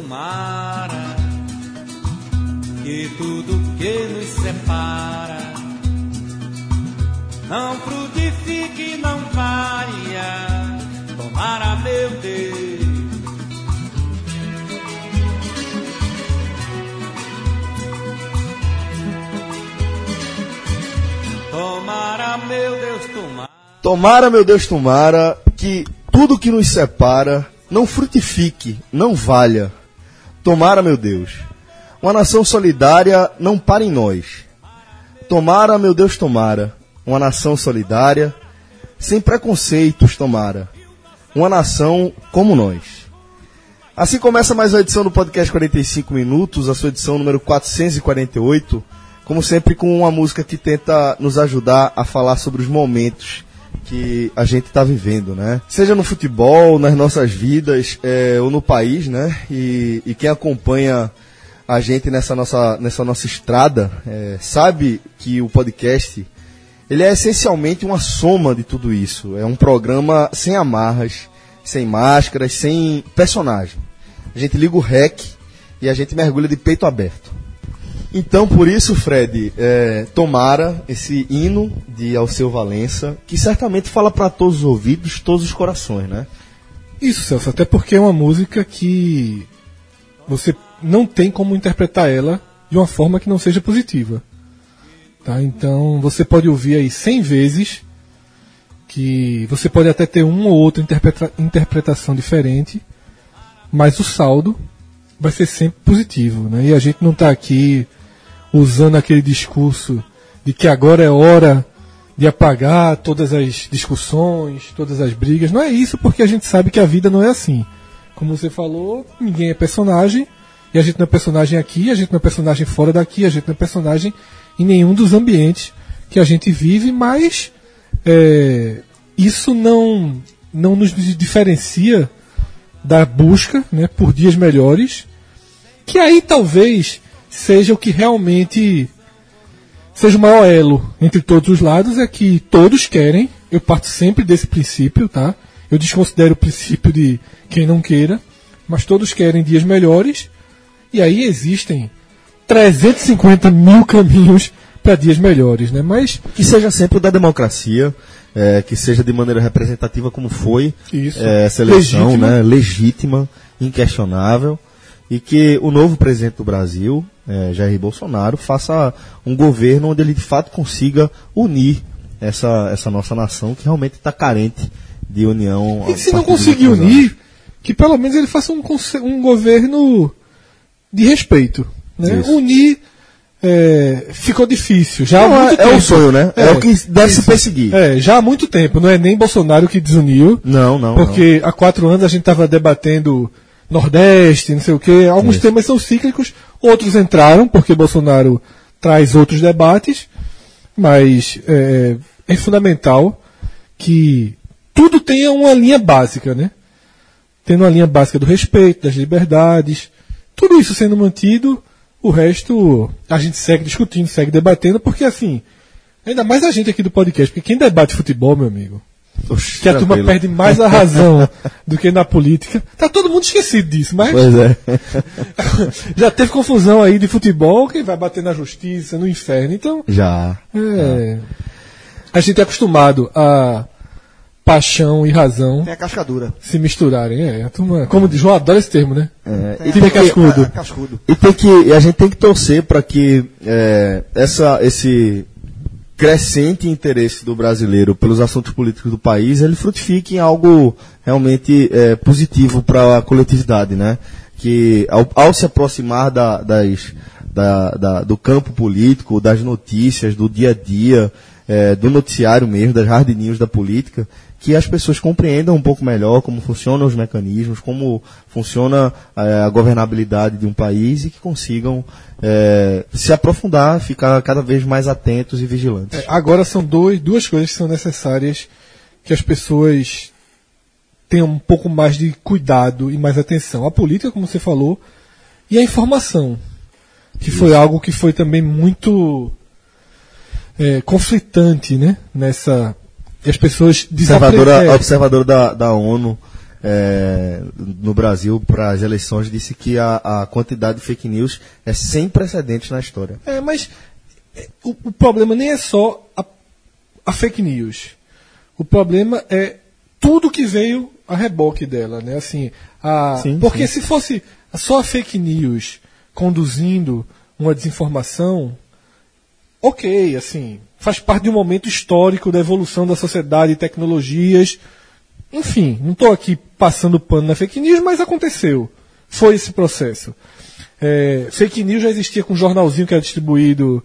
tomara que tudo que nos separa não frutifique, não varia. Tomara, meu Deus. Tomara, meu Deus, tomara. Tomara, meu Deus, tomara que tudo que nos separa não frutifique, não valha. Tomara, meu Deus. Uma nação solidária não para em nós. Tomara, meu Deus, tomara. Uma nação solidária, sem preconceitos, tomara. Uma nação como nós. Assim começa mais uma edição do podcast 45 Minutos, a sua edição número 448. Como sempre, com uma música que tenta nos ajudar a falar sobre os momentos que a gente está vivendo, né? Seja no futebol, nas nossas vidas é, ou no país, né? E, e quem acompanha a gente nessa nossa, nessa nossa estrada é, sabe que o podcast ele é essencialmente uma soma de tudo isso. É um programa sem amarras, sem máscaras, sem personagem. A gente liga o rec e a gente mergulha de peito aberto. Então, por isso, Fred, é, tomara esse hino de Alceu Valença, que certamente fala para todos os ouvidos, todos os corações, né? Isso, Celso, até porque é uma música que você não tem como interpretar ela de uma forma que não seja positiva. Tá? Então você pode ouvir aí 100 vezes, que você pode até ter uma ou outra interpreta- interpretação diferente, mas o saldo vai ser sempre positivo. Né? E a gente não está aqui usando aquele discurso de que agora é hora de apagar todas as discussões, todas as brigas. Não é isso, porque a gente sabe que a vida não é assim. Como você falou, ninguém é personagem, e a gente não é personagem aqui, a gente não é personagem fora daqui, a gente não é personagem em nenhum dos ambientes que a gente vive, mas é, isso não, não nos diferencia da busca né, por dias melhores, que aí talvez seja o que realmente seja o maior elo entre todos os lados, é que todos querem, eu parto sempre desse princípio, tá? Eu desconsidero o princípio de quem não queira, mas todos querem dias melhores, e aí existem 350 mil caminhos para dias melhores, né? Mas Que seja sempre o da democracia, é, que seja de maneira representativa como foi Isso. é, essa eleição, Legítima. né? Legítima, inquestionável, e que o novo presidente do Brasil, é, Jair Bolsonaro, faça um governo onde ele de fato consiga unir essa, essa nossa nação que realmente está carente de união. E a se partir não de conseguir muitos unir, que pelo menos ele faça um, conse- um governo de respeito. Né? Isso. Unir é, ficou difícil. Já há Não, muito é- é tempo. o sonho, né? É o que deve se perseguir. É, já há muito tempo. Não é nem Bolsonaro que desuniu, anos. Não, não. não. porque há quatro anos a gente estava debatendo Nordeste, não sei o quê. Alguns Isso. temas são cíclicos, outros entraram, porque Bolsonaro traz outros debates, mas é, é fundamental que tudo tenha uma linha básica, né? Tendo uma linha básica do respeito, das liberdades, tudo isso sendo mantido, o resto a gente segue discutindo, segue debatendo, porque assim, ainda mais a gente aqui do podcast, porque quem debate futebol, meu amigo, Oxe, que a turma tranquilo. perde mais a razão do que na política. Tá todo mundo esquecido disso, mas Pois é. já teve confusão aí de futebol, quem vai bater na justiça, no inferno. Então, Já. é, a gente é acostumado a paixão e razão Tem a cascadura. se misturarem. É, a turma, como diz, João adora esse termo, né? É, Tem e Fica a- cascudo. a- a- cascudo. E tem que e a gente tem que torcer para que é, essa esse crescente interesse do brasileiro pelos assuntos políticos do país ele frutifique em algo realmente é, positivo para a coletividade, né? Que ao, ao se aproximar da, das da, da- do campo político, das notícias, do dia a dia, é, do noticiário mesmo, das hard news da política, que as pessoas compreendam um pouco melhor como funcionam os mecanismos, como funciona eh, a governabilidade de um país e que consigam eh, se aprofundar, ficar cada vez mais atentos e vigilantes. É, agora são dois, duas coisas que são necessárias que as pessoas tenham um pouco mais de cuidado e mais atenção. A política, como você falou, e a informação, que foi algo que foi também muito é, conflitante, né? Nessa e as pessoas Observadora, desapre- é, observadora da, da ONU é, no Brasil para as eleições disse que a, a quantidade de fake news é sem precedentes na história. É, mas é, o, o problema nem é só a, a fake news. O problema é tudo que veio a reboque dela, né? Assim, a, Sim, porque se fosse só a fake news conduzindo uma desinformação, ok, assim, faz parte de um momento histórico da evolução da sociedade e tecnologias. Enfim, não estou aqui passando pano na fake news, mas aconteceu. Foi esse processo. É, fake news já existia com um jornalzinho que era distribuído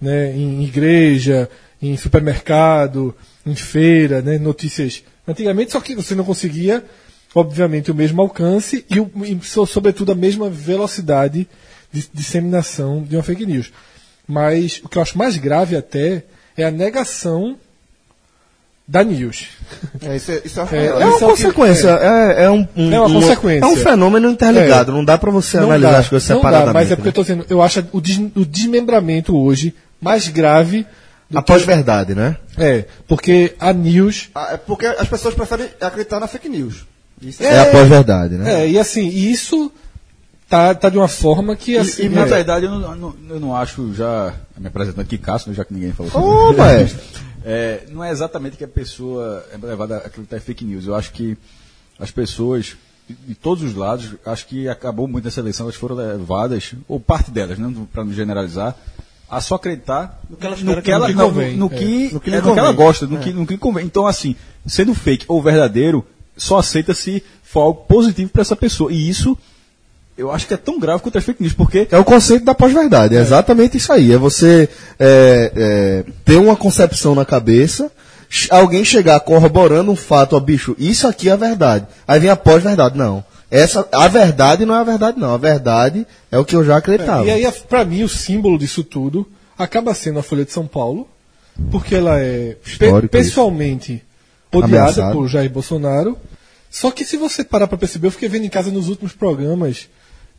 né, em igreja, em supermercado, em feira, né, notícias. Antigamente, só que você não conseguia, obviamente, o mesmo alcance e, o- e so- sobretudo, a mesma velocidade de disseminação de uma fake news. Mas o que eu acho mais grave até é a negação da news. É, isso, é, isso é uma É, É realidade. uma Isso é o que- consequência, é, é um, um- É uma um- consequência. É um fenômeno interligado, É. não dá para você analisar dá, as coisas não separadamente. Dá, mas é porque né? eu tô dizendo, eu acho o, des- o desmembramento hoje mais grave do A pós-verdade, né? que, É, porque a news. Ah, é porque as pessoas preferem acreditar na fake news. Isso É, a pós-verdade, né? É, e assim, e isso tá, tá de uma forma que assim. E, e, na é, verdade, eu não, eu não- eu não acho já. Me apresentando aqui, Cássio, né, já que ninguém falou. Ô, maestro. É, não é exatamente que a pessoa é levada a acreditar em fake news. Eu acho que as pessoas, de- de todos os lados, acho que acabou muito nessa eleição, elas foram levadas, ou parte delas, né, para não generalizar, a só acreditar no que, elas no querem, que, no ela, que não, convém, no é. que, No é, que lhe no que ela convém, gosta, no, que, no que lhe convém. Então, assim, sendo fake ou verdadeiro, só aceita se for algo positivo para essa pessoa. E isso. Eu acho que é tão grave quanto as fake news, porque É o conceito da pós-verdade, é exatamente isso aí. É você é, é, ter uma concepção na cabeça, ch- alguém chegar corroborando um fato, ó, bicho, isso aqui é a verdade. Aí vem a pós-verdade, não. Essa, a verdade não é a verdade, não. A verdade é o que eu já acreditava. E aí, a- pra mim, o símbolo disso tudo acaba sendo a Folha de São Paulo, porque ela é pe- Histórico pessoalmente odiada Ameaçada. por Jair Bolsonaro. Só que se você parar pra perceber, eu fiquei vendo em casa nos últimos programas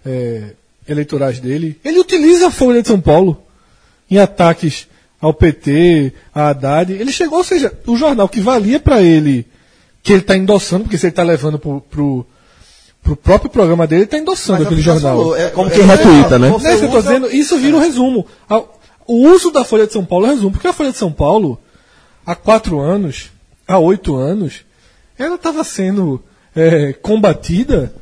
é, eleitorais dele, ele utiliza a Folha de São Paulo em ataques ao PT, a Haddad. Ele chegou, ou seja, o jornal que valia pra ele, que ele tá endossando, porque se ele tá levando pro, pro, pro próprio programa dele, ele tá endossando Mas é o aquele que você jornal. falou, é- Como é- quem é- retuita, né? você Não é isso que eu tô usa- dizendo. Isso vira um resumo. A- O uso da Folha de São Paulo é um resumo. Porque a Folha de São Paulo, há quatro anos, há oito anos, ela estava sendo é, combatida,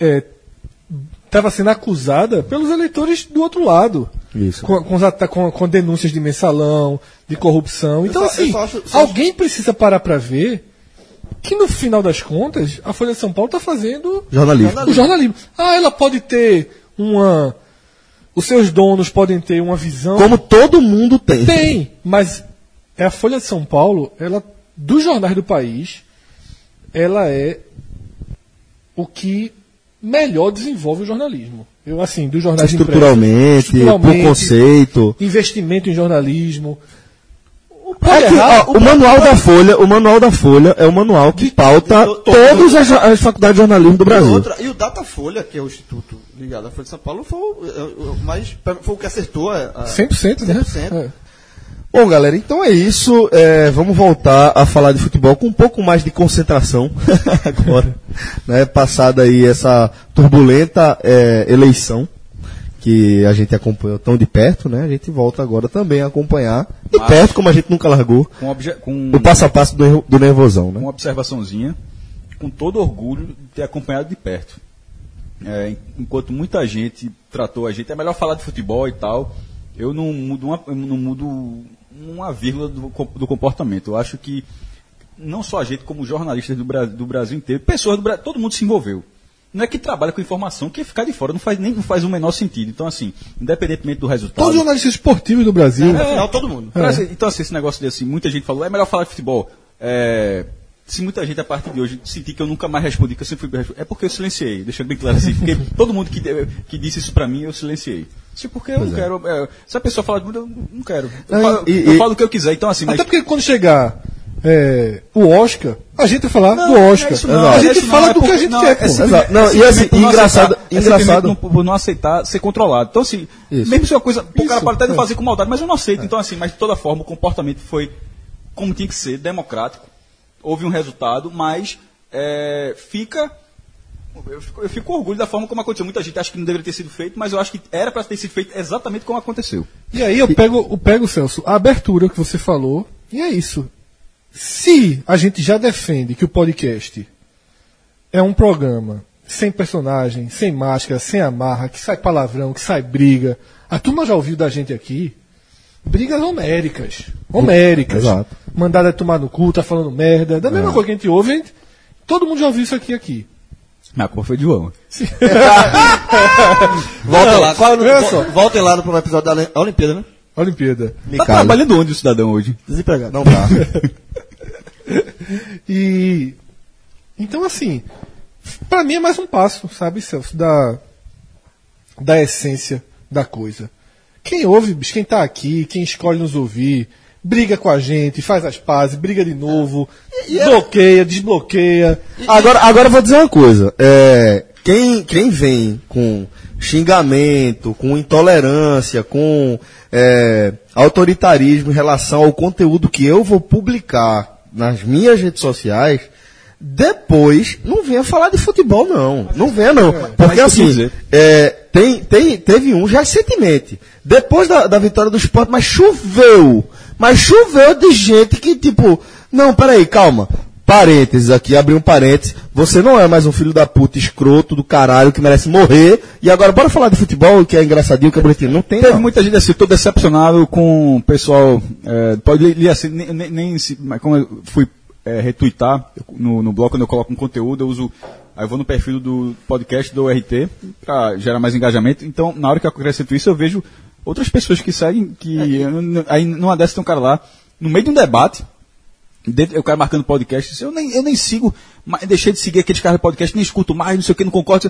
estava é, sendo acusada pelos eleitores do outro lado. Isso. Com, com os ata- com- com denúncias de mensalão, de corrupção. Então, só- eu assim, só acho- só acho- alguém precisa parar para ver que, no final das contas, a Folha de São Paulo está fazendo Jornalismo. o jornalismo. Ah, ela pode ter uma. Os seus donos podem ter uma visão. Como todo mundo tem. Tem, mas é a Folha de São Paulo, ela dos jornais do país, ela é o que melhor desenvolve o jornalismo. Eu assim, dos jornais Estruturalmente, Estruturalmente. por conceito. impressos, investimento em jornalismo. O É pode que, errar, ó, o manual da Folha, o manual da Folha é o manual que pauta to- to- todas as, as faculdades de jornalismo do E, Brasil. É outra, e o Datafolha, que é o instituto ligado à Folha de São Paulo, foi o, é, o mais, foi o que acertou a, a 100%, né? 100%. É. Bom, galera, então é isso. É, vamos voltar a falar de futebol com um pouco mais de concentração agora, né? Passada aí essa turbulenta é, eleição que a gente acompanhou tão de perto, né? A gente volta agora também a acompanhar de Mas- perto, como a gente nunca largou, com, obje- com- o passo a passo do, nervo- do nervosão, né? uma observaçãozinha, com todo orgulho de ter acompanhado de perto. É, en- enquanto muita gente tratou a gente, é melhor falar de futebol e tal, eu não mudo uma, eu não mudo uma vírgula do, co- do comportamento. Eu acho que não só a gente, como jornalistas do, Bra- do Brasil inteiro, pessoas do Brasil, todo mundo se envolveu. Não é que trabalha com informação que é ficar de fora, não faz, nem, não faz o menor sentido. Então, assim, independentemente do resultado. Todos os jornalistas esportivos do É. Brasil. No final, todo mundo. Pra ser- Então, assim, esse negócio de assim, muita gente falou, é melhor falar de futebol. É, se muita gente, a partir de hoje, sentir que eu nunca mais respondi, que eu sempre fui respondido, é porque eu silenciei, deixando bem claro assim, porque todo mundo que, de- que disse isso pra mim, eu silenciei. Isso porque eu não quero. é, se a pessoa falar de muito, eu não quero. Eu, Não, falo, e- eu e- falo o que eu quiser, então assim, mas. Até porque quando chegar é, o Oscar, a gente vai falar Não, do não é Oscar. isso não, a é gente isso não, fala é do que a porque- gente não, quer, é pô. simplesmente- Exato. Não, e simplesmente assim, por não engraçado- aceitar, é simplesmente engraçado- não- por não aceitar ser controlado. Então, assim, Isso. mesmo se é uma coisa. Pô, o cara Isso, pode até não é. fazer com maldade, mas eu não aceito. Então, assim, mas de toda forma, o comportamento foi como tinha que ser, democrático. Houve um resultado, mas é, fica. Eu fico, eu fico com orgulho da forma como aconteceu. Muita gente acha que não deveria ter sido feito, mas eu acho que era para ter sido feito exatamente como aconteceu. E aí eu pego, eu pego, Celso, a abertura que você falou, e é isso. Se a gente já defende que o podcast é um programa sem personagem, sem máscara, sem amarra, que sai palavrão, que sai briga, a turma já ouviu da gente aqui brigas homéricas. Homéricas. Exato. Mandada tomar no cu, tá falando merda. Da mesma coisa que a gente ouve, a gente- todo mundo já ouviu isso aqui aqui. Na cor foi de João. Volta lá. Qual, olha só. voltem lá no próximo episódio da Olé- Olimpíada, né? Olimpíada. Me tá calo. trabalhando onde o cidadão hoje? Desempregado. Não dá. E então assim, pra mim é mais um passo, sabe, Celso, da da essência da coisa. Quem ouve, bicho, quem tá aqui, quem escolhe nos ouvir, briga com a gente, faz as pazes, briga de novo, é- bloqueia, desbloqueia. Agora, agora eu vou dizer uma coisa. É, quem, quem vem com xingamento, com intolerância, com é, autoritarismo em relação ao conteúdo que eu vou publicar nas minhas redes sociais, depois não venha falar de futebol, não. Não venha, não. Porque É, mas isso assim, dizer. é, tem, tem, teve um já recentemente. Depois da, da vitória do esporte, mas choveu. Mas choveu de gente que, tipo, não, peraí, calma. Parênteses aqui, abri um parênteses. Você não é mais um filho da puta escroto do caralho que merece morrer. E agora bora falar de futebol, que é engraçadinho, que é bonitinho. Não tem, Teve não. muita gente assim, eu tô decepcionado com o pessoal. É, pode ler assim, nem, nem- nem se- mas como eu fui é, retweetar eu- no, no blog, quando eu coloco um conteúdo, eu uso. Aí eu vou no perfil do podcast do RT pra gerar mais engajamento. Então, na hora que eu acrescento isso, eu vejo outras pessoas que seguem, que eu não- aí numa dessas tem um cara lá, no meio de um debate, Dentro, o cara marcando podcast, eu nem, eu nem sigo, mas deixei de seguir aqueles caras de podcast, nem escuto mais, não sei o que, não concordo.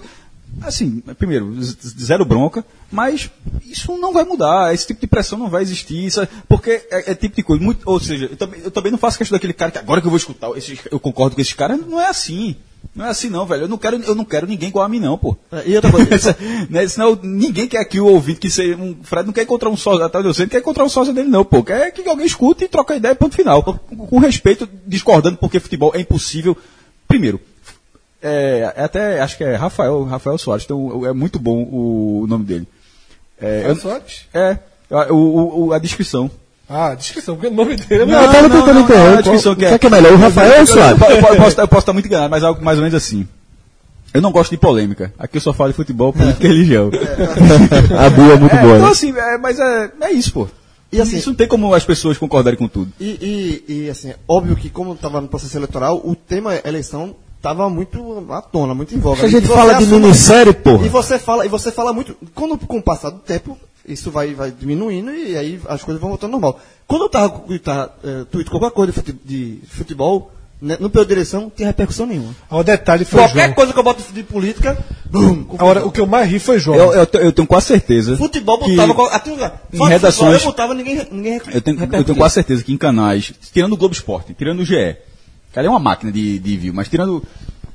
Assim, primeiro, z- zero bronca, mas isso não vai mudar, esse tipo de pressão não vai existir, isso é- porque é, é tipo de coisa. Muito, ou seja, eu também, eu também não faço questão daquele cara que agora que eu vou escutar, esses- eu concordo com esses caras, não é assim. Não é assim não, velho. Eu não quero, eu não quero ninguém igual a mim, não, pô. É, e outra coisa- Essa- né, Senão ninguém quer aqui o ouvinte que seja um. Fred não quer encontrar um sócio, atrás de você, não quer encontrar um sócio dele, não, pô. Quer que alguém escute e troca ideia, ponto final. Com, com respeito, discordando porque futebol é impossível. Primeiro, é, é até acho que é Rafael, Rafael Soares, então é muito bom o, o nome dele. É, eu- Soares? é a- o- o- o- a descrição. Ah, a descrição, porque o nome dele é Não, eu tava tentando entender. a descrição Qual- o que é que é melhor, o Rafael ou o Suárez? Eu, po- eu posso, eu posso estar muito enganado, mas algo mais ou menos assim. Eu não gosto de polêmica. Aqui eu só falo de futebol, política e religião. A boa é muito É, boa. Então né? assim, é, mas é, é isso, pô. E assim- isso não tem como as pessoas concordarem com tudo. E, e, e, assim, óbvio que como estava no processo eleitoral, o tema eleição estava muito à tona, muito em voga. A gente E você fala de assume- minissérie, porra. E você fala, e você fala muito. Quando com o passar do tempo, isso vai, vai diminuindo e aí as coisas vão voltando ao normal. Quando eu tava, eu tava eh, tweet qualquer coisa de fute- de futebol, né, no período de eleição, não tinha repercussão nenhuma. Ah, O detalhe foi Qualquer João. coisa que eu boto de política, bum, Agora, o que eu mais ri foi João. Eu, eu te- eu tenho quase certeza. futebol que- botava qual- até um lugar. em Fora de futebol, redações- eu botava ninguém, ninguém Eu tenho, eu repercutia. tenho quase certeza que em canais, tirando o Globo Esporte, tirando o GE, cara, é uma máquina de, de view, mas tirando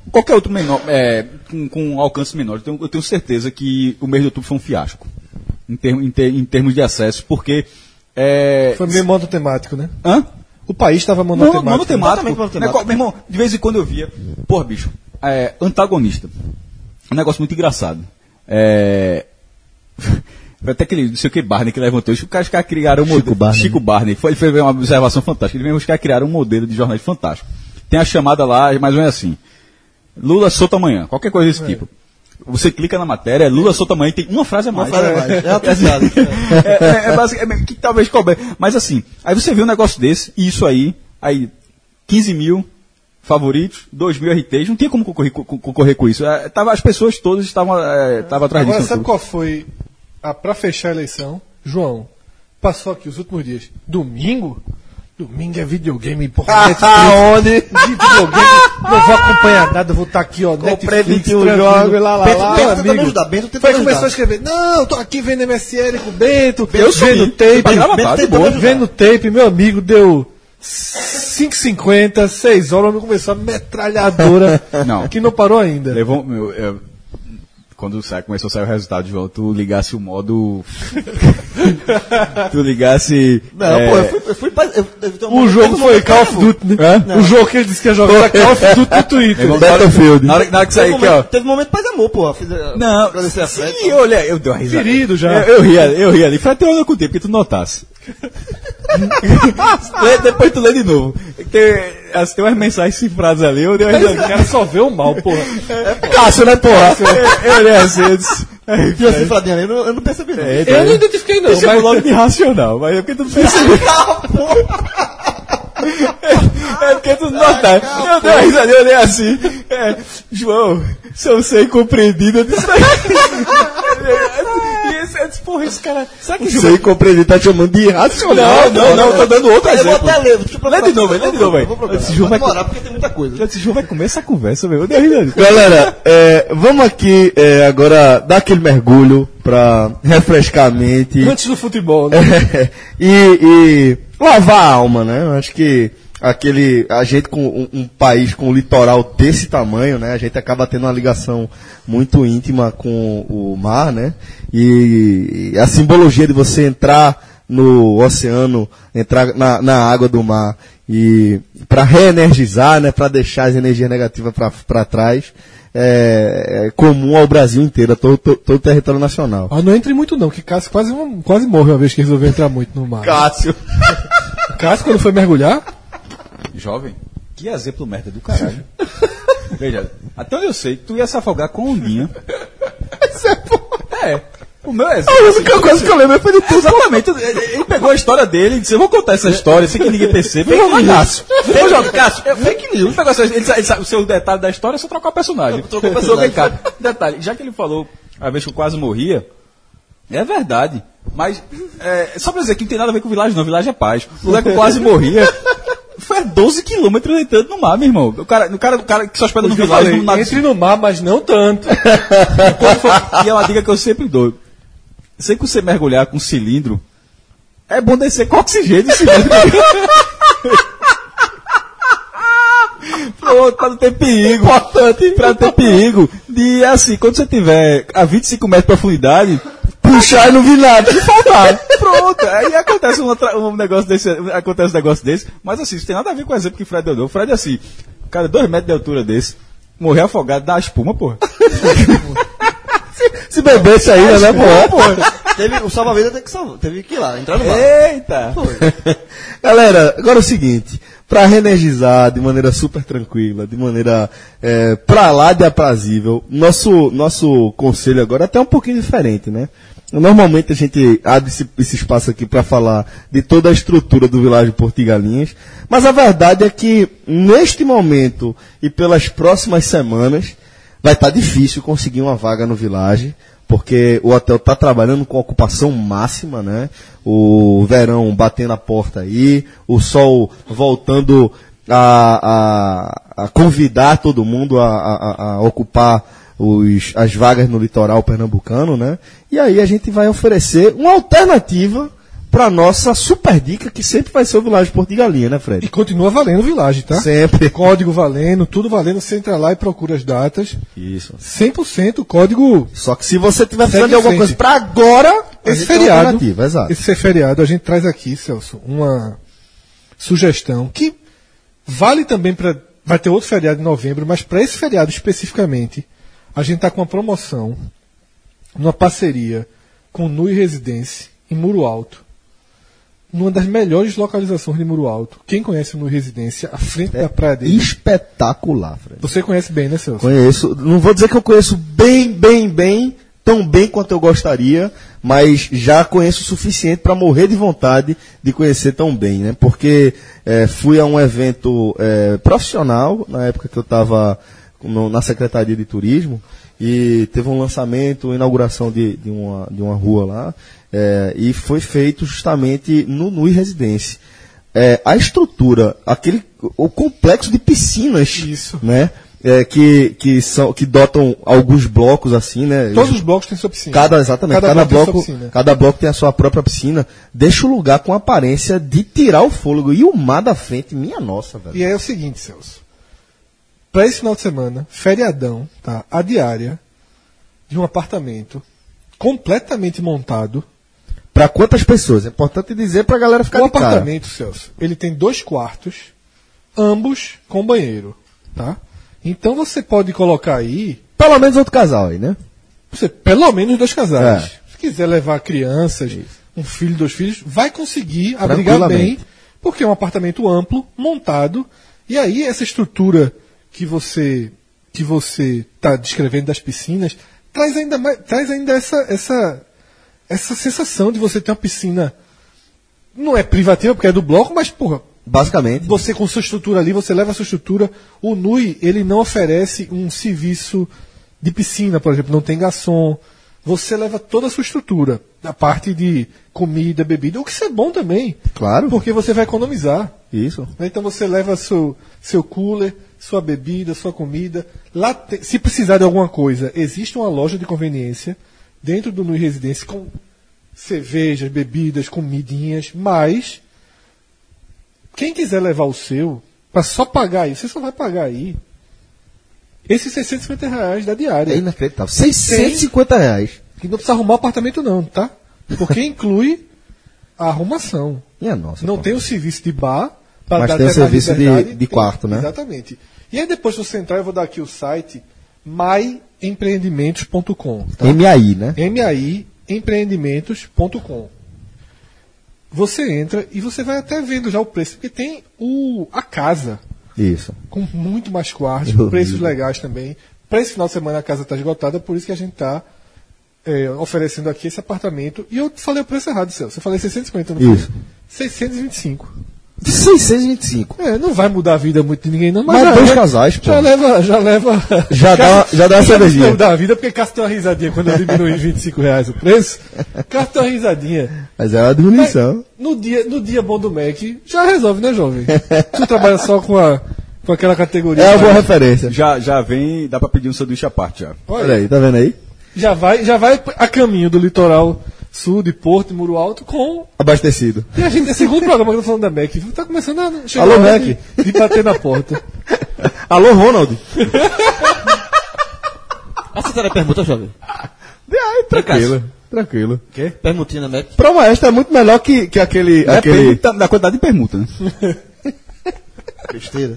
qualquer outro menor, é, com, com alcance menor, eu tenho, eu tenho certeza que o mês de outubro foi um fiasco. Em, termo- em ter- em termos de acesso, porque. É, Foi meio monotemático, né? Hã? O país estava Monotemático. monotemático. Totalmente monotemático. Né, Meu irmão, de vez em quando eu via. Porra, bicho, é, antagonista. Um negócio muito engraçado. É. Até aquele, não sei o que, Barney que levantou. Os caras caras criaram um modelo. Chico Barney. Foi, ele fez uma observação fantástica. Ele mesmo, os caras criaram um modelo de jornalismo fantástico. Tem a chamada lá, mais ou menos assim. Lula solta amanhã. Qualquer coisa desse tipo. Você clica na matéria, é Lula solta amanhã e tem uma frase a mais. frase a mais. É uma assim, piada. é, é, é basic- é que talvez cobre. Mas assim, aí você vê um negócio desse, e isso aí, aí 15 mil favoritos, 2 mil RTs, não tinha como concorrer, co- co- concorrer com isso. É, tava, as pessoas todas estavam é, tava atrás Agora, disso. sabe qual foi a pra fechar a eleição? João, passou aqui os últimos dias. Domingo? Domingo é videogame, porra. Aonde? De videogame, não vou acompanhar nada, vou estar aqui, ó. Comprei Netflix, 21 tranquilo. jogos, lá, lá, Bento, lá, Bento amigo. tentando ajudar, Bento tentando Foi, ajudar. começou a escrever, não, tô aqui vendo MSN com o Bento, Eu subi. vendo tape, Pra gravar, tá, de Bento boa. tentando vendo tape, meu amigo, deu 5,50, 6 horas, o homem começou a metralhadora, Não. que não parou ainda. Levou, meu, é, quando sa- começou a sair o resultado, João, tu ligasse o modo. tu ligasse. Não, é, pô, eu fui, eu fui pra- eu- eu- eu- O jogo eu- foi eu- Call of Duty, né? Hã? O jogo que ele disse que ia jogar era Call of Duty no Twitter. meu irmão, Battlefield. Na hora, na hora que Teve sair um aqui, momento, ó. teve um momento paz e amor, pô. Fiz, eh, Não, agradecer a Fred. sim, olha, eu dei uma risada. Ferido já. Eu, eu ria, eu ria ali. Fred, eu não contei porque tu notasse. Lê- Depois tu lê de novo. Tem, as, tem umas mensagens cifradas ali, eu dei uma Mas o risada. cara só vê o mal, porra. Cássio, né, porra? Eu olhei assim, eu disse, E eu, assim, Fradinha, eu, não- eu não percebi, não. é, Eu não identifiquei, não. Ele chamou Mas logo de racional, mas é porque tu não percebeu. É porque tu não notaste. Eu dei uma risadinha, eu olhei assim. É, João, se eu sei compreendido, eu disse. E esse- eu disse, porra, esse cara. Será que Não sei compreender, tá te chamando de irracional. Não, não, não, eu tô dando outro Eu vou exemplo. até ler. Deixa eu Lê de novo, lê de novo, Eu velho. vou procurar. Esse jogo Vai vai- demorar, porque tem muita coisa. Esse João vai comer essa conversa, meu. Eu é, dei uma risadinha. Galera, é, vamos aqui é, agora dar aquele mergulho pra refrescar a mente. antes do futebol, né? É, e, e lavar a alma, né? Eu acho que aquele a gente com um, um país com um litoral desse tamanho, né? A gente acaba tendo uma ligação muito íntima com o mar, né? E, a simbologia de você entrar no oceano, entrar na, na água do mar e para reenergizar, né? Para deixar as energias negativas para trás. É, é comum ao Brasil inteiro, a todo, todo, todo o território nacional. Ah, não entre muito, não, que Cássio quase, quase morre uma vez que resolveu entrar muito no mar. Cássio. Cássio, quando foi mergulhar, Jovem, que exemplo merda do caralho. Veja, até onde eu sei, tu ia se afogar com ondinha. É, o meu exemplo. A única coisa que eu lembro foi de É, Exatamente, ele pegou a história dele e disse: Eu vou contar essa história sem que ninguém perceba. Fake news. Cássio. Fake news. Cássio, é fake news. Ele pegou essa, ele, sa- ele sabe o seu detalhe da história é só trocar o personagem. Trocou o Ele jogou em personagem. cara. Detalhe, já que ele falou a vez que eu quase morria, é verdade. Mas, é, só pra dizer que não tem nada a ver com vilagem, não. Vilagem é paz. O moleque quase morria. Foi a 12 quilômetros entrando no mar, meu irmão. O cara, o cara, o cara que só espera no eu vilagem, falei, no navio. entre no mar, mas não tanto. Quando for- e é uma dica que eu sempre dou. Sempre que você mergulhar com um cilindro, é bom descer com oxigênio e cilindro. Pronto, pra não ter perigo. Importante. Pra não ter perigo. De assim, quando você tiver a 25 metros de profundidade, puxar e não vi nada. e faltar. Pronto. Aí acontece um, outra- um negócio desse. Acontece um negócio desse. Mas assim, isso tem nada a ver com o exemplo que o Fred deu. não. O Fred é assim, cara, dois metros de altura desse, morrer afogado, dá espuma, porra. Se bebesse ainda, né, pô? Teve o salva-vidas teve que salvar. Teve que ir lá, entrar no mar. Eita! Galera, agora é o seguinte. Pra reenergizar de maneira super tranquila, de maneira é, pra lá de aprazível, nosso, nosso conselho agora é até um pouquinho diferente, né? Normalmente a gente abre esse, esse espaço aqui pra falar de toda a estrutura do Vilagem Portigalinhas, mas a verdade é que neste momento e pelas próximas semanas, Vai estar difícil conseguir uma vaga no Village, porque o hotel está trabalhando com ocupação máxima, né? O verão batendo a porta aí, o sol voltando a, a- a convidar todo mundo a, a- a- a ocupar os- as vagas no litoral pernambucano, né? E aí a gente vai oferecer uma alternativa para nossa super dica, que sempre vai ser o Village Porto de Galinha, né, E Fred? continua valendo o Village, tá? Sempre. Código valendo, tudo valendo. Você entra lá e procura as datas. Isso. 100% código. Só que se você tiver Segue fazendo em alguma frente. coisa para agora, a Esse gente tem uma feriado. alternativa, Exato. Esse feriado, a gente traz aqui, Celso, uma sugestão que vale também para. Vai ter outro feriado em novembro, mas para esse feriado especificamente, a gente tá com uma promoção, numa parceria com Nui Residência, em Muro Alto. Numa das melhores localizações de Muro Alto. Quem conhece o Nui Residência, à frente É. da praia dele. espetacular, Fred. Você conhece bem, né, Celso? Conheço, não vou dizer que eu conheço bem, bem, bem, tão bem quanto eu gostaria, mas já conheço o suficiente para morrer de vontade de conhecer tão bem, né? Porque eh, fui a um evento eh, profissional na época que eu estava na Secretaria de Turismo e teve um lançamento, inauguração de, de uma, de uma rua lá eh, e foi feito justamente no Nui Residência. Eh, a estrutura, aquele, o complexo de piscinas, Isso. né? É, que, que, são, que dotam alguns blocos assim, né? Todos os blocos têm sua piscina. Cada, exatamente, cada, tem sua bloco, piscina. cada bloco tem a sua própria piscina, deixa o lugar com aparência de tirar o fôlego. E o mar da frente, minha nossa, velho. E aí é o seguinte, Celso. Pra esse final de semana, feriadão, tá? A diária de um apartamento completamente montado. Pra quantas pessoas? É importante dizer pra galera ficar o de cara. Um apartamento, Celso, ele tem dois quartos, ambos com banheiro, tá? Então você pode colocar aí, Pelo menos outro casal aí, né? você, pelo menos dois casais. É. Se quiser levar crianças, um filho, dois filhos, vai conseguir abrigar bem, Tranquilamente. porque é um apartamento amplo, montado, e aí essa estrutura que você que você está descrevendo das piscinas traz ainda mais, traz ainda essa essa essa sensação de você ter uma piscina não é privativa porque é do bloco, mas porra, Basicamente. você com sua estrutura ali, você leva a sua estrutura. O NUI, ele não oferece um serviço de piscina, por exemplo, não tem garçom. Você leva toda a sua estrutura, da parte de comida, bebida, o que isso é bom também, Claro. porque você vai economizar. Isso. né? Então você leva seu, seu cooler, sua bebida, sua comida. Lá te- se precisar de alguma coisa, existe uma loja de conveniência dentro do Nui Residência com cervejas, bebidas, comidinhas, mas quem quiser levar o seu, para só pagar aí, você só vai pagar aí esses 650 reais da diária. É inacreditável. 650 reais. E não precisa arrumar apartamento não, tá? Porque inclui a arrumação. Minha nossa. Não pô. tem o serviço de bar, pra Mas dar tem o até mais serviço de- liberdade. de quarto, né? Exatamente. E aí depois que você entrar, eu vou dar aqui o site maiempreendimentos.com. MAI, né? maiempreendimentos.com. Você entra e você vai até vendo já o preço, porque tem o a casa Isso. com muito mais quartos, Eu preços vi. legais também. Para esse final de semana a casa está esgotada, por isso que a gente está oferecendo aqui esse apartamento. E eu falei o preço errado, Celso. Eu falei 650, não Isso. falei? 625. De 625. É, não vai mudar a vida muito de ninguém, não. Mas, já dois leva- casais, pô. Já leva, já leva. Já dá uma- já dá uma cervejinha. Não dá a vida, porque Cássio tem uma risadinha quando eu diminuí 25 reais o preço. Cássio tem uma risadinha. Mas é uma Mas diminuição. no, dia, no dia bom do Mac, já resolve, né, jovem? Tu trabalha só com, a, com aquela categoria. É uma boa mas- referência. Já, já vem, dá pra pedir um sanduíche à parte já. Olha aí, tá vendo aí? Já vai, já vai a caminho do litoral sul de Porto e Muro Alto com. Abastecido. E a gente, é o segundo programa que eu tô falando da Mac. Tá começando a chegar Alô, a hora Mac. de- de bater na porta. Alô, Ronald. Aceitaram a é permuta, jovem? Ah, tranquilo. Tranquilo. Permutina, né? é Mac. Promo extra é muito melhor que, que aquele. Depende aquele... da, da quantidade de É permuta, né? Besteira.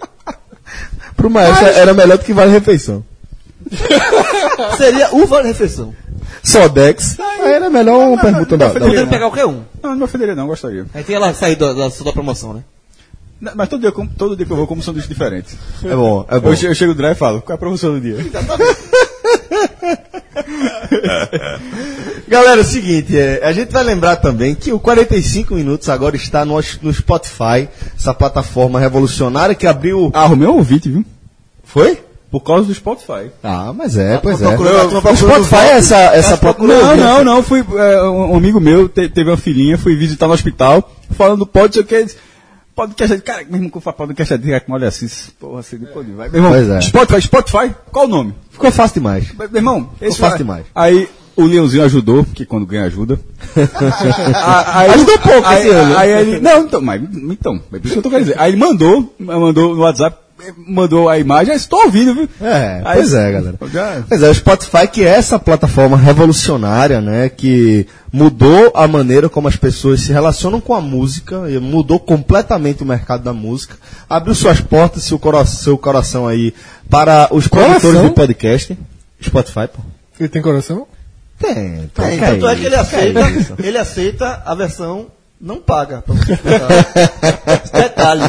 Pro maestro era melhor do que vale refeição. Seria o vale refeição. Sodex. Aí era melhor um permuta da. da- Podendo pegar qualquer um. Não, não me ofenderia não, gostaria. Aí tem ela sair da, da, da promoção, né? Não, Mas todo dia, eu como- todo dia que eu vou, eu como um sanduíche diferente. É bom, é bom. Eu, che- eu chego no drive e falo, qual é a promoção do dia? Galera, é o seguinte, é, a gente vai lembrar também que o 45 Minutos agora está no, no Spotify, essa plataforma revolucionária que abriu. Ah, Romeu ouvinte, viu? Foi? Por causa do Spotify. Ah, mas é, pois é. procurou- tá procurando Tá o Spotify é essa, essa procura. Tá Não, não, não. Fui, é, um amigo meu te- teve uma filhinha, fui visitar no hospital, falando do pod, sei o que. Podcast, é cara, mesmo que eu falo podcast, cara, olha assim, porra, assim, pô, vai. Meu irmão, Pois é. Spotify, Spotify, qual o nome? Ficou fácil demais. Meu irmão, esse faço vai- demais. Aí o Leãozinho ajudou, porque quando ganha ajuda. A- aí, Ajudou pouco aí, esse ano. Aí ele, não, então, mas então, é por isso que eu tô querendo dizer. Aí ele mandou, mandou no WhatsApp, mandou a imagem, estou ouvindo, viu? É, Aí- pois é, galera. Já- Pois é, o Spotify que é essa plataforma revolucionária, né, que mudou a maneira como as pessoas se relacionam com a música, e mudou completamente o mercado da música, abriu suas portas, seu, cora seu coração aí para os produtores Coração? de podcast. Spotify, pô. Ele tem coração? Tem, então tem. É, tanto é que ele aceita, isso? ele aceita a versão não paga. Pra você escutar. Detalhe.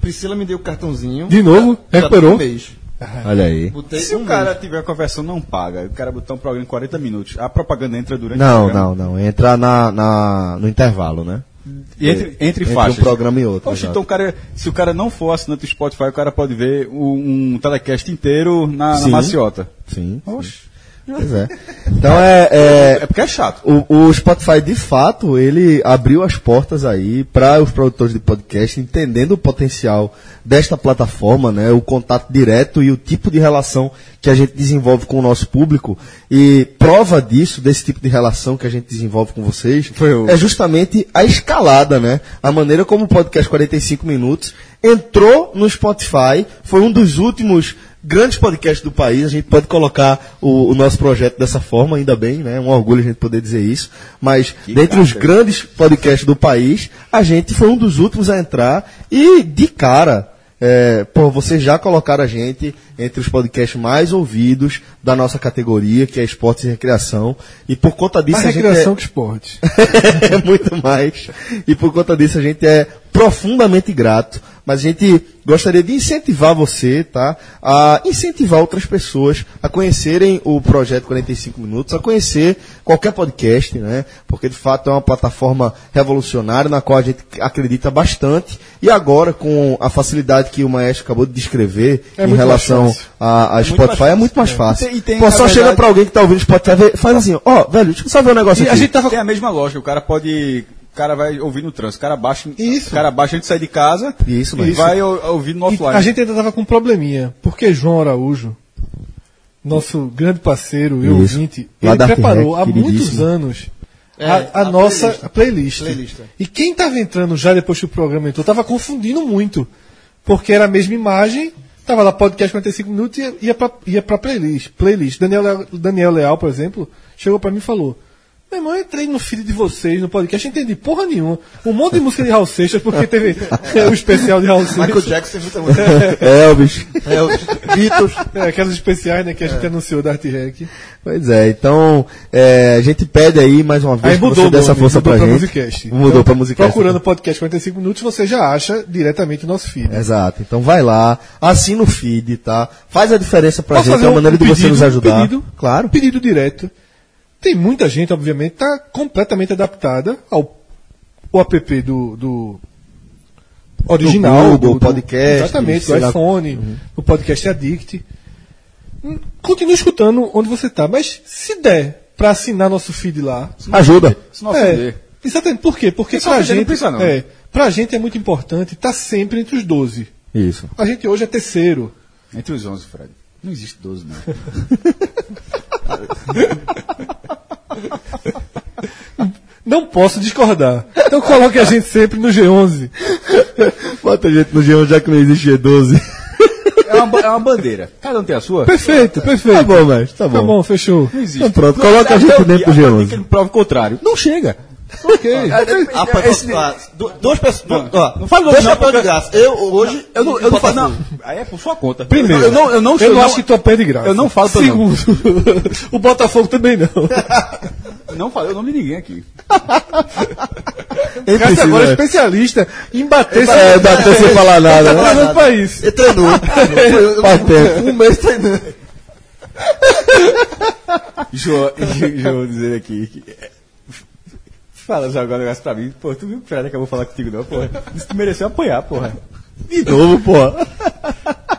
Priscila me deu o cartãozinho. De novo? Já tem Recuperou? Um mês. Olha aí. Botei Se um o cara mês. tiver com a versão não paga, o cara botar um programa em 40 minutos, a propaganda entra durante o Não, não, programa. não. Entra na, na- no intervalo, né? E entre, entre, Entre um faixas. programa e outro, Oxe, exato. então o cara, se o cara não for assinante do Spotify, o cara pode ver um, um telecast inteiro na, na Sim. maciota. Sim. sim. Oxe. Pois é. Então é- é, É porque é chato. O, o Spotify, de fato, ele abriu as portas aí para os produtores de podcast, entendendo o potencial desta plataforma, né? O contato direto e o tipo de relação que a gente desenvolve com o nosso público. E prova disso, desse tipo de relação que a gente desenvolve com vocês, Foi o- é justamente a escalada, né? A maneira como o podcast 45 minutos Entrou no Spotify, foi um dos últimos grandes podcasts do país. A gente pode colocar o, o nosso projeto dessa forma, ainda bem, né? É Um orgulho a gente poder dizer isso. Mas dentre os grandes podcasts do país, a gente foi um dos últimos a entrar e de cara. É, pô, vocês já colocaram a gente entre os podcasts mais ouvidos da nossa categoria, que é esportes e recreação. E por conta disso Mais a gente é- recreação que esporte. é muito mais. E por conta disso a gente é profundamente grato. Mas a gente gostaria de incentivar você, tá? A incentivar outras pessoas a conhecerem o Projeto 45 Minutos, a conhecer qualquer podcast, né? Porque de fato é uma plataforma revolucionária na qual a gente acredita bastante. E agora, com a facilidade que o Maestro acabou de descrever É em muito mais relação fácil. a, a Spotify, é muito mais fácil. E tem- e tem, Pô, na só chega verdade- pra alguém que tá ouvindo o Spotify vê- faz assim, ó, velho, deixa eu só ver um negócio E aqui. a gente É tava... Tem Então, é a mesma lógica, o cara pode. O cara vai ouvir no trânsito, o cara baixa, Isso. o cara baixa antes de sair de casa Isso, e mas- vai ou- ouvir no E offline. a gente ainda tava com um probleminha, porque João Araújo, nosso grande parceiro e Isso. ouvinte, Lá ele da preparou Artec, há muitos queridíssimo. anos É, a, a a nossa playlist. Playlist, é. E quem tava entrando já depois que o programa entrou, tava confundindo muito, porque era a mesma imagem, tava lá podcast 45 minutos e ia- ia pra, ia pra playlist. playlist. Daniel, Leal- Daniel Leal, por exemplo, chegou pra mim e falou... Meu irmão, eu entrei no feed de vocês, no podcast, eu entendi porra nenhuma. Um monte de música de Raul Seixas, porque teve é, o especial de Raul Seixas. Michael Jackson tem muita música. Elvis. É, os Beatles. É, aquelas especiais, né, que a É. gente anunciou da Art Rec. Pois é, então é, a gente pede aí mais uma vez Aí que mudou você o dê essa nome, força mudou pra, gente. Musicast. Mudou Então, pra Musicast. né? Procurando podcast 45 minutos, você já acha diretamente o nosso feed. Exato, então vai lá, assina o feed, tá? Faz a diferença pra gente, é uma um- maneira um de você nos um ajudar. pedido, Um claro. pedido direto. Tem muita gente, obviamente, está completamente adaptada ao o app do, do original, Google, podcast, exatamente, sei do lá. Uhum. iPhone, do podcast Addict. Hum, Continue escutando onde você está, mas se der para assinar nosso feed lá, Ajuda. Se não é ofender. É, Exatamente. Por quê? Porque Porque se pra ofender, não gente, precisa, não. É, pra gente é muito importante estar sempre entre os 12. Isso. A gente hoje é terceiro. Entre os 11, Fred. Não existe 12, não. Não posso discordar. Então coloque a gente sempre no G11. Bota a gente no G1 já que não existe G12. É uma, ba- é uma bandeira. Cada um tem a sua? Perfeito, perfeito. Tá bom, mas tá Tá bom. bom, fechou. Não existe. Então pronto, coloca a gente dentro do Que G11. ele prova o contrário. Não chega. Ok. Ah, pá, ah, du- duas pessoas. Ó, Ah. não fala dois não, chapéus porque- de graça. Eu hoje. Eu não, eu não falo. Não, Botafogo. aí é por sua conta. Primeiro, Eu não, eu não, eu não, acho que tu é pé de graça. eu não falo teu Segundo, o Botafogo também não. não falei o nome de ninguém aqui. Nem Cássio precisa, agora é né? especialista em bater sem- É, dá até sem falar nada. Tá né? no país. Ele treinou. Faz tempo. Um mês treinando. João, João dizer aqui. que- Fala já agora um negócio pra mim. Pô, tu viu que o Fred acabou de falar contigo, não, porra? Isso tu mereceu apanhar, porra. De novo, pô.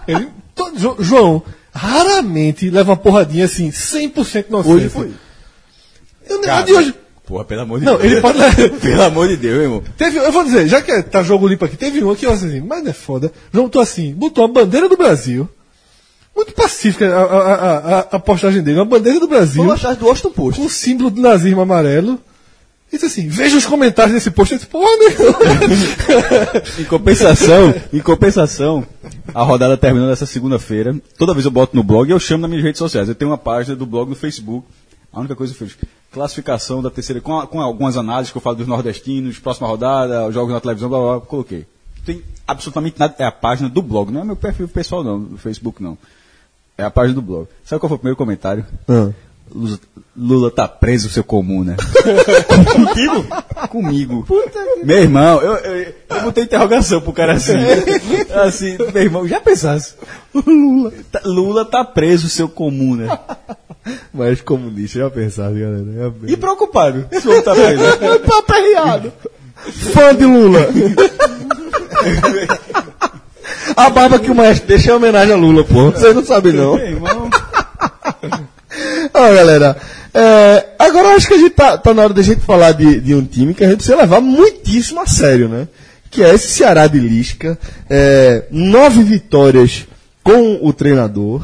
Ele- to- Jo- João, raramente leva uma porradinha assim, 100% inocente. Hoje foi. Eu, nem- a Cara, É de hoje. Porra, pelo amor de Não, Deus. ele pode. Pelo amor de Deus, irmão. Teve, eu vou dizer, já que tá jogo limpo aqui, teve um aqui, ó, assim, mas não é foda. Juntou assim, botou uma bandeira do Brasil. Muito pacífica a, a, a- a- a postagem dele, uma bandeira do Brasil, Vamos achar do Austin Post. com o símbolo do nazismo amarelo. E disse assim, veja os comentários desse post. Eu disse, porra, né? Em compensação, em compensação, a rodada terminando essa segunda-feira. Toda vez eu boto no blog e eu chamo nas minhas redes sociais. Eu tenho uma página do blog no Facebook. A única coisa que eu fiz, classificação da terceira, com, a- com algumas análises que eu falo dos nordestinos, próxima rodada, os jogos na televisão, blá blá, blá coloquei. Tem absolutamente nada, é a página do blog, não é meu perfil pessoal não, no Facebook não. É a página do blog. Sabe qual foi o primeiro comentário? Lula, Lula tá preso, seu comum, né? Contigo? Comigo. meu irmão, eu, eu, eu botei interrogação pro cara assim. assim, meu irmão, já pensasse. O Lula. tá- Lula tá preso, seu comum, né? Mas comunista, já pensava, galera. E preocupado. Esse homem tá preso. Papo arriado. Fã de Lula. A barba que o maestro deixa é homenagem a Lula, pô. Vocês não sabem, não. Meu irmão. Ó, galera. é, agora eu acho que a gente tá, tá na hora da gente falar de, de um time que a gente precisa levar muitíssimo a sério, né? Que é esse Ceará de Lisca. é, nove vitórias com o treinador.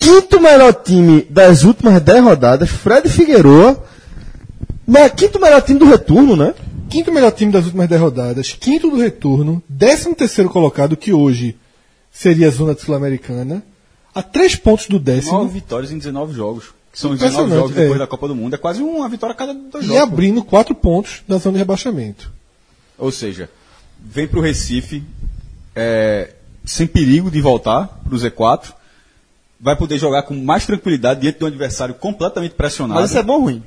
Quinto melhor time das últimas dez rodadas, Fred Figueroa. Mas quinto melhor time do retorno, né? Quinto melhor time das últimas 10 rodadas, quinto do retorno, décimo terceiro colocado, que hoje seria a zona sul-americana, a três pontos do décimo. 9 vitórias em 19 jogos. Que são 19 Impressionante, jogos depois é. da Copa do Mundo. É quase uma vitória a cada dois e jogos. abrindo quatro pontos da zona de rebaixamento. Ou seja, vem para o Recife é, sem perigo de voltar para o Z4. Vai poder jogar com mais tranquilidade diante de um adversário completamente pressionado. Mas isso é bom ou ruim?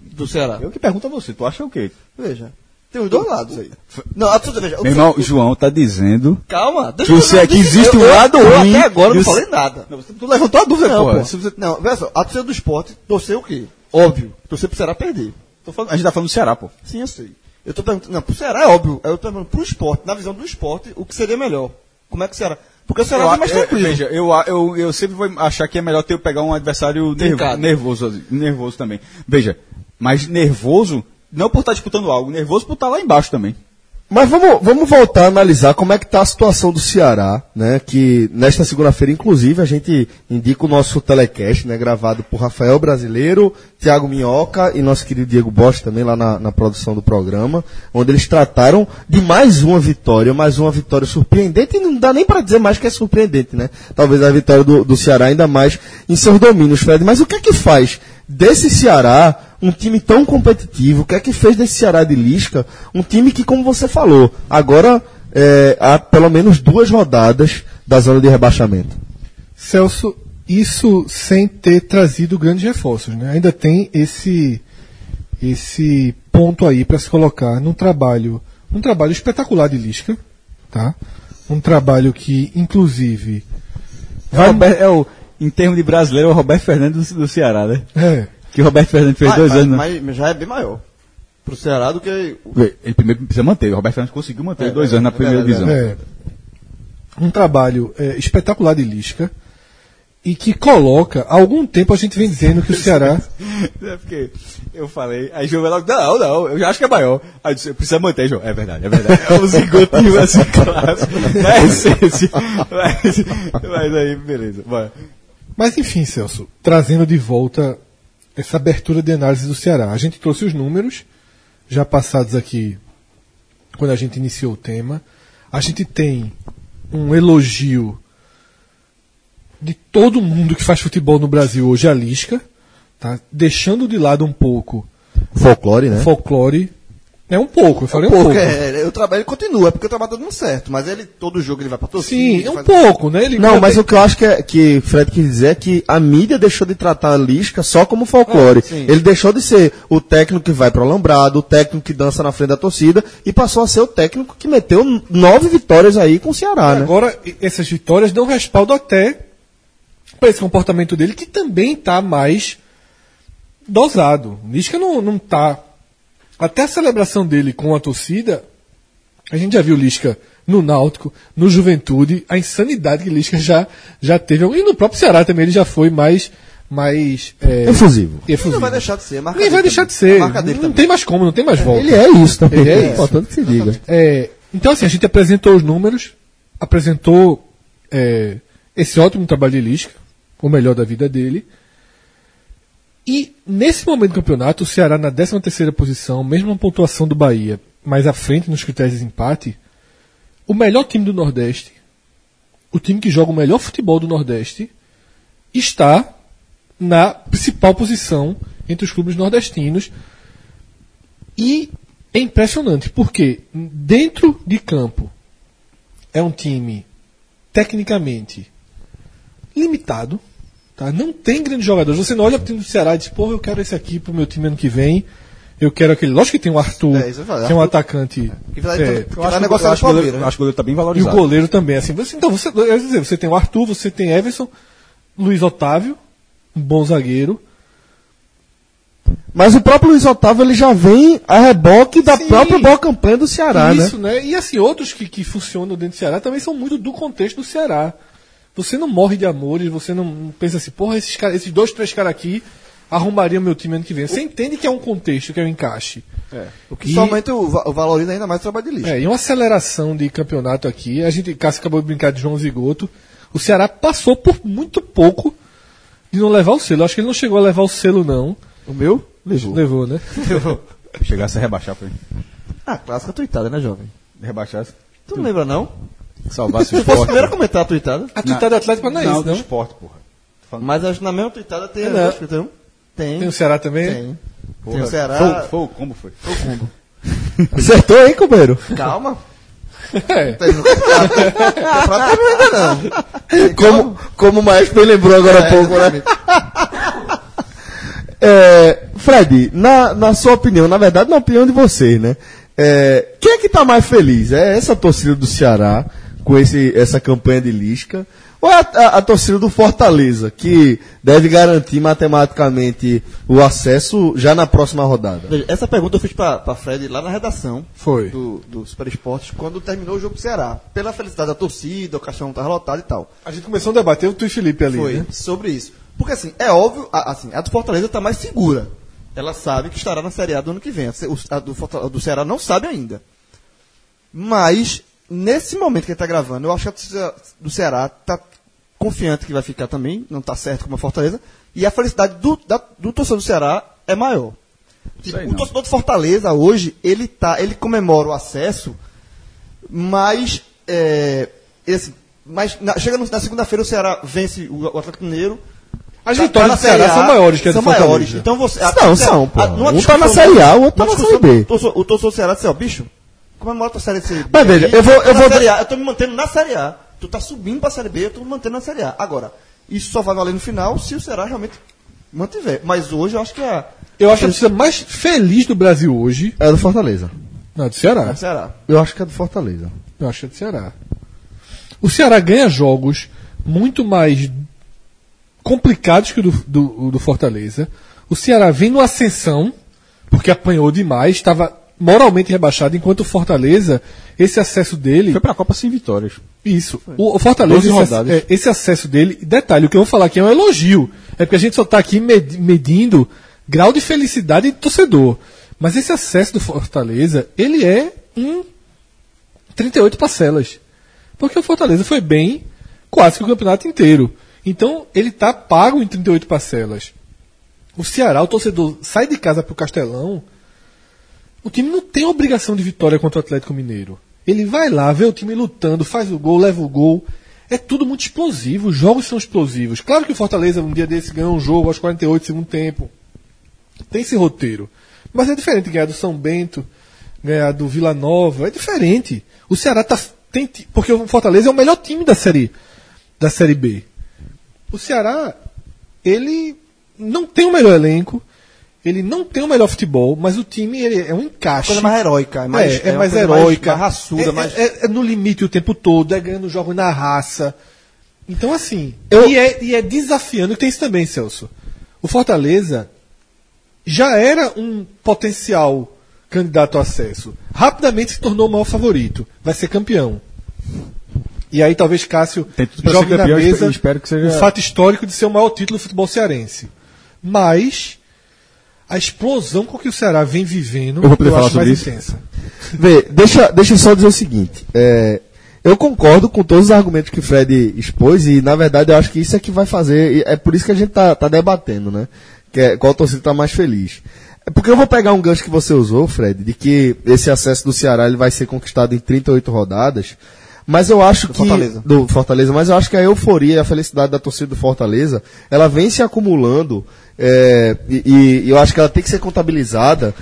Do Ceará. Eu que pergunto a você, tu acha o quê? Veja. Tem os dois lados aí. Não, absolutamente. veja, o- Meu irmão, João tá dizendo. Calma, Que eu- você aqui deixa- existe um eu- lado eu ruim Até agora e eu não o- falei nada. Não, você- tu levantou a dúvida, não, porra. pô, se você- não, veja só, a torcida do esporte, torcer o quê? Óbvio, torcer pro Ceará perder. Tô falando- a gente tá falando do Ceará, pô. Sim, eu sei. Eu tô perguntando, não, pro Ceará é óbvio. Eu tô perguntando pro esporte, na visão do esporte, o que seria melhor. Como é que o Ceará. Porque o Ceará Eu, é mais eu- tranquilo. veja, eu, eu, eu sempre vou achar que é melhor ter pegar um adversário nervo, Trincado. nervoso, nervoso também. Veja, mas nervoso não por estar disputando algo, nervoso por estar lá embaixo também. Mas vamos, vamos voltar a analisar como é que está a situação do Ceará, né? Que nesta segunda-feira, inclusive, a gente indica o nosso telecast, né? Gravado por Rafael Brasileiro, Tiago Minhoca e nosso querido Diego Bosch também lá na, na produção do programa, onde eles trataram de mais uma vitória, mais uma vitória surpreendente, e não dá nem para dizer mais que é surpreendente, né? Talvez a vitória do, do Ceará ainda mais em seus domínios, Fred. Mas o que é que faz desse Ceará um time tão competitivo, o que é que fez desse Ceará de Lisca um time que, como você falou, agora é, há pelo menos duas rodadas da zona de rebaixamento? Celso, isso sem ter trazido grandes reforços, né? Ainda tem esse esse ponto aí para se colocar num trabalho, um trabalho espetacular de Lisca, tá? Um trabalho que inclusive vai Roberto- é o, em termos de brasileiro, é o Roberto Fernandes do, do Ceará, né? é, Que o Roberto Fernandes fez Mas- dois mas- anos. né? mas, mas já é bem maior. Pro Ceará do que. o- Ele primeiro precisa manter. O Roberto Fernandes conseguiu manter É, dois é, anos na é primeira verdade, divisão. é, um trabalho é, espetacular de Lisca e que coloca, há algum tempo a gente vem dizendo que o Ceará É porque eu falei, aí João logo, não, não, eu já acho que é maior. Aí eu disse, precisa manter, João. É verdade, é verdade. É um zigotinho assim, claro. Na essência. Mas, mas aí, beleza. Bora. Mas enfim, Celso, trazendo de volta essa abertura de análise do Ceará. A gente trouxe os números, já passados aqui quando a gente iniciou o tema. A gente tem um elogio de todo mundo que faz futebol no Brasil hoje a Lisca, tá? deixando de lado um pouco Folclore, né? o folclore. É um pouco, eu falei um pouco. Porque é, o trabalho continua, é porque o trabalho tá dando certo. Mas ele, todo jogo ele vai pra torcida. Sim, ele é um faz- pouco, né? Ele Não, ainda mas tem- o que eu acho que, é, que Fred quis dizer é que a mídia deixou de tratar a Lisca só como folclore. Ele deixou de ser o técnico que vai pro alambrado, o técnico que dança na frente da torcida e passou a ser o técnico que meteu nove vitórias aí com o Ceará, né? Agora, e- essas vitórias dão respaldo até para esse comportamento dele, que também está mais dosado. O Lisca não, não tá. Até a celebração dele com a torcida, a gente já viu o Lisca no Náutico, no Juventude, a insanidade que Lisca já, já teve. E no próprio Ceará também ele já foi mais. mais é, Efusivo. efusivo. Não vai deixar de ser, é marca Nem vai dele deixar também. de ser. É marca dele Não também. tem mais como, não tem mais volta. Ele é isso também. Ele é isso. importante que se diga. É, então, assim, a gente apresentou os números, apresentou é, esse ótimo trabalho de Lisca, o melhor da vida dele. E nesse momento do campeonato, o Ceará na 13ª posição, mesma pontuação do Bahia, mas à frente nos critérios de empate, o melhor time do Nordeste, o time que joga o melhor futebol do Nordeste, está na principal posição entre os clubes nordestinos, e é impressionante, porque dentro de campo é um time tecnicamente limitado, tá? não tem grandes jogadores. Você não olha pro time do Ceará e diz, porra, eu quero esse aqui pro meu time ano que vem. Eu quero aquele. Lógico que tem o Arthur, É, isso eu ia falar. que é um Arthur- atacante. Que vai, é, que Eu vai acho, que, eu negociar no acho que o Palmeiras. né? goleiro, acho que o goleiro tá bem E o valorizado. goleiro também, assim. Você, então, você, eu ia dizer, você tem o Arthur, você tem Everson, Luiz Otávio, um bom zagueiro. Mas o próprio Luiz Otávio ele já vem a reboque da Sim. própria boa campanha do Ceará, né? Isso, né? E assim, outros que, que funcionam dentro do Ceará também são muito do contexto do Ceará. Você não morre de amores, você não pensa assim, porra, esses, cara- esses dois, três caras aqui arrumariam meu time ano que vem. Você entende que é um contexto, que é um encaixe. O que só aumenta o, va- o valoriza ainda mais o trabalho de lixo. É, e uma aceleração de campeonato aqui. A gente, Cássio acabou de brincar de João Zigoto. O Ceará passou por muito pouco de não levar o selo. Acho que ele não chegou a levar o selo, não. O meu? Levou. Levou, né? Chegasse a rebaixar, foi. Ah, clássica tuitada, né, jovem? Rebaixasse. Tu não lembra, não? Salvasse o Tu fosse o esporte. primeiro a comentar a tuitada. A tuitada do é Atlético Não, Paranaense, é do não? esporte, porra. Mas acho que na mesma tuitada tem. É, né? acho que tem um. Tem. Tem o Ceará também? Tem. porra. Tem o Ceará. Foi, foi o combo, foi. Acertou, hein, companheiro? Calma. É. Tem- Tá pra terminar ainda não. Como, como o Maestro bem lembrou agora há pouco, né? exatamente. É, Fred, na, na sua opinião, na verdade, na opinião de vocês, né? É, quem é que tá mais feliz? É essa torcida do Ceará com esse, essa campanha de Lisca? Ou é a, a- a torcida do Fortaleza, que deve garantir matematicamente o acesso já na próxima rodada? Veja, Essa pergunta eu fiz pra, pra Fred lá na redação. Foi. Do, do Super Esportes, quando terminou o jogo do Ceará. Pela felicidade da torcida, o caixão tava lotado e tal. A gente começou a debater o tu e Felipe ali, Foi, né? sobre isso. Porque assim, é óbvio, a, assim, a do Fortaleza está mais segura. Ela sabe que estará na Série A do ano que vem. A Ce- o- A do, Forta- a do Ceará não sabe ainda. Mas, nesse momento que ele está gravando, eu acho que a torcida do Ceará está confiante que vai ficar também, não está certo como a Fortaleza. E a felicidade do, da- do torcedor do Ceará é maior. Tipo, aí o não. torcedor do Fortaleza hoje, ele, tá, ele comemora o acesso mas, é, esse, mas na, chega no- na segunda-feira o Ceará vence o, o Atlético Mineiro. As Tá- vitórias tá na do Ceará Série A, são maiores que a do são Fortaleza. maiores. Então você, Não, são, pô. Um tá na Série A, o outro tá na Série B. O torcedor do Ceará disse, ó, bicho, comemora a tua Série C. Mas veja, eu vou- eu Tá na vou- Série A, eu tô me mantendo na Série A. Tu tá subindo pra Série B, eu tô me mantendo na Série A. Agora, isso só vai valer no final se o Ceará realmente mantiver. Mas hoje eu acho que é Eu acho a torcida mais feliz do Brasil hoje. É do Fortaleza. Não, é do Ceará. é o Ceará. Eu acho que é do Fortaleza. Eu acho que é do Ceará. O Ceará ganha jogos muito mais complicados que o do, do- o do Fortaleza. O Ceará vem numa ascensão, porque apanhou demais, estava moralmente rebaixado, enquanto o Fortaleza, esse acesso dele. Foi pra Copa sem vitórias. Isso. O, o Fortaleza, 12 esse, ac- rodadas. é, esse acesso dele. Detalhe, o que eu vou falar aqui é um elogio. É porque a gente só está aqui med- medindo grau de felicidade do torcedor. Mas esse acesso do Fortaleza, ele é um 38 parcelas. Porque o Fortaleza foi bem quase que o campeonato inteiro. Então, ele está pago em 38 parcelas. O Ceará, o torcedor, sai de casa para o Castelão. O time não tem obrigação de vitória contra o Atlético Mineiro. Ele vai lá, vê o time lutando, faz o gol, leva o gol. É tudo muito explosivo, os jogos são explosivos. Claro que o Fortaleza, um dia desse, ganha um jogo aos 48, segundo tempo. Tem esse roteiro. Mas é diferente ganhar do São Bento, ganhar do Vila Nova. É diferente. O Ceará tá, tem, ti- porque o Fortaleza é o melhor time da série, da série B. O Ceará, ele não tem o melhor elenco, ele não tem o melhor futebol, mas o time ele é um encaixe. Coisa mais heróica, é mais, é, é, uma mais coisa heróica. mais, mais raçuda, é, mais é- é no limite o tempo todo, é ganhando jogos na raça. Então, assim. E, é, e é desafiando, que tem isso também, Celso. O Fortaleza já era um potencial candidato ao acesso. Rapidamente se tornou o maior favorito. Vai ser campeão. E aí talvez Cássio Tem tudo pra jogue ser campeão, na eu mesa espero que seja- o fato histórico de ser o maior título do futebol cearense. Mas a explosão com que o Ceará vem vivendo Eu vou poder falar acho mais sobre isso? intensa. Vê, deixa, deixa eu só dizer o seguinte. é, eu concordo com todos os argumentos que o Fred expôs e, na verdade, eu acho que isso é que vai fazer. e É por isso que a gente tá, tá debatendo, né? Que é, qual torcida tá mais feliz. É porque eu vou pegar um gancho que você usou, Fred, de que esse acesso do Ceará ele vai ser conquistado em 38 rodadas. Mas eu acho que. Fortaleza. Do Fortaleza, mas eu acho que a euforia e a felicidade da torcida do Fortaleza, ela vem se acumulando é, e, e eu acho que ela tem que ser contabilizada.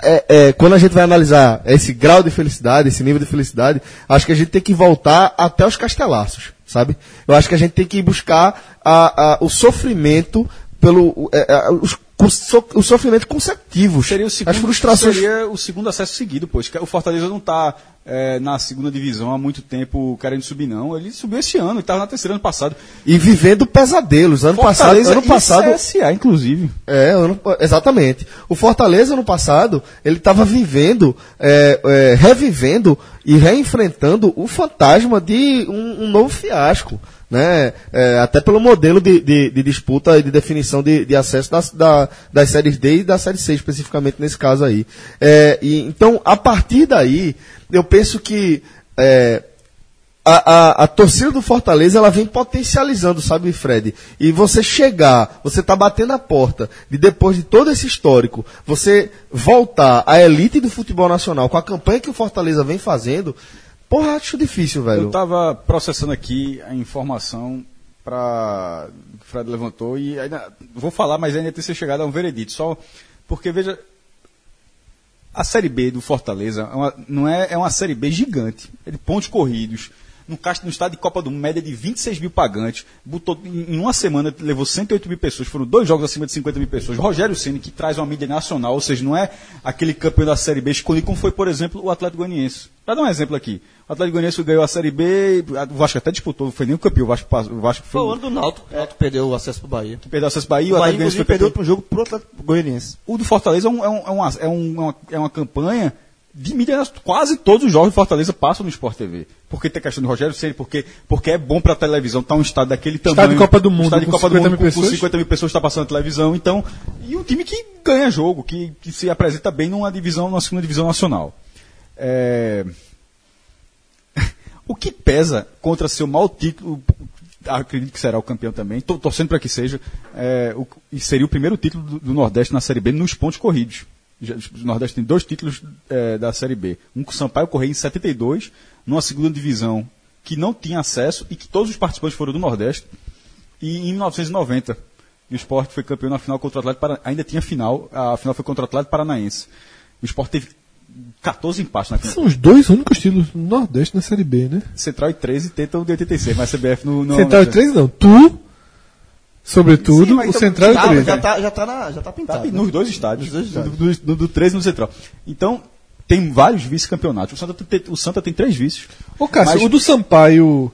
É, é, quando a gente vai analisar esse grau de felicidade, esse nível de felicidade, acho que a gente tem que voltar até os castelaços, sabe? Eu acho que a gente tem que buscar a- a- o sofrimento pelo. é, é, os, os so- os sofrimentos consecutivos. Seria o segundo, as frustrações. seria o segundo acesso seguido, pois que o Fortaleza não está na segunda divisão há muito tempo querendo subir, não. Ele subiu esse ano, ele estava na terceira ano passado. E vivendo pesadelos. Ano Fortaleza passado. Ano e passado CSA, inclusive. É, ano- exatamente. O Fortaleza, no passado, ele estava vivendo, é, é, revivendo e reenfrentando o fantasma de um, um novo fiasco. Né? É, até pelo modelo de, de- de disputa e de definição de, de acesso das, da- das séries D e da série C, especificamente nesse caso aí. É, e, então, a partir daí, eu penso que é, a, a, a torcida do Fortaleza ela vem potencializando, sabe, Fred? E você chegar, você tá batendo a porta, e depois de todo esse histórico, você voltar à elite do futebol nacional com a campanha que o Fortaleza vem fazendo, porra, acho difícil, velho. Eu estava processando aqui a informação para que o Fred levantou e ainda vou falar, mas ainda tem que ser chegado a um veredito. Só porque veja a série B do Fortaleza é uma, não é, é uma série B gigante, é de pontos corridos. No, cast- no estado de Copa do Mundo, média de 26 mil pagantes, botou, em em uma semana levou 108 mil pessoas, foram dois jogos acima de 50 mil pessoas. Rogério Ceni que traz uma mídia nacional, ou seja, não é aquele campeão da Série B escolhido como foi, por exemplo, o Atlético Goianiense. Para dar um exemplo aqui, o Atlético Goianiense ganhou a Série B, a- o Vasco até disputou, não foi nem o campeão, o Vasco, passou- o Vasco foi, Foi o ano do Náutico. O Náutico perdeu É. o acesso pro Bahia. que perdeu o acesso Bahia, O Bahia, Atlético Goianiense foi inclusive, perdeu campeão. outro jogo pro Atlético Goianiense. O do Fortaleza é, um- é um- é uma, é um- é uma- é uma campanha de mídia. Quase todos os jogos do Fortaleza passam no Sport TV. Porque tem a questão do Rogério Ceni, porque, porque é bom para a televisão estar um estado daquele tamanho. de Copa do Mundo, Estado de com Copa do 50 Mundo mil com, com pessoas. 50 mil pessoas está passando na televisão. Então, e um time que ganha jogo, que, que se apresenta bem numa divisão, numa segunda divisão nacional. É, o que pesa contra seu mau título, acredito que será o campeão também, estou torcendo para que seja, é, o- e seria o primeiro título do, do Nordeste na Série B nos pontos corridos. Já- O Nordeste tem dois títulos é, da Série B. Um com o Sampaio Correia em 72, numa segunda divisão que não tinha acesso e que todos os participantes foram do Nordeste. E em 1990, o Sport foi campeão na final contra o Atlético Paranaense. Ainda tinha final, a final foi contra o Atlético Paranaense. O Sport teve 14 empates na final. São os dois únicos títulos do Nordeste na Série B, né? Central e 13 tentam de 86, mas CBF não. não Central e não- 13 não. Tu, sobretudo, Sim, mas o então Central é tá, e né? 13. já, tá, já, tá na, já tá Tá pintado. né? nos dois estádios, Nos dois estádios. Do, do, do, do 13 e no Central. Então, tem vários vice-campeonatos. O Santa tem, o Santa tem três vices. Ô, Cássio, Mas- o do Sampaio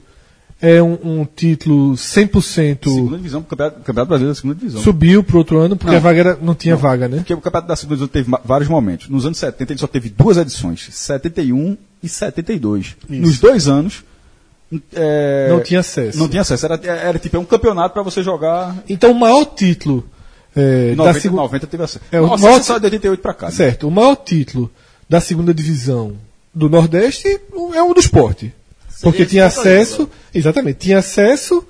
é um, um título 100% Segunda divisão, campeonato, campeonato brasileiro da segunda divisão. subiu pro outro ano, porque Não. a vaga era- não tinha vaga, né? Porque o campeonato da segunda divisão teve ma- vários momentos. Nos anos 70 ele só teve duas edições, 71 e 72. Nos dois anos. é, Não tinha acesso. Não tinha acesso. Era, era tipo é um campeonato para você jogar. Então o maior título é, Em da 90, segunda. 90 teve acesso. É, o Nossa, nosso- você só de 88 para cá. né? Certo, o maior título da segunda divisão do Nordeste é o do esporte. porque esse tinha Fortaleza. acesso, exatamente, tinha acesso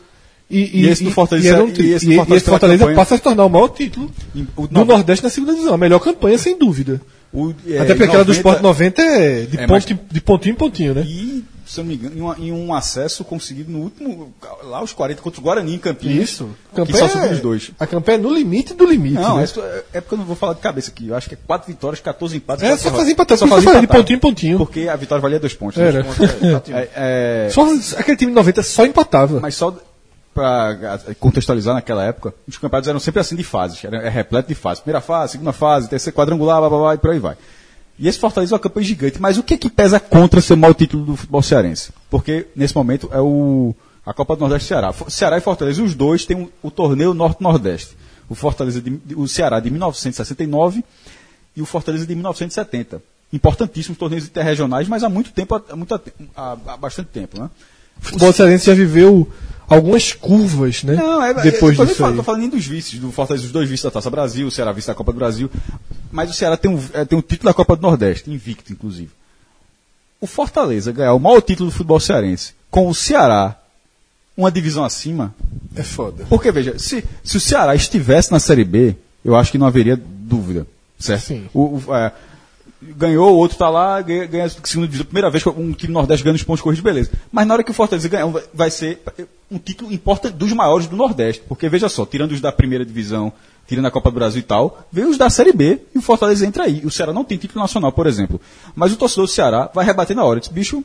e, E esse do Fortaleza- e, era um e tri- e, esse esse do Fortaleza Fortaleza, campanha- passa a se tornar o maior título Em- o do nove- Nordeste na segunda divisão. A melhor campanha, sem dúvida. O- é, Até porque em aquela do 90, Sport 90 é de, É, ponto, mas- de pontinho em pontinho, né? E, se eu não me engano, em uma- em um, acesso conseguido no último, lá os 40 contra o Guarani em Campinas. Que só subiu os dois. A campanha é no limite do limite. Não, né? isso é, é porque eu não vou falar de cabeça aqui. Eu acho que é 4 vitórias, 14 empates. É, quatro só derrotas. fazer empatar, por isso que eu fazer falei de empatar. pontinho em pontinho. Porque a vitória valia 2 pontos. Era. Dois pontos, é, é, é, Só, aquele time de 90 só empatava. mas só para contextualizar naquela época, os campeonatos eram sempre assim de fases. Era, é repleto de fases. Primeira fase, segunda fase, terceira quadrangular, blá, blá, blá, e por aí vai. E esse Fortaleza é uma campanha gigante, mas o que é que pesa contra ser mau título do futebol cearense? Porque, nesse momento, é o, a Copa do Nordeste e Ceará. Fo- Ceará e Fortaleza, os dois têm um- o torneio Norte-Nordeste. O, Fortaleza de- de- o Ceará de 1969 e o Fortaleza de 1970. Importantíssimos torneios interregionais, mas há muito tempo, há, muito a- há- há bastante tempo, né? O futebol cearense já viveu algumas curvas, né? Não, é, Depois eu tô nem disso falando, aí. tô falando nem dos vices, do Fortaleza, os dois vices da Taça Brasil, o Ceará vice da Copa do Brasil. Mas o Ceará tem um, é, tem um título da Copa do Nordeste, invicto, inclusive. O Fortaleza ganhar o maior título do futebol cearense com o Ceará uma divisão acima. É foda. Porque, veja, se, se o Ceará estivesse na Série B, eu acho que não haveria dúvida. Certo? Sim. O, o- é, ganhou, o outro tá lá, ganha, ganha a segunda divisão. Primeira vez que um time nordeste ganha os pontos corridos, beleza. Mas na hora que o Fortaleza ganhar, vai- vai ser um título importante dos maiores do Nordeste. Porque, veja só, tirando os da primeira divisão, tirando a Copa do Brasil e tal, veio os da Série B e o Fortaleza entra aí. O Ceará não tem título nacional, por exemplo. Mas o torcedor do Ceará vai rebater na hora. Diz, bicho,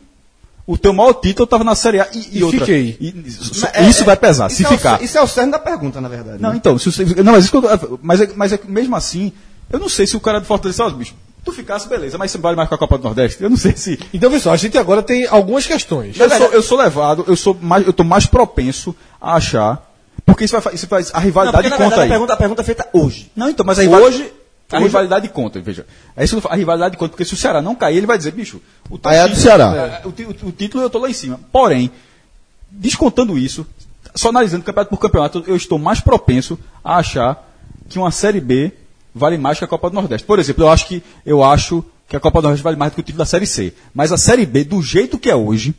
o teu maior título estava na Série A e, e, E outra. fiquei. E- isso, É, isso é, vai pesar, se isso é o- ficar. isso é o cerne da pergunta, na verdade. Não, né? então, se você, não, mas, isso que eu, mas, é, mas é que mesmo assim, eu não sei se o cara do Fortaleza, ó, bicho, tu ficasse, beleza, mas você vale mais com a Copa do Nordeste? Eu não sei se. Então, pessoal, a gente agora tem algumas questões. Eu sou, eu sou levado, eu sou mais, eu tô mais propenso a achar. Porque isso vai, fa- isso faz a Não, rivalidade porque, na conta verdade, aí. a pergunta, a pergunta é feita hoje. Não, então, mas a Hoje- A hoje- rivalidade conta, veja. É isso que eu falo, a rivalidade conta, porque se o Ceará não cair, ele vai dizer, bicho, o teu Aí é do título- Ceará. é, o, ti- o título eu tô lá em cima. Porém, descontando isso, só analisando campeonato por campeonato, eu estou mais propenso a achar que uma série B vale mais que a Copa do Nordeste. Por exemplo, eu acho que eu acho que a Copa do Nordeste vale mais do que o título da série C, mas a série B do jeito que é hoje,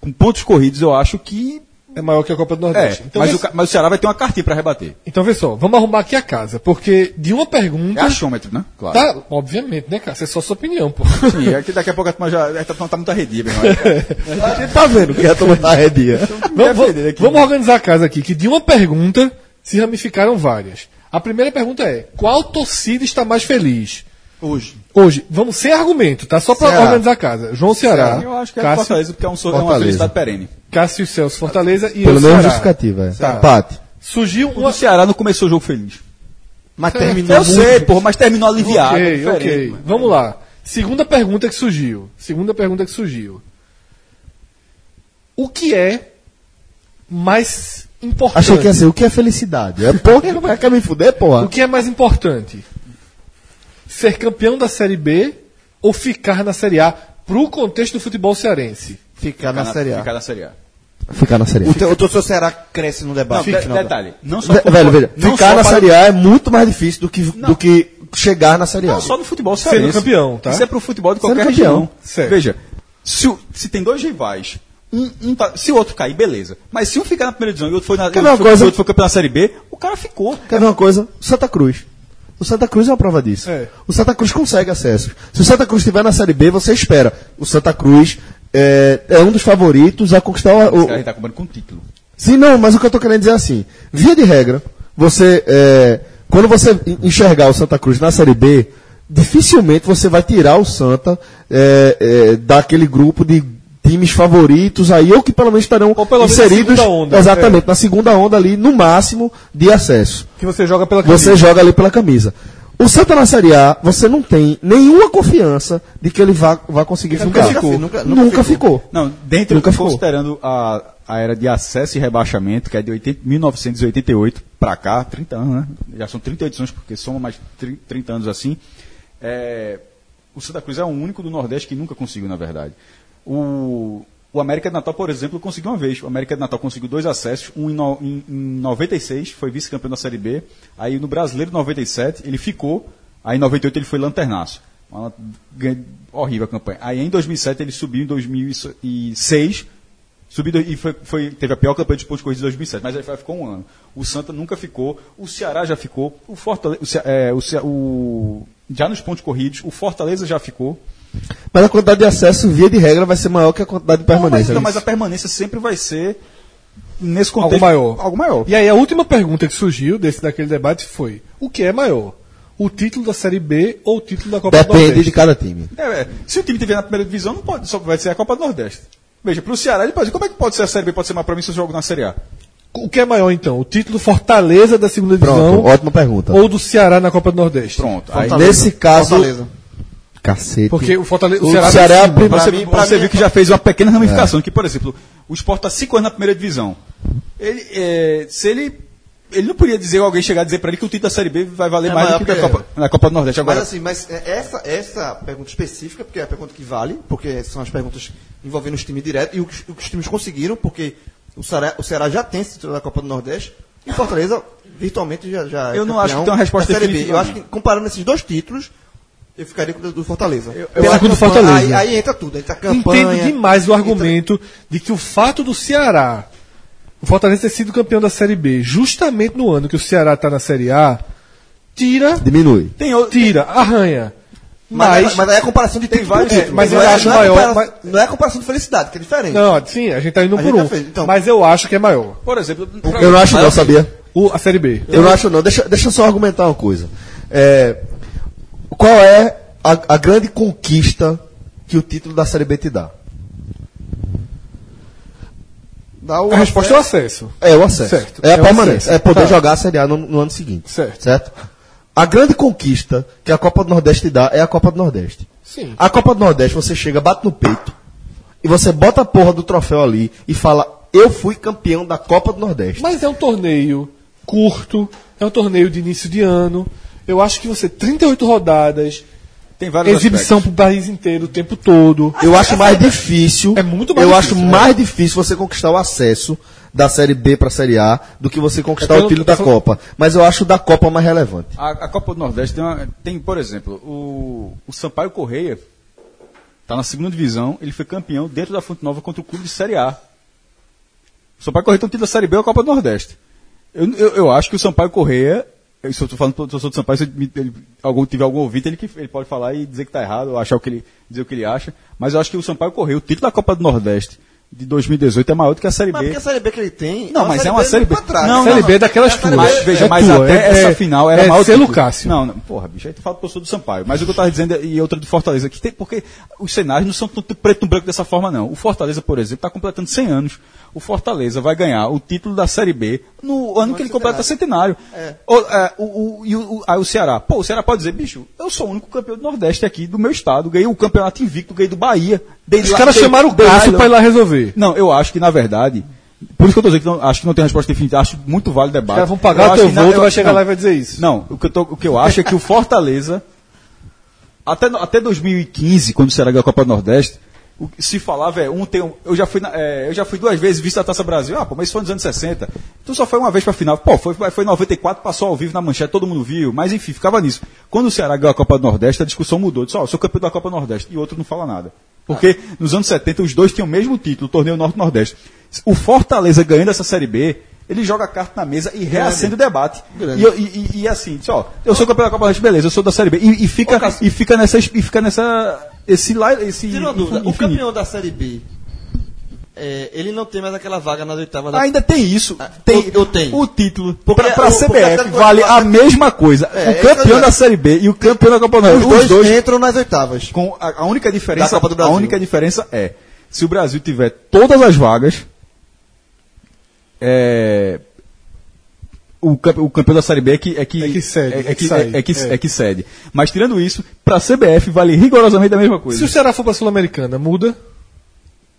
com pontos corridos, eu acho que. É maior que a Copa do É, Nordeste. então, mas, vê, o, ca- mas o Ceará vai ter uma cartinha para rebater. então vê só, vamos arrumar aqui a casa, porque de uma É pergunta. achômetro, né? Claro. Tá, obviamente, né, cara? Isso é só sua opinião, pô. Sim, é que daqui a pouco a turma já. A turma tá muito arredia, meu irmão. A gente tá vendo que a turma tá arredia. Então, vamos, vamos- vamos organizar a casa aqui, que de uma pergunta se ramificaram várias. A primeira pergunta é: qual torcida está mais feliz? Hoje. Hoje, vamos sem argumento, tá? Só pra Ceará. organizar a casa. João Ceará, Eu acho que é Cássio, Fortaleza, porque é, um, so- é uma Fortaleza. felicidade perene. Cássio Celso Fortaleza e eu Pelo menos Ceará. justificativa. Tá. É. Empate. Surgiu O do uma Ceará não começou o jogo feliz. Mas É, terminou. Eu muito. sei, porra, mas terminou aliviado. é Ok, diferente, ok. mano. Vamos lá. Segunda pergunta que surgiu. Segunda pergunta que surgiu. O que é mais importante? Achei que ia ser o que é felicidade. É porra, como é que quer me fuder, O porra? que é mais importante? Ser campeão da Série B ou ficar na Série A pro contexto do futebol cearense? Ficar Ficar na Série A. Ficar na Série A. Ficar na série O, A. te, o torcedor Ceará cresce no Não, debate. de- final da- detalhe. Não só Ve- por- Velho, veja, não ficar só na para- Série A é muito mais difícil do que, Não. do que chegar na Série A. Não só no futebol Sendo cearense. campeão, tá? Isso é pro futebol de Sendo qualquer campeão. região. Certo. Veja, se, o- se tem dois rivais, um, um tá- se o outro cair, beleza. Mas se um ficar na primeira divisão e o outro foi na, Quer ver uma foi, coisa? o outro foi campeão na Série B, o cara ficou. Quer ver uma coisa? Santa Cruz. O Santa Cruz é uma prova disso. É. O Santa Cruz consegue acesso. Se o Santa Cruz estiver na Série B, você espera. O Santa Cruz é, é um dos favoritos a conquistar o. Esse o- cara tá comprando com título. Sim, não, mas o que eu tô querendo dizer é assim: via de regra, você. é, quando você enxergar o Santa Cruz na Série B, dificilmente você vai tirar o Santa é, é, daquele grupo de times favoritos aí, ou que pelo menos estarão Ou pelo menos na inseridos segunda onda, é. exatamente na segunda onda ali, no máximo de acesso. Que você joga pela Você camisa. joga ali pela camisa. O Santa na Série A, você não tem nenhuma confiança de que ele vá, vá conseguir Nunca ficar. ficou. Nunca, Nunca ficou. Não, dentro Nunca ficou. considerando a, a era de acesso e rebaixamento, que é de 80 1988 para cá, 30 anos, né? Já são 38 anos, porque soma mais tri- 30 anos assim. É, o Santa Cruz é o único do Nordeste que nunca conseguiu, na verdade. O, o América de Natal, por exemplo, conseguiu uma vez. O América de Natal conseguiu dois acessos, um em, no, em, em 96, foi vice-campeão da Série B. Aí no Brasileiro, 97, ele ficou. Aí em 98 ele foi lanternaço. Uma lan- gan- horrível a campanha. Aí em 2007 ele subiu, em 2006 Subiu do- e foi, foi- teve a pior campanha de pontos corridos de 2007, mas aí foi- ficou um ano. O Santa nunca ficou, o Ceará já ficou, o Fortaleza, o Ce- é, o Ce- o- já nos pontos corridos, o Fortaleza já ficou. Mas a quantidade de acesso, via de regra, vai ser maior que a quantidade de Não, mas, permanência. então, mas a permanência sempre vai ser nesse contexto Algo maior. Algo maior. E aí a última pergunta que surgiu desse daquele debate foi: o que é maior? O título da Série B ou o título da Copa do Depende Nordeste? de cada time. É, é, se o time tiver na primeira divisão, não pode, só vai ser a Copa do Nordeste. Veja, para o Ceará ele pode. Como é que pode ser a Série B pode ser mais para mim se eu jogo na Série A? O que é maior então? O título Fortaleza da segunda Pronto, divisão ótima pergunta. Então, ou do Ceará na Copa do Nordeste? Pronto. Aí, Fortaleza. Nesse caso. Fortaleza. Cacete. Porque o Fortaleza, O Ceará é a venceu. primeira- você mim- pra você mim viu é- que já fez uma pequena ramificação, que, por exemplo, o Sport está cinco anos na primeira divisão. Ele, é, se ele. Ele não podia dizer alguém chegar a dizer para ele que o título da Série B vai valer É mais do maior que da que- Copa, na Copa do Nordeste. Agora, Mas assim, mas é, essa, essa pergunta específica, porque é a pergunta que vale, porque são as perguntas envolvendo os times direto e o que, os- o que os times conseguiram, porque o Ceará, o Ceará já tem esse título da Copa do Nordeste e o Fortaleza virtualmente já, já é Eu não campeão acho que tem uma resposta da Série B. definitiva, Eu acho que não. comparando esses dois títulos, eu ficaria com o do Fortaleza. Eu, eu acho que o do Fortaleza. Aí, aí entra tudo, entra a campanha. Entendo demais o argumento de que o fato do Ceará, o Fortaleza ter sido campeão da Série B, justamente no ano que o Ceará está na Série A, tira, Diminui. tem outro. tira, arranha. Mas, Mas, mas aí é a comparação de título vários por títulos. título. Mas não eu é- acho não é maior, compara- mas- Não é a comparação de felicidade, que é diferente. não, sim, a gente tá indo A por gente um. tá feliz, então. Mas eu acho que é maior. Por exemplo, pra- Eu não acho, não, sabia? O, a Série B. Eu não acho não. Deixa, deixa eu só argumentar uma coisa. É, qual é a, a grande conquista que o título da Série B te dá? Dá o A resposta é o acesso. acesso. É o acesso. Certo. É a É o acesso. permanência. É poder Tá. jogar a Série A no, no ano seguinte. Certo. A grande conquista que a Copa do Nordeste te dá é a Copa do Nordeste. Sim. A Copa do Nordeste, você chega, bate no peito, e você bota a porra do troféu ali e fala: Eu fui campeão da Copa do Nordeste. Mas é um torneio curto, é um torneio de início de ano. Eu acho que você 38 rodadas, tem vários exibição aspectos. pro país inteiro o tempo todo. Eu acho mais difícil. É muito mais Eu difícil, acho né? mais difícil você conquistar o acesso da Série B pra Série A do que você conquistar Eu tô- o título É eu tô da falando- Copa. Mas eu acho da Copa mais relevante. A, a Copa do Nordeste tem, uma- tem, por exemplo, o, o Sampaio Correia Tá na segunda divisão, ele foi campeão dentro da Fonte Nova contra o clube de Série A. O Sampaio Correia tem um título da Série B ou a Copa do Nordeste. Eu, eu, eu acho que o Sampaio Correia, eu estou falando pro torcedor do Sampaio, se ele, me- ele- algum, tiver algum ouvinte, ele, que- ele pode falar e dizer que está errado, ou achar o que ele, dizer o que ele acha, mas eu acho que o Sampaio Correia, o título da Copa do Nordeste de 2018 é maior do que a Série Mas B. porque a série B que ele tem. Não, mas é uma série B. pra trás. Não, série não. B é daquelas É a Série tuas. Mas, B- veja, é mas tua, até é- essa é- final era é maior selo título. Cássio. Não, não, porra, bicho, aí tu fala pro professor do Sampaio. Mas o que eu tava dizendo, é- e outra do Fortaleza, que tem, porque os cenários não são tanto preto e branco dessa forma, não. O Fortaleza, por exemplo, tá completando 100 anos. O Fortaleza vai ganhar o título da Série B no ano que ele completa centenário. Ou, é, o, o- e o- o- aí o Ceará. Pô, o Ceará pode dizer, bicho, eu sou o único campeão do Nordeste aqui, do meu estado. Ganhei o campeonato invicto, ganhei do Bahia. dei Os lá- caras dei- chamaram o dei lá- Cássio pra ir lá resolver. não, eu acho que, na verdade, por isso que eu tô dizendo que não, acho que não tem resposta definitiva, acho muito válido o debate. Os caras vão pagar Eu o acho teu que na- voo, tu eu- vai chegar não, lá e vai dizer isso. Não, o que eu, tô- o que eu acho é que o Fortaleza, até, no- até 2015, quando o Ceará ganhou a Copa do Nordeste, o que se falava é, um tem um, eu, já fui na- é, eu já fui duas vezes vice da Taça Brasil, ah, pô, mas isso foi nos anos 60, tu só foi uma vez pra final, pô, foi, foi em 94, passou ao vivo na manchete, todo mundo viu, mas enfim, ficava nisso. Quando o Ceará ganhou a Copa do Nordeste, a discussão mudou, disse, ó, eu sou campeão da Copa do Nordeste, e outro não fala nada. Porque nos anos 70 os dois tinham o mesmo título, o torneio Norte-Nordeste. O Fortaleza ganhando essa Série B, ele joga a carta na mesa e reacende o debate. Grande. E, eu- e- e- e assim, disse, ó, eu sou campeão da Copa do Nordeste, beleza, eu sou da Série B. E, e fica, e fica nessa, e fica nessa, esse lá, esse Tira uma dúvida. O infinito. campeão da série B. é, ele não tem mais aquela vaga nas oitavas da Ainda tem isso. Ah, Tem, eu- eu tenho. O título. Porque Pra, pra o- porque CBF até- vale a mesma coisa. É, o é campeão isso da aí. Série B e o campeão da Copa do Os Nordeste. dois, entram nas oitavas. Com a, a única diferença, Da Copa do Brasil. a única diferença é se o Brasil tiver todas as vagas, é, o, campe- o campeão da Série B é que é que É que cede, é, é é que, que sai, é- é que- é. é que cede. Mas tirando isso, para a CBF vale rigorosamente a mesma coisa. Se o Ceará for pra Sul-Americana, muda.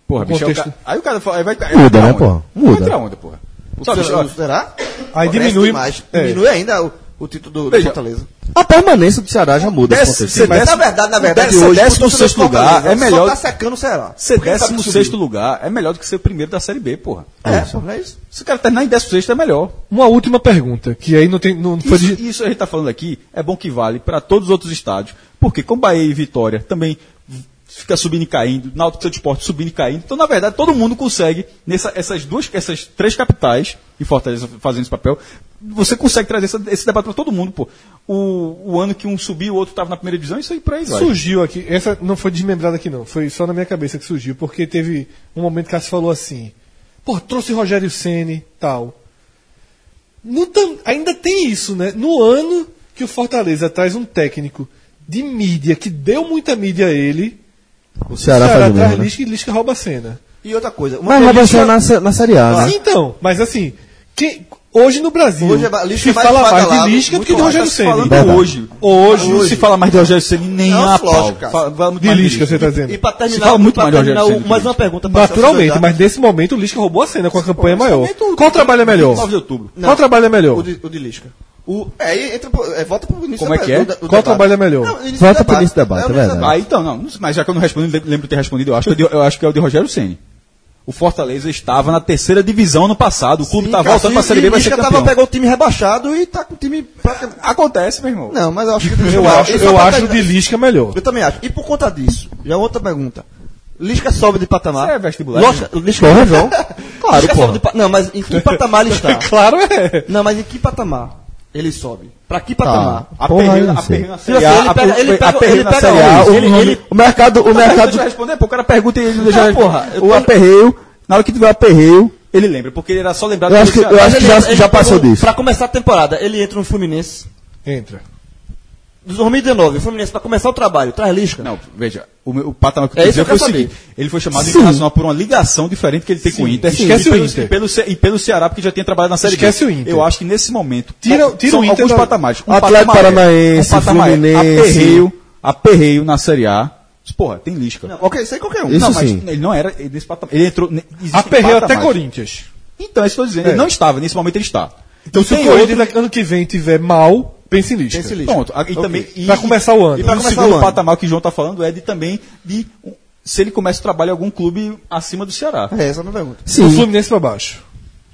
porra, o bicho, é o contexto- ca- aí o cara fala, aí vai, Muda, aí vai né, tirar onda. porra? Muda. Vai tirar onda, porra. Sabe, bicho, ó, Será? Será? Aí Parece diminui- demais. é. Diminui ainda o, o título do, do Veja, Fortaleza. A permanência do Ceará já muda. esse Desce- contexto. você Mas desce- na verdade, na verdade, desce- hoje, desce o no torcedor sexto do Fortaleza lugar, é melhor- Só tá secando o Ceará. ser Porque ele sabe que 16 lugar é melhor do que ser o primeiro da Série B, porra. É, pô, não é isso? Se o cara terminar em 16 é melhor. Uma última pergunta, que aí não tem. Não foi isso, de- isso a gente está falando aqui é bom que vale para todos os outros estádios, porque com Bahia e Vitória também fica subindo e caindo, Náutico Santo Esporte subindo e caindo. Então, na verdade, todo mundo consegue, nessa, essas duas, essas três capitais, e Fortaleza fazendo esse papel, você consegue trazer essa- esse debate para todo mundo, pô. O, o ano que um subiu, o outro estava na primeira divisão, isso aí por aí vai. Surgiu aqui, essa não foi desmembrada aqui não, foi só na minha cabeça que surgiu, porque teve um momento que ela falou assim, pô, trouxe Rogério Ceni, tal. No tam- ainda tem isso, né? No ano que o Fortaleza traz um técnico de mídia, que deu muita mídia a ele, O Ceará faz o mesmo. traz Né? Lisca e Lisca rouba a cena. E outra coisa. uma Mas coisa- Robson na, sé- na Série A, né? Então, mas assim, que- hoje no Brasil, Hoje é- Lisca se é mais fala mais badalado, de Lisca do muito que de mais, Rogério Tá se Ceni. falando Verdade. hoje. Hoje, não se fala mais de Rogério Ceni nem Não, a lógico, pau. cara. Fa- fala muito de mais Lisca, você tá dizendo. E pra terminar, fala muito pra mais de Rogério terminar Ceni do o- que mais do uma pergunta Tá pra Naturalmente, sociedade. mas nesse momento o Lisca roubou a cena com a campanha maior. justamente o- Qual trabalho é melhor? 9 de outubro. Não. Qual trabalho é melhor? O de, o de Lisca. O, é, aí entra, pro- é, volta pro início Como é da- que é? do- do Qual debate. trabalho é melhor? Não, início do Volta pro início do debate, É o é início do verdade. debate. Ah, então, não. Mas já que eu não respondi, lem- lembro de ter respondido, eu acho que, é o de- eu acho que é o de Rogério Ceni. O Fortaleza estava na terceira divisão no passado. O clube Sim, está cara, Tá voltando e- para a Série B, e vai ser Lisca campeão. tava pegou o time rebaixado e tá com o time praticamente... Acontece, meu irmão. Não, mas eu acho que... Eu acho, E só eu pra acho o terminar- de Lisca é melhor. Eu também acho. E por conta disso, já outra pergunta. Lisca sobe de patamar. Isso é vestibular, Lógica, Lisca Porra, João. claro, Lisca sobe de pa- Não, mas em que patamar ele está? Claro é. Não, mas em que patamar ele sobe? Pra que patamar? A Porra, perreira- eu não a sei. perreira na Se Série você- A, ele a pega- per- ele a pega- perreira ele na pega Série A, onde? o- Ele- o- ele- O mercado... O mercado... responder, pô, o cara pergunta e ele não deixa... Não, porra, eu o tô- aperreio, na hora que tiver o aperreio, ele lembra, porque ele era só lembrado... Eu acho do que- Ceará. eu acho que Ele já, entra- ele já passou entra no- disso. Pra começar a temporada, ele entra no Fluminense. Entra. 2019, o Fluminense pra começar o trabalho, traz Lisca. Então. Não, veja, o, meu- o patamar que eu É quis isso dizer que foi eu o quero seguinte: ele foi chamado Sim. internacional por uma ligação diferente que ele tem com o Inter. Sim. Esquece e o pelo, Inter. E pelo, Ce- e pelo Ceará, porque já tinha trabalhado na Série Esquece B. o Inter. Eu acho que nesse momento. Tira- pa- tira são o Inter alguns da- patamares. Atlético patamar é- Paranaense, patamar é Fluminense. Aperreio, aperreio na Série A. Porra, tem Lisca. Não, Ok, sei qualquer um. Isso mas sim. ele não era ele nesse patamar. Ele entrou. ne- existe um Aperreio Ah, até patamar. Corinthians. Então, é isso que eu estou dizendo. É. Ele não estava, nesse momento ele está. Então se o tem Corinthians ano que vem tiver mal, pense em Lisca. Pense em Lisca. Pronto. a- E também, e, Pra começar o ano. E pra Pra o começar segundo o ano. patamar que o João está falando é de também de um- se ele começa o trabalho em algum clube acima do Ceará. É, essa é a minha pergunta. O Sim, Fluminense pra baixo.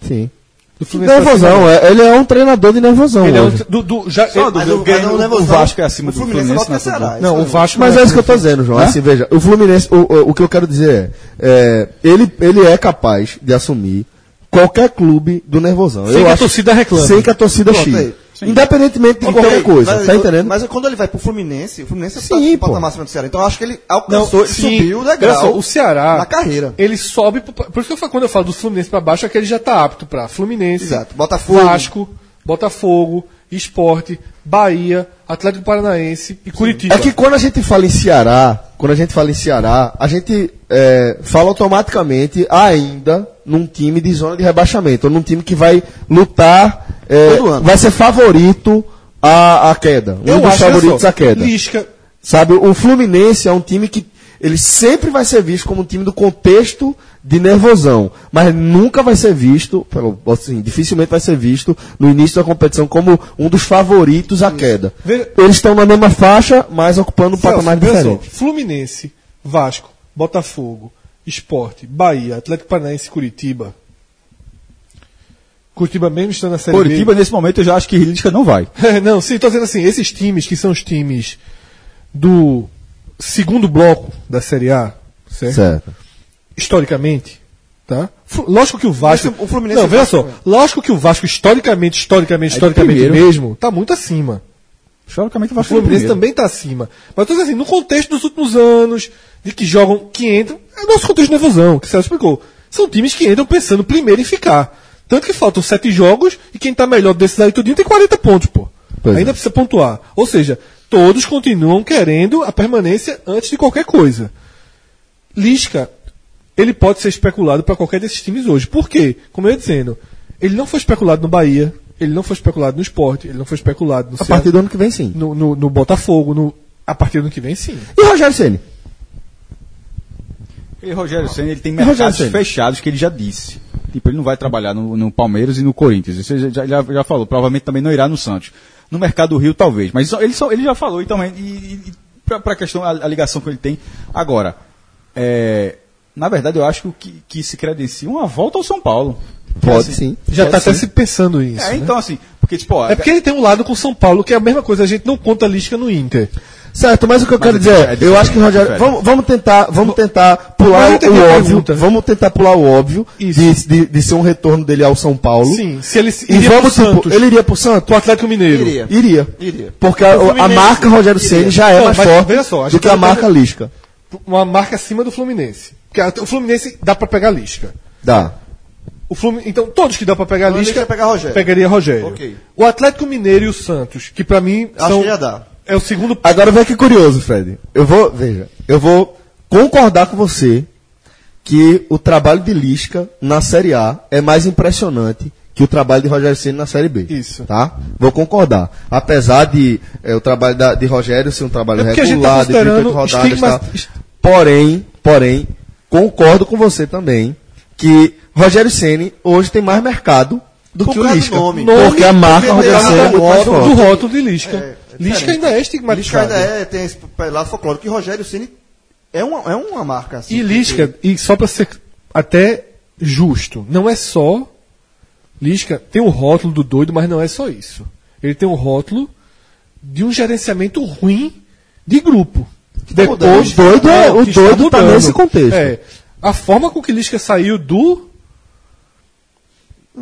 sim. Do Que Fluminense pra cima nervosão, dele. é, ele é um treinador de nervosão Ele é um hoje. tre- do, do, já, Só uma ele- dúvida, o, Grêmio- mas não leva o os Vasco olhos. é acima O do Fluminense Fluminense bota nessa o Ceará. dúvida. Não, o Vasco Mas não é isso que eu tô dizendo, João. Assim, veja, o Fluminense, o, o- o que eu quero dizer é, é, ele, ele é capaz de assumir qualquer clube do nervosão. Sem eu que a acho- torcida reclame. é Sem que a torcida Pronto, xingue. aí. Independentemente de Então, qualquer aí, coisa, mas- tá entendendo? Mas quando ele vai pro Fluminense, o Fluminense Sim, tá pô. patamar máxima do Ceará. Então eu acho que ele Não, alcançou, ele sim. subiu o Olha só, degrau o Ceará. na carreira. Ele sobe. pro- Por isso que eu falo, quando eu falo do Fluminense pra baixo, é que ele já tá apto pra Fluminense, Exato. Botafogo. Vasco, Botafogo, Esporte, Bahia, Atlético Paranaense e Curitiba. É que quando a gente fala em Ceará, quando a gente fala em Ceará, a gente é, fala automaticamente ainda num time de zona de rebaixamento, ou num time que vai lutar, é, Todo ano. vai ser favorito à, à queda. Um dos olha favoritos só, à queda. Lisca, Sabe, o Fluminense é um time que ele sempre vai ser visto como um time do contexto de nervosão, mas nunca vai ser visto, pelo- assim, dificilmente vai ser visto no início da competição como um dos favoritos à queda. Veja- Eles estão na mesma faixa, mas ocupando um patamar Celso, veja só, diferente. Fluminense, Vasco, Botafogo, Esporte, Bahia, Atlético Paranaense e Curitiba. Curitiba mesmo está na Série B. Curitiba, nesse momento, eu já acho que Risca não vai. É, não, sim, tô dizendo assim, esses times que são os times do segundo bloco da Série A, certo? Certo. Historicamente, tá? Fu- Lógico que o Vasco. Mas o Fluminense não, é veja só. Vasco, né? Lógico que o Vasco, historicamente, historicamente, É de historicamente primeiro. mesmo, tá muito acima. Historicamente, O o Vasco é o Fluminense primeiro. também está acima. Mas tô dizendo assim, no contexto dos últimos anos, de que jogam, que entram, é nosso contexto de nervosão, que o Celso explicou. São times que entram pensando primeiro em ficar. Tanto que faltam sete jogos e quem tá melhor desses aí tudinho tem 40 pontos, pô. Pois Ainda é. precisa pontuar. Ou seja, todos continuam querendo a permanência antes de qualquer coisa. Lisca, ele pode ser especulado para qualquer desses times hoje. Por quê? Como eu ia dizendo, ele não foi especulado no Bahia, ele não foi especulado no Sport, ele não foi especulado no A Ceará partir do ano que vem, sim. no, no, no Botafogo, no, a partir do ano que vem, sim. E o Rogério Ceni? E Rogério Senna, ele tem Rogério mercados Ceni? fechados que ele já disse. Tipo, ele não vai trabalhar no, no Palmeiras e no Corinthians. Isso ele já, já, já falou. Provavelmente também não irá no Santos. No mercado do Rio, talvez. Mas só- ele, só- ele já falou e também. E, e, para a questão, a, a ligação que ele tem. Agora, é, na verdade, eu acho que, que se credencia uma volta ao São Paulo. Pode Assim, sim. Já pode tá até sim. se pensando nisso. É, né? então assim. Porque, tipo, ó, É porque ele tem um lado com São Paulo, que é a mesma coisa, a gente não conta a Lisca no Inter. Certo, mas o que eu Mas quero é dizer é, diferente, eu acho que o Rogério. diferente. Vamos, vamos tentar, vamos tentar Mas pular eu o entendi a óbvio. pergunta. Vamos tentar pular o óbvio de, Isso. de, de ser um retorno dele ao São Paulo. Sim, se ele E iria vamos, pro tipo, Santos, ele iria pro Santos? pro Atlético Mineiro. Iria. Iria. Iria. Porque a, O a Fluminense marca Rogério iria. Ceni já é Não, mais mas forte veja só, a do gente que a tá marca vendo- Lisca. Uma marca acima do Fluminense. Porque a- o Fluminense dá pra pegar a Lisca. Dá. O Flumin... Então, todos que dá pra pegar a Então, a Lisca, Lisca pega Rogério. pegaria Rogério. Ok. O Atlético Mineiro e o Santos, que pra mim Acho são... que ia dar. é o segundo... Agora vê que curioso, Fred. Eu vou, veja, eu vou concordar com você que o trabalho de Lisca na Série A é mais impressionante que o trabalho de Rogério Ceni na Série B. Isso. Tá? Vou concordar. Apesar de eh, o trabalho da- de Rogério ser um trabalho É porque a gente tá regular, de 38 considerando rodadas, estigma- tá? Porém, porém, concordo com você também que Rogério Ceni hoje tem mais mercado do Por que o causa do Lisca. nome. Porque a Nome, marca Rogério Ceni é do muito mais forte. rótulo, do rótulo de Lisca. Lisca É, diferente. ainda é Lisca estigmatizado. ainda é, tem esse lado folclórico. E Rogério Ceni é uma, é uma marca. Assim, E é Lisca, e só pra ser até justo, não é só. Lisca tem o rótulo do doido, mas não é só isso. Ele tem o rótulo de um gerenciamento ruim de grupo. tá Depois, mudando. O doido é- Não, o que está doido tá mudando. nesse contexto. É, a forma com que Lisca saiu do.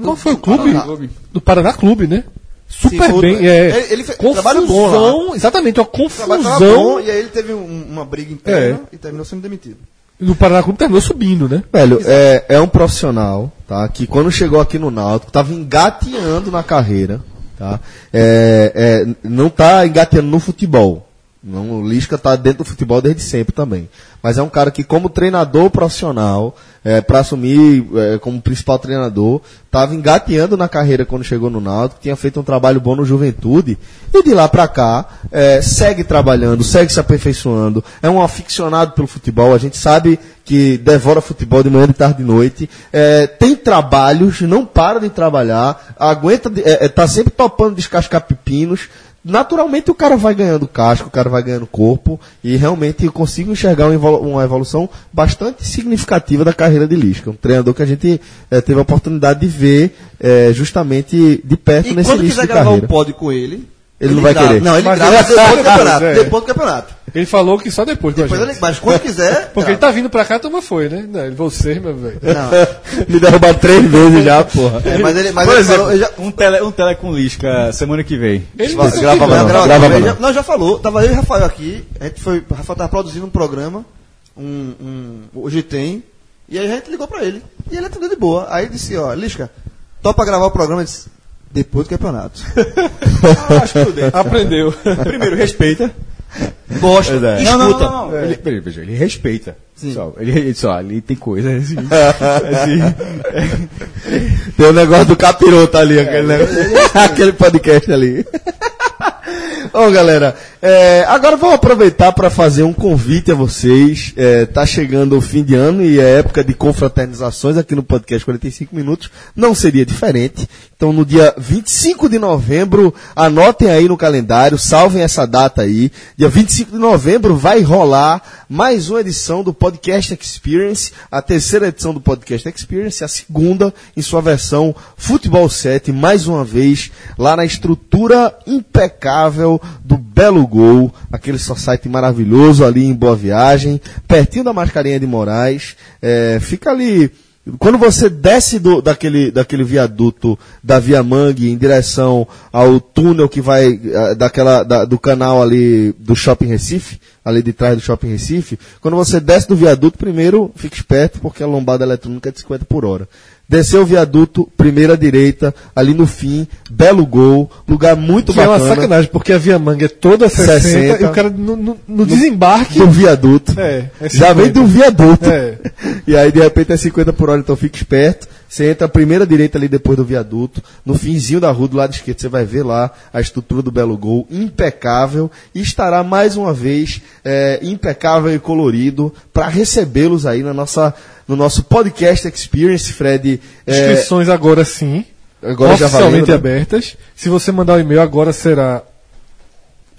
Qual foi o clube? Paraná. Do Paraná Clube, né? Super foi, bem. né? É, Ele- ele fez- trabalho bom lá. confusão, Exatamente, uma O trabalho tava confusão. bom, e aí ele teve um- uma briga interna e terminou sendo demitido. Do Paraná Clube terminou subindo, né? Velho, é, é um profissional, tá? Que quando chegou aqui no Náutico, tava engateando na carreira, tá? É, é, não tá engateando no futebol. Não, o Lisca tá dentro do futebol desde sempre também. Mas é um cara que, como treinador profissional, é, para assumir é, como principal treinador, tava engateando na carreira quando chegou no Náutico, tinha feito um trabalho bom no Juventude, e de lá pra cá, é, segue trabalhando, segue se aperfeiçoando, é um aficionado pelo futebol, a gente sabe que devora futebol de manhã, de tarde e de noite, é, tem trabalhos, não para de trabalhar, aguenta, de- é, é, tá sempre topando descascar pepinos, naturalmente o cara vai ganhando casco, o cara vai ganhando corpo, e realmente eu consigo enxergar uma evolu- uma evolução bastante significativa da carreira de Lisca. Um treinador que a gente eh, teve a oportunidade de ver eh, justamente de perto E nesse quando início quiser de gravar carreira. um pod com ele. Ele não vai grava- querer. Não, ele Mas grava ele- depois do campeonato. É. Depois do campeonato. Ele falou que só depois, com a Depois gente. ele- mas quando quiser. Porque grava. ele tá vindo pra cá, a turma foi, né? Não, ele você, meu velho. Me derrubaram três vezes já, porra. É, mas ele, mas Por ele exemplo, falou, ele já, um, tele, um tele com Lisca semana que vem. Ele Vai, disse que grava não. lá. Não, grava, grava, grava, não. já, não, já falou. Tava eu e o Rafael aqui. A gente foi. O Rafael tava produzindo um programa. Um, um, hoje tem. E aí a gente ligou pra ele. E ele atendeu de boa. Aí disse, ó, Lisca, topa gravar o programa? Eu disse, depois do campeonato. Aprendeu. Primeiro, respeita. Gosta, Pois é. Não, escuta. não, não, não, não. Ele, peraí, veja, ele respeita. Só, ele, ele só, ali tem coisa. é Assim, assim, Tem o negócio do capiroto ali, aquele, negócio- aquele podcast ali. Ô galera, é, agora vamos aproveitar para fazer um convite a vocês. É, tá chegando o fim de ano e é época de confraternizações aqui no podcast 45 minutos. Não seria diferente. Então, no dia 25 de novembro, anotem aí no calendário, salvem essa data aí. Dia 25 de novembro vai rolar mais uma edição do Podcast Experience, a terceira edição do Podcast Experience, a segunda em sua versão Futebol 7, mais uma vez, lá na estrutura impecável do Belo Gol, aquele society maravilhoso ali em Boa Viagem, pertinho da Mascarinha de Moraes. É, fica ali. Quando você desce do- daquele, daquele viaduto da Via Mangue em direção ao túnel que vai eh, daquela, da- do canal ali do Shopping Recife, ali de trás do Shopping Recife, quando você desce do viaduto, primeiro fique esperto porque a lombada eletrônica é de 50 por hora. Desceu o viaduto, primeira direita, ali no fim, belo gol, lugar muito Que é uma bacana. sacanagem, porque a Via Manga é toda 60, 60. e o cara no, no- no desembarque. do um viaduto. É, é já vem 50. do viaduto. É. E aí, de repente, é 50 por hora, então fique esperto. Você entra à primeira direita ali depois do viaduto. No finzinho da rua, do lado esquerdo, você vai ver lá a estrutura do Belo Gol, impecável. E estará mais uma vez é, impecável e colorido para recebê-los aí na nossa, no nosso podcast Experience, Fred. é, Inscrições agora sim. Agora já oficialmente valendo, né? abertas. Se você mandar o e-mail, agora será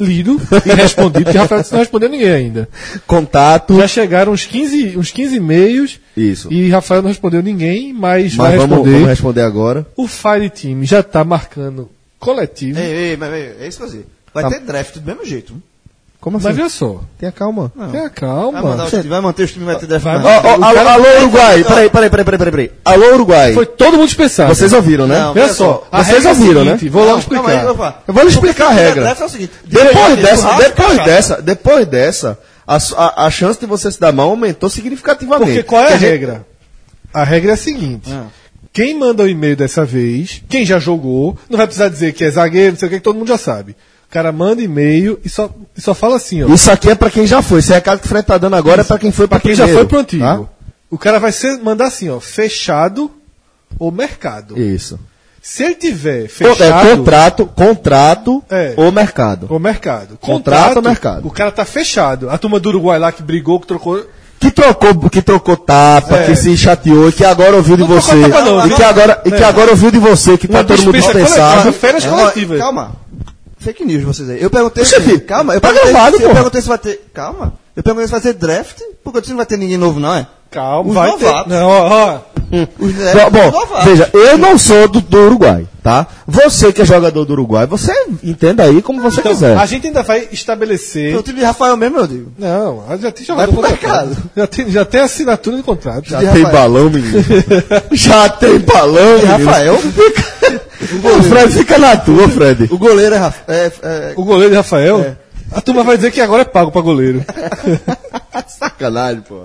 lido e respondido, porque Rafael disse, não respondeu ninguém ainda. contato. Já chegaram uns 15, uns 15 e-mails Isso. e Rafael não respondeu ninguém, mas, vai Mas vamos responder. vamos responder agora. O Fire Team já está marcando coletivo. Ei, ei, mas ei, é isso que eu sei. Vai Tá. ter draft do mesmo jeito. Como Mas veja só, Tenha calma. tenha Vai, mandar calma. os times, vai manter os times, vai ter draft. Vai- Não, Ó, ó, alô, alô, Uruguai. Peraí, peraí, peraí, peraí, peraí. Alô, Uruguai. Foi todo mundo dispensado. Vocês ouviram, né? Não, Veja só, a Vocês regra é a ouviram, né? seguinte, Vou logo calma aí, explicar. eu vou falar. Eu vou lhe explicar a Porque se regra. tá fizer draft é o seguinte, Depois derrota, dessa, raspa, depois cara. dessa, depois dessa, a, su- a- a chance de você se dar mal aumentou significativamente. Porque qual é a gente- regra? A regra é a seguinte. Ah. Quem manda o e-mail dessa vez, quem já jogou, não vai precisar dizer que é zagueiro, não sei o que, que todo mundo já sabe. O cara manda e-mail e só, e só fala assim, ó. Isso aqui é pra quem já foi. Esse recado que o Fred tá dando agora é pra quem foi pra Pra quem já foi pro antigo. tá? O cara vai ser, mandar assim, ó, fechado ou mercado. tá? Isso. Se ele tiver Con- fechado É, contrato, contrato É. ou mercado. ou mercado. Contrato ou mercado. O cara tá fechado. A turma do Uruguai lá que brigou, que trocou. Que trocou, que trocou tapa, É. que se chateou, e que agora ouviu de Não trocou você. tapa não, E não. que agora, e que É. agora ouviu de você, que tá Uma todo mundo dispensa coletiva, dispensado. Férias Não, coletivas. É Calma. Fake news vocês aí. Eu perguntei Oxe, assim, filho, calma, eu tá perguntei, gravado, se, eu pô. perguntei se vai ter, calma. Eu perguntei se vai ter draft, porque o time não vai ter ninguém novo não, é? Calma, Os vai novatos. ter. Não, ó, ó. Os Bom, drafts bom, são é. novatos. veja, eu não sou do, do Uruguai, tá? Você que é jogador do Uruguai, você entenda aí como Então, você quiser. A gente ainda vai Pro estabelecer. time de Rafael mesmo, eu digo. Não, já tem Vai jogador pro contratado. mercado. Já tem, já tem assinatura de contrato. Já de tem Rafael. balão, menino. Já tem balão, E menino. Rafael? O Fred fica na tua, Fred. O goleiro é, Rafa- é, é O goleiro de Rafael, a turma vai dizer que agora é pago pra goleiro. Sacanagem, pô.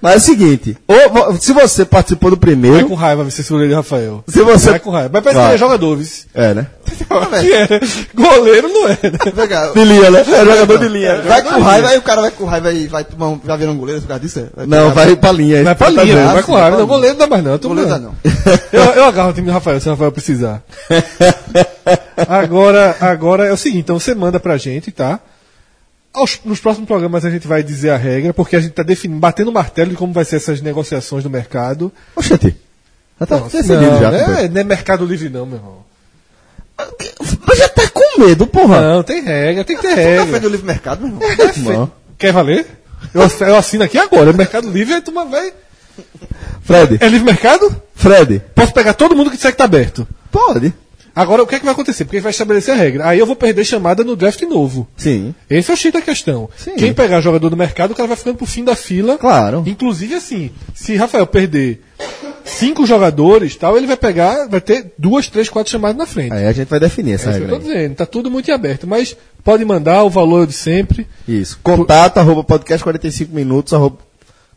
Mas é o seguinte, ou vo- se você participou do Vai primeiro, com raiva ver se esse goleiro de Rafael. se você... Vai com raiva. Mas parece que Vai. ele é jogador, vice. É, né? Goleiro não é, né? Veja, De linha, né? É jogador de linha. vai com raiva, aí o cara vai com raiva e vai tomar um, vai virar um goleiro por causa disso? é? Vai Não, pegar- vai pra linha. Vai pra Tá linha, vendo? é vai com raiva. Não, goleiro não dá mais não. turma né? É Goleiro dá não. Eu, não. eu agarro o time do Rafael se o Rafael precisar. Agora, agora é o seguinte, então você manda pra gente, tá? Aos- nos próximos programas a gente vai dizer a regra, porque a gente tá definindo, batendo o martelo de como vai ser essas negociações do mercado. Oxente. Já tá Nossa, decidido não, já. né? companheiro. não é mercado livre não, meu irmão. Mas já tá com medo, porra. Não, tem regra, tem que ter Tá é. regra. vendo o livre mercado, meu irmão? Não. Quer valer? Eu ass- eu assino aqui agora. Mercado Livre, aí tu vai. Fred, É livre mercado? Fred, Posso pegar todo mundo que disser que tá aberto. pode. Agora, o que é que vai acontecer? Porque vai estabelecer a regra. Aí eu vou perder chamada no draft novo. Sim. Esse é o X da questão. Sim. Quem pegar jogador do mercado, o cara vai ficando pro fim da fila. Claro. Inclusive, assim, se Rafael perder cinco jogadores tal, ele vai pegar, vai ter duas, três, quatro chamadas na frente. Aí a gente vai definir É essa isso que eu regra. tô aí. dizendo. Tá tudo muito em aberto. Mas pode mandar o valor de sempre. Isso. Contato arroba podcast 45 minutos arroba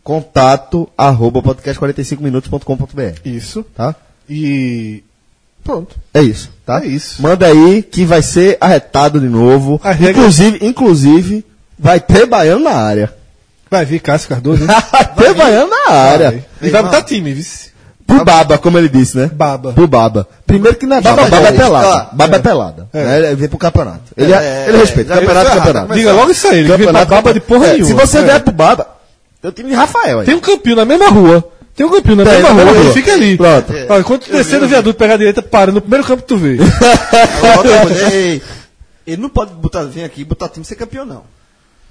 contato arroba podcast 45 minutos.com.br, Isso. tá? E. Pronto. É isso, tá? É isso. Manda aí que vai ser arretado de novo. A regra- Inclusive, inclusive vai ter baiano na área. Vai vir Cássio Cardoso. né? Vai ter baiano na área. Vai. E vai botar time, vice. Pro baba, como ele disse, né? Baba. Pro baba. Primeiro que não é baba, Baba baba é paulista. pelada. Ah, Baba é pelada. né? Ele vem pro campeonato. Ele, É, ele respeita. já campeonato, começou errado, campeonato. Diga logo isso aí. Ele vem pra baba de porra É, nenhuma. Se você É. vier pro baba, tem o time de Rafael aí. Tem um campinho na mesma rua. Tem um campinho na Tem, mesma na rua, mesma ele rua. fica ali. Pronto. Olha, quando tu descer do viaduto, pegar a direita, para no primeiro campo que tu vê. Volta, ei, ele não pode botar, vir aqui e botar time ser campeão, não.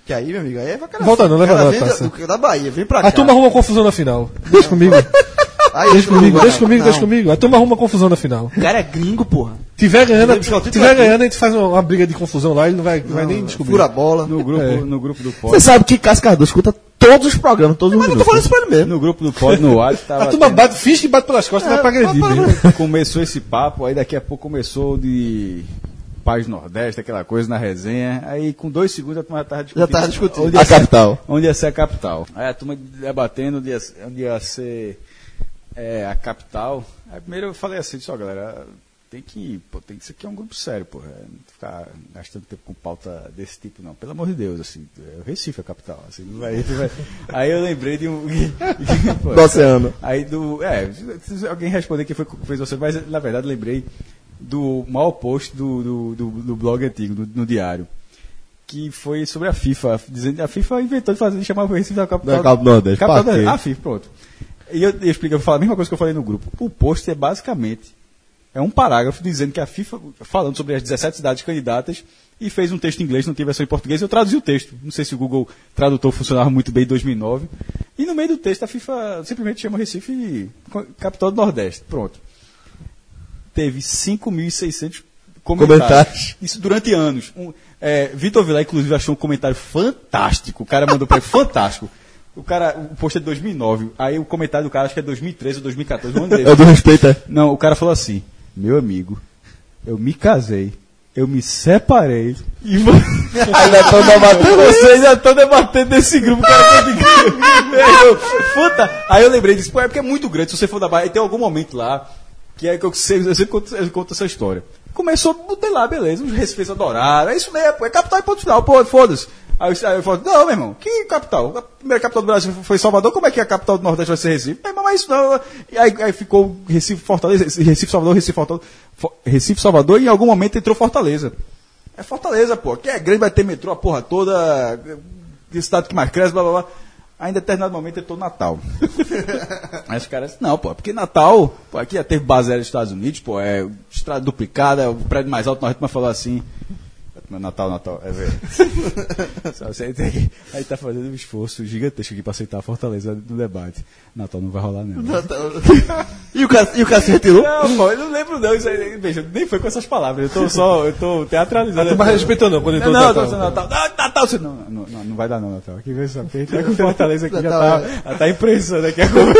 Que aí, meu amigo, aí é vai cara. Volta não, leva cara não a vem taça. da, do- da Bahia, vem pra cá. A turma arruma confusão na final. Deixa comigo. Aí, Deixa não comigo, vai, deixa não. comigo, deixa Não. comigo. A turma arruma confusão na final. O cara é gringo, porra. Tiver ganhando, Ele buscar o título tiver aqui. ganhando, a gente faz uma, uma briga de confusão lá, ele não vai, não vai nem descobrir. Fura a bola. No grupo, É. no grupo do Você pod, sabe que Cássio Cardoso escuta todos os programas, todos os Mas eu tô falando minutos. isso pra ele mesmo. no grupo do pod, no ar, A tava É, turma bate, finge que bate pelas costas, vai pra agredir. para- mesmo. começou esse papo, aí daqui a pouco começou de Paz Nordeste, aquela coisa na resenha. Aí com dois segundos a turma já tava discutindo. Já tava discutindo. Onde ia, A ser, capital. onde ia ser a capital. Aí a turma debatendo onde ia, ser- onde ia ser é, a capital. Aí primeiro eu falei assim, só galera, tem que, pô, tem que isso aqui é um grupo sério, porra. Não ficar gastando tempo com pauta desse tipo, não. Pelo amor de Deus, assim, é o Recife é a capital. Assim, não vai- não vai- Aí eu lembrei de um. Pô, Do oceano. Aí do. É, se alguém responder que foi que fez você, mas na verdade lembrei do mau post do, do, do, do blog antigo, do- no diário. Que foi sobre a FIFA, dizendo que a FIFA inventou de fazer de chamar o Recife da capital. Da Copa do Nordeste, Capital pra quê? da, a FIFA, pronto. E eu, eu explico, eu falo a mesma coisa que eu falei no grupo. O post é basicamente é um parágrafo dizendo que a FIFA, falando sobre as 17 cidades candidatas, e fez um texto em inglês, não teve versão em português, eu traduzi o texto. Não sei se o Google Tradutor funcionava muito bem em 2009. E no meio do texto a FIFA simplesmente chama Recife capital do Nordeste. Pronto. Teve 5.600 comentários. Comentários. Isso durante anos. Um, é, Vitor Vilar, inclusive, achou um comentário fantástico. O cara mandou pra ele, fantástico. O cara, o post é de 2009. Aí o comentário do cara, acho que é 2013 ou 2014. um ano desse. É do respeito, é. Não, o cara falou assim: Meu amigo, eu me casei, eu me separei e vo- Ainda tão debatendo você. vocês já estão debatendo desse grupo. Cara, que aí, eu, puta, aí eu lembrei disso, pô, é porque é muito grande. Se você for da Bahia, tem algum momento lá que é que eu sei, eu sempre conto, eu conto essa história. Começou, botei lá, beleza, os recifes adoraram, é isso mesmo, pô, é capital e ponto final, pô, foda-se. Aí eu, aí eu falo, não, meu irmão, que capital? A primeira capital do Brasil foi Salvador, como é que a capital do Nordeste vai ser Recife? Meu irmão, mas isso não. E aí, aí ficou Recife, Fortaleza, Recife, Salvador, Recife, Fortaleza, Fo- Recife, Salvador, e em algum momento entrou Fortaleza. É Fortaleza, pô. Que é grande, vai ter metrô a porra toda. Que estado que mais cresce, blá blá blá. Aí em determinado momento entrou Natal. Aí os caras disseram, não, pô, porque Natal, pô, aqui já teve base aérea dos Estados Unidos, pô, é estrada duplicada, é o prédio mais alto, nós mas falou assim. "Mas Natal, Natal, é verdade. Sabe, você tem que- Aí tá fazendo um esforço gigantesco aqui pra aceitar a Fortaleza no debate. Natal não vai rolar, não. E o cara, e o cara se retirou? Não, pô, eu não lembro não. Isso aí, veja, nem foi com essas palavras. Eu tô só, eu tô teatralizando. Mas Ah, respeitou não, quando entrou Não, o não, Natal. Natal, Natal, Natal, Natal, você- não, não, não, não vai dar não, Natal. Aqui vem essa peita, tá com Fortaleza aqui, já tá, é. já tá imprensando aqui agora.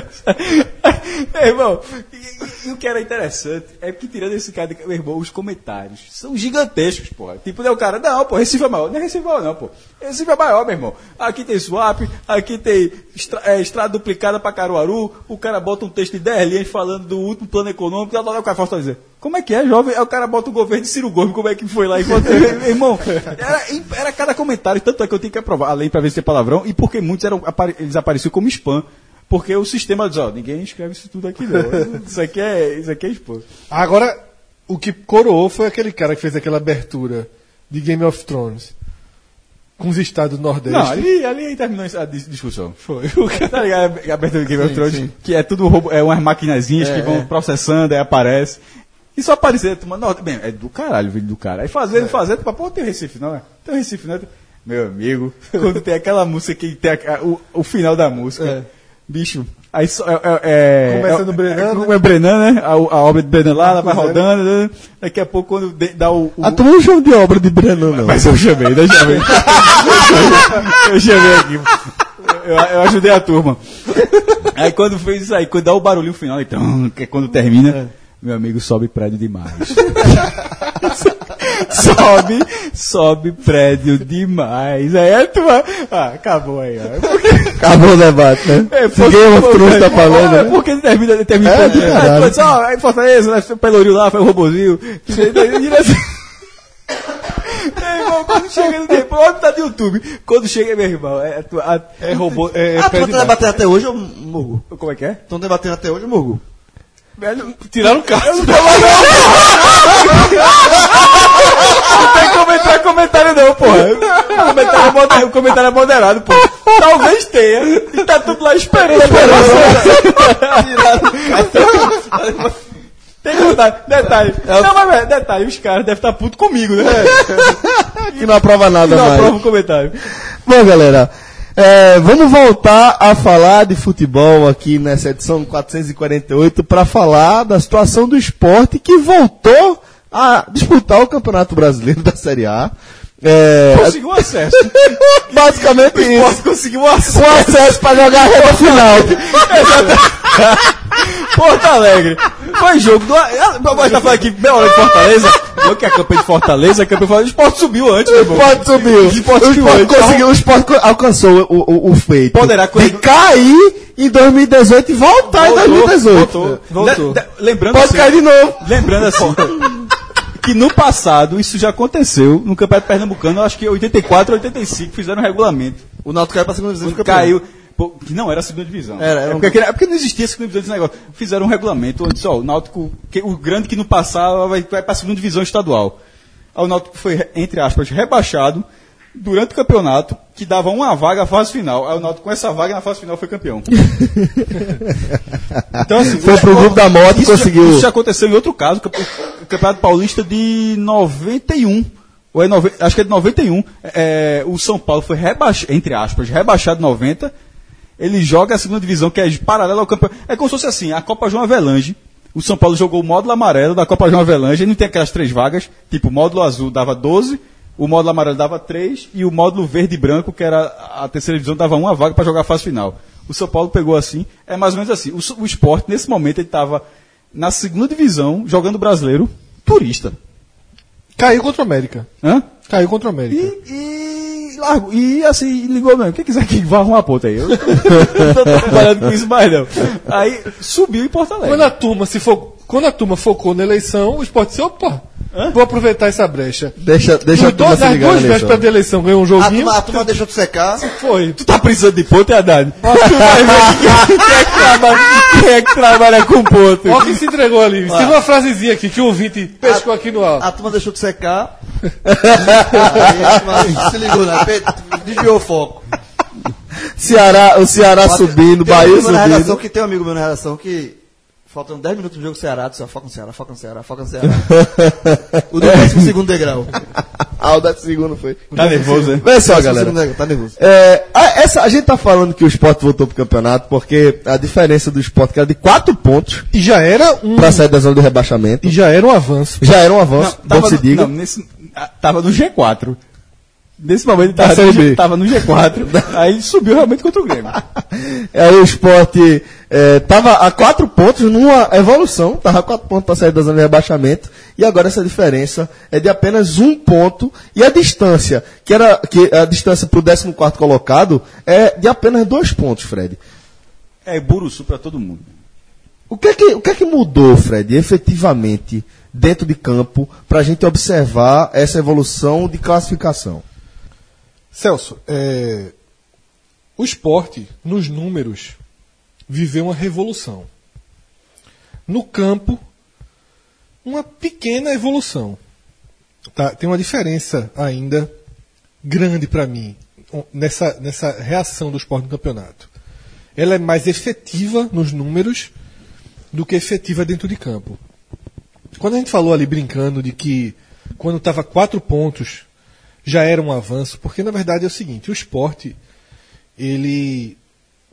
é, irmão, e, e- e o que era interessante é que tirando esse cara, de- meu irmão, os comentários são gigantescos, porra. Tipo, né, o cara, não, pô, Recife é maior. Não é Recife é maior, não, pô. Recife é maior, meu irmão. Aqui tem swap, aqui tem estra- é, estrada duplicada pra Caruaru, o cara bota um texto de 10 linhas falando do último plano econômico, lá, lá, lá, o cara Fortaleza. Como é que é, jovem? Aí o cara bota o governo de Ciro Gomes, como é que foi lá? E bota- Meu irmão, era, im- era cada comentário, tanto é que eu tinha que aprovar a lei pra ver se tem palavrão, e porque muitos eram, apare- eles apareciam como spam. Porque o sistema diz, ó, ninguém escreve isso tudo aqui, não. Isso aqui é, isso aqui é spam. Agora, o que coroou foi aquele cara que fez aquela abertura de Game of Thrones com os estados do Nordeste. Não, ali, ali aí terminou a dis- discussão. Foi. Tá ligado? é É, A abertura do Game of Thrones, que é tudo roubo, é umas maquinazinhas que vão processando, aí aparece. E só aparecer, tu manda, bem, é do caralho, vídeo do cara. Aí É. fazendo, fazendo, tipo, pô, tem o Recife, não, é? Tem o Recife, não é? Meu amigo, quando tem aquela música que tem a- o, o final da música, bicho, aí só, é, é, é- Começa é- no É. Brenan, é- né? É, Brenan, né? A, a obra de Brenan lá, ela vai rodando, né? daqui a pouco quando de- dá o... o- Ah, tu não chama de obra de Breno, não. Mas eu chamei, né? Chamei. eu chamei aqui. Eu, eu ajudei a turma. Aí quando fez isso aí, quando dá o barulhinho final, então, que é quando termina, meu amigo sobe prédio demais. sobe, sobe prédio demais. Aí a turma. Ah, acabou aí, ó. Acabou o debate, né? É, Se Game of Thrones tá falando, É né? porque termina, termina. É, É, do caralho. é, só, aí Fortaleza, né, Pelourinho lá, foi o Robozinho. Meu irmão, quando chega no tempo, olha tá no YouTube. Quando chega, meu irmão, é, tu- a- é robô. É, ah, pé estão de baixo. debatendo até hoje, eu morro. Como é que é? Estão debatendo até hoje, eu morro. Velho, tiraram o carro. Não, não tem como entrar comentário, não, porra. O comentário é moder- O comentário é moderado, pô. Talvez tenha. E tá tudo lá esperando. Tem detalhe, detalhe. Não, mas velho, detalhe, os caras devem estar putos comigo, né? Que não aprova nada Não mais. aprova o comentário. Bom, galera, é, vamos voltar a falar de futebol aqui nessa edição 448 para falar da situação do esporte que voltou a disputar o Campeonato Brasileiro da Série A. É, Conseguiu acesso. basicamente isso. Conseguiu acesso. Com acesso para jogar a reta final. Porto Alegre. Foi jogo do. Ah, Mas tá falando aqui, Belo Horizonte de Fortaleza. Viu que é a campanha de Fortaleza, a campanha de Fortaleza, o esporte subiu antes, O meu irmão. esporte subiu. O esporte esporte, subiu, então- conseguiu, o esporte co- alcançou o, o, o feito. Poderá de correr- cair em 2018 e voltar em 2018. Voltou, voltou. Da- da- lembrando Pode assim, cair de novo. lembrando assim, que no passado isso já aconteceu no Campeonato Pernambucano, eu acho que 84, 85 fizeram um regulamento. O Náutico caiu pra segunda divisão. Quando caiu. Pô, que não era a segunda divisão. Era, era é, um- porque, é porque não existia a segunda divisão desse negócio. Fizeram um regulamento onde só o Náutico, que- o grande que não passava, vai, vai para a segunda divisão estadual. Aí o Náutico foi, entre aspas, rebaixado durante o campeonato, que dava uma vaga à fase final. Aí o Náutico, com essa vaga na fase final, foi campeão. então, assim, Foi o pro grupo da morte e isso já- conseguiu. isso é já aconteceu em outro caso, campe- o Campeonato Paulista de 91. Ou é nove- acho que é de 91. É, o São Paulo foi rebaixado, entre aspas, rebaixado em 90. Ele joga a segunda divisão, que é paralela ao campeão. É como se fosse assim, a Copa João Avelange. O São Paulo jogou o módulo amarelo da Copa João Avelange, e não tem aquelas três vagas. Tipo, o módulo azul dava 12, o módulo amarelo dava 3 e o módulo verde e branco, que era a terceira divisão, dava uma vaga para jogar a fase final. O São Paulo pegou assim, é mais ou menos assim. O, Su- o esporte, nesse momento, ele estava na segunda divisão, jogando brasileiro, turista. Caiu contra o América. Hã? Caiu contra o América. E, e largou. E assim, e ligou mesmo. Quem quiser que vá arrumar a ponta aí. Eu não tô trabalhando com isso mais, não. Aí subiu em Porto Alegre. Quando a turma se fo... Quando a turma focou na eleição, o esporte disse, opa, vou aproveitar essa brecha. Deixa, deixa Nos dois, nas duas vésperas da eleição ganhou um A joguinho. turma, a turma deixou de secar. Foi. Tu tá precisando de ponto, é Haddad? Tu vai ver quem, quem é que trabalha, quem é que trabalha com ponto. Ó quem se entregou ali. Teve uma frasezinha aqui que o ouvinte pescou aqui no alto. A turma deixou de secar. Aí, a turma se ligou, né? Pe- Desviou o foco. Ceará, o Ceará subindo, Tem um Bahia amigo meu na redação subindo. que tem um amigo meu na redação que faltam 10 minutos do jogo Ceará, disse, ó, foca no Ceará, foca no Ceará, foca no Ceará. o do 12 segundo degrau. Ah, o da segundo foi. Tá nervoso, né? Vê só, Décimo galera. segundo degrau, tá nervoso. É, a, essa, a gente tá falando que o esporte voltou pro campeonato porque a diferença do esporte que era de 4 pontos E já era um. pra sair da zona do rebaixamento E já era um avanço. já era um avanço, bom que tava, se no- diga. não, nesse, ah, tava no G4. Nesse momento ele tava, Série no B. G- tava no G4. aí ele subiu realmente contra o Grêmio. É, Aí o esporte é, tava a quatro pontos numa evolução, tava a quatro pontos para sair da zona de rebaixamento, e agora essa diferença é de apenas um ponto, e a distância, que era que a distância para o 14 colocado, é de apenas dois pontos, Fred. É Buruçu pra todo mundo. O que é que, o que, é que mudou, Fred, efetivamente, dentro de campo, para a gente observar essa evolução de classificação? Celso, é, o esporte, nos números, viveu uma revolução. No campo, uma pequena evolução. Tá? Tem uma diferença ainda grande para mim o- nessa, nessa reação do esporte no campeonato. Ela é mais efetiva nos números do que efetiva dentro de campo. Quando a gente falou ali brincando de que quando estava quatro pontos já era um avanço, porque na verdade é o seguinte, o esporte ele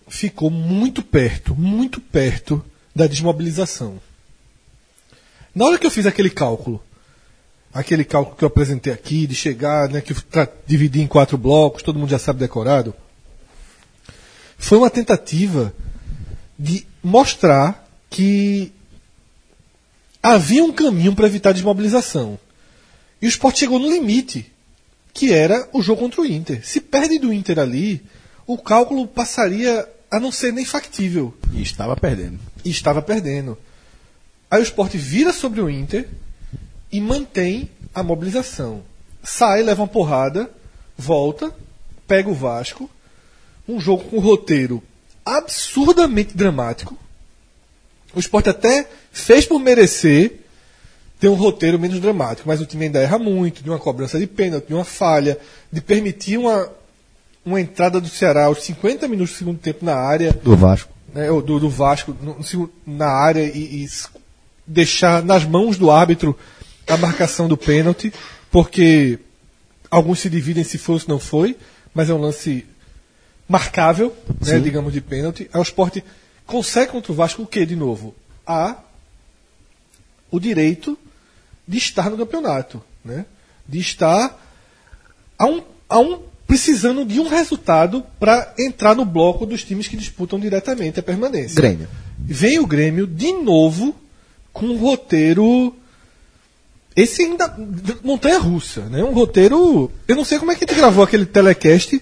ficou muito perto, muito perto da desmobilização. Na hora que eu fiz aquele cálculo, aquele cálculo que eu apresentei aqui, de chegar, né, que eu tra- dividi em quatro blocos, todo mundo já sabe decorado, foi uma tentativa de mostrar que havia um caminho para evitar a desmobilização. E o esporte chegou no limite, que era o jogo contra o Inter. Se perde do Inter ali, o cálculo passaria a não ser nem factível E estava perdendo. e estava perdendo. Aí o Sport vira sobre o Inter e mantém a mobilização. Sai, leva uma porrada, volta, pega o Vasco. Um jogo com roteiro absurdamente dramático. O Sport até fez por merecer ter um roteiro menos dramático, mas o time ainda erra muito, de uma cobrança de pênalti, de uma falha, de permitir uma, uma entrada do Ceará aos 50 minutos do segundo tempo na área do Vasco. né, o do, do Vasco no- no segu- na área e, e s- deixar nas mãos do árbitro a marcação do pênalti, porque alguns se dividem se foi ou se não foi, mas é um lance marcável, né, digamos, de pênalti. Aí o Sport consegue contra o Vasco o que de novo? A o direito de estar no campeonato, né? De estar a um, a um precisando de um resultado para entrar no bloco dos times que disputam diretamente a permanência. Grêmio. Vem o Grêmio de novo com um roteiro esse ainda montanha russa, né? Um roteiro, eu não sei como é que a gente gravou aquele telecast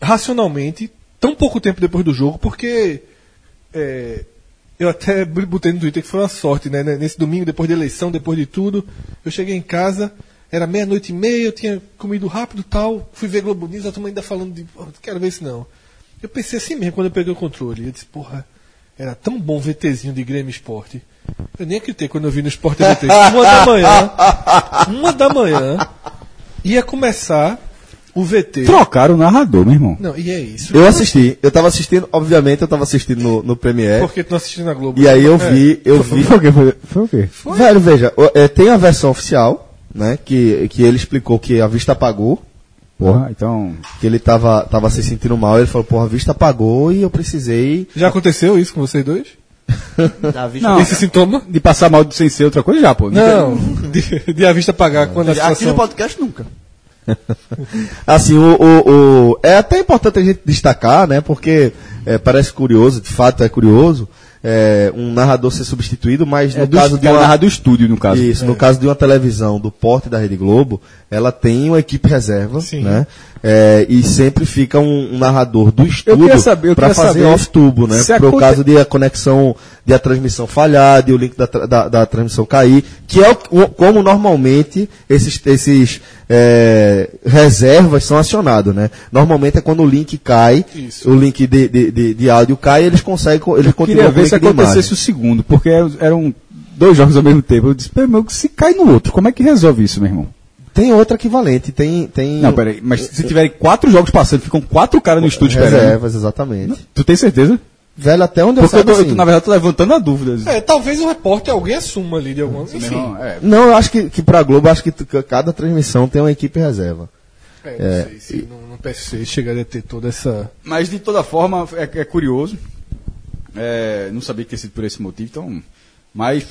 racionalmente tão pouco tempo depois do jogo, porque é, eu até botei no Twitter que foi uma sorte, né? né, Nesse domingo, depois da eleição, depois de tudo, eu cheguei em casa, era meia-noite e meia, eu tinha comido rápido e tal, fui ver Globo News, a turma ainda falando de. "Pô, não quero ver isso não. Eu pensei assim mesmo quando eu peguei o controle. Eu disse, porra, era tão bom VTzinho de Grêmio Esporte. Eu nem acreditei quando eu vi no Sport VT. Uma da manhã, uma da manhã, ia começar o VT. Trocaram o narrador, meu irmão. Não, e é isso. Eu assisti, eu tava assistindo, obviamente eu tava assistindo no, no Premiere. Porque tu não assistiu na Globo. E aí eu É. vi, eu vi. o quê? Foi, foi o quê? Velho, veja, o- é, tem a versão oficial, né? Que, que ele explicou que a vista apagou, Porra, então. que ele tava, tava se sentindo mal, ele falou, porra, a vista apagou e eu precisei. Já aconteceu isso com vocês dois? Da vista. Não, Esse sintoma? de passar mal sem ser outra coisa já, pô. Não, de, de a vista pagar quando a Aqui no situação... podcast nunca. Assim, o, o, o- é até importante a gente destacar, né? Porque é, parece curioso, de fato é curioso, é, um narrador ser substituído, mas no É do, caso de cara uma, narra do estúdio, no caso. É. Isso, no caso de uma televisão do porte da Rede Globo, ela tem uma equipe reserva, Sim. né? É, e sempre fica um, um narrador do estudo queria saber, eu para queria fazer saber off-tubo, né? se Para o aconte- caso de a conexão, de a transmissão falhar, de o link da, tra- da, da transmissão cair, que é o- o- como normalmente esses, esses é, reservas são acionados, né? Normalmente é quando o link cai, Isso. o link de, de, de, de áudio cai, eles conseguem, co- eles continuam com o Queria ver link se de imagem. acontecesse o segundo, porque era- eram dois jogos ao mesmo tempo. Eu disse, "Pô, meu, se cai no outro, como é que resolve isso, meu irmão? Tem outra equivalente, tem... tem Não, peraí, mas se tiverem quatro jogos passando, ficam quatro caras no estúdio esperando. Reservas, exatamente. Tu tem certeza? Velho, até onde eu Porque sei eu, tô- eu assim. tô, na verdade, tô levantando a dúvida. É, talvez o repórter, alguém assuma ali de alguma... Enfim, é. Não, eu acho que, que pra Globo, acho que tu- que cada transmissão tem uma equipe reserva. é, não sei se não, não pensei, chegaria a ter toda essa... Mas de toda forma, é, é curioso. É, não sabia que tinha sido por esse motivo, então. Mas.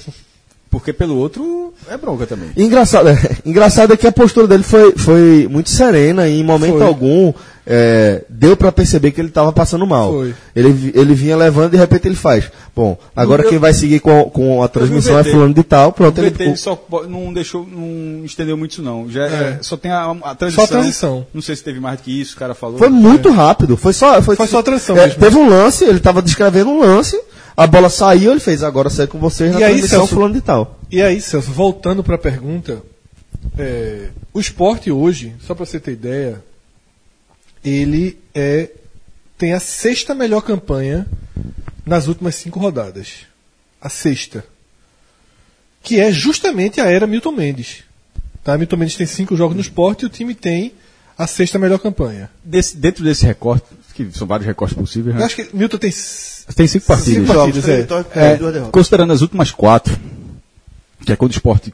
Porque pelo outro é bronca também. E Engraçado, engraçado é que a postura dele foi, foi muito serena e em momento Foi. algum é, deu pra perceber que ele tava passando mal. Foi. Ele, vi- ele vinha levando e de repente ele faz. Bom, agora Eu- quem vai seguir com, com a transmissão é VT. fulano de tal, pronto, O ele, VT ele só po- não deixou, não estendeu muito isso não. Já, É. é, Só tem a, a transição. Só a transição. Não sei se teve mais do que isso, o cara falou. Foi muito rápido. Foi só, foi, É. Foi só a transição é, mesmo. Teve um lance, ele tava descrevendo um lance, a bola saiu, ele fez agora sai com vocês na E aí, transmissão Celso? fulano de tal. E aí, Celso, voltando para a pergunta, é, o esporte hoje, só para você ter ideia, ele é tem a sexta melhor campanha nas últimas cinco rodadas. A sexta. Que é justamente a era Milton Mendes. Tá? Milton Mendes tem cinco jogos no esporte e o time tem a sexta melhor campanha. Desse- dentro desse recorte, que são vários recortes possíveis, Eu né? acho que Milton tem s- Tem cinco partidas. partidas, três é. vitórias, É, duas derrotas. considerando as últimas quatro, que é quando o esporte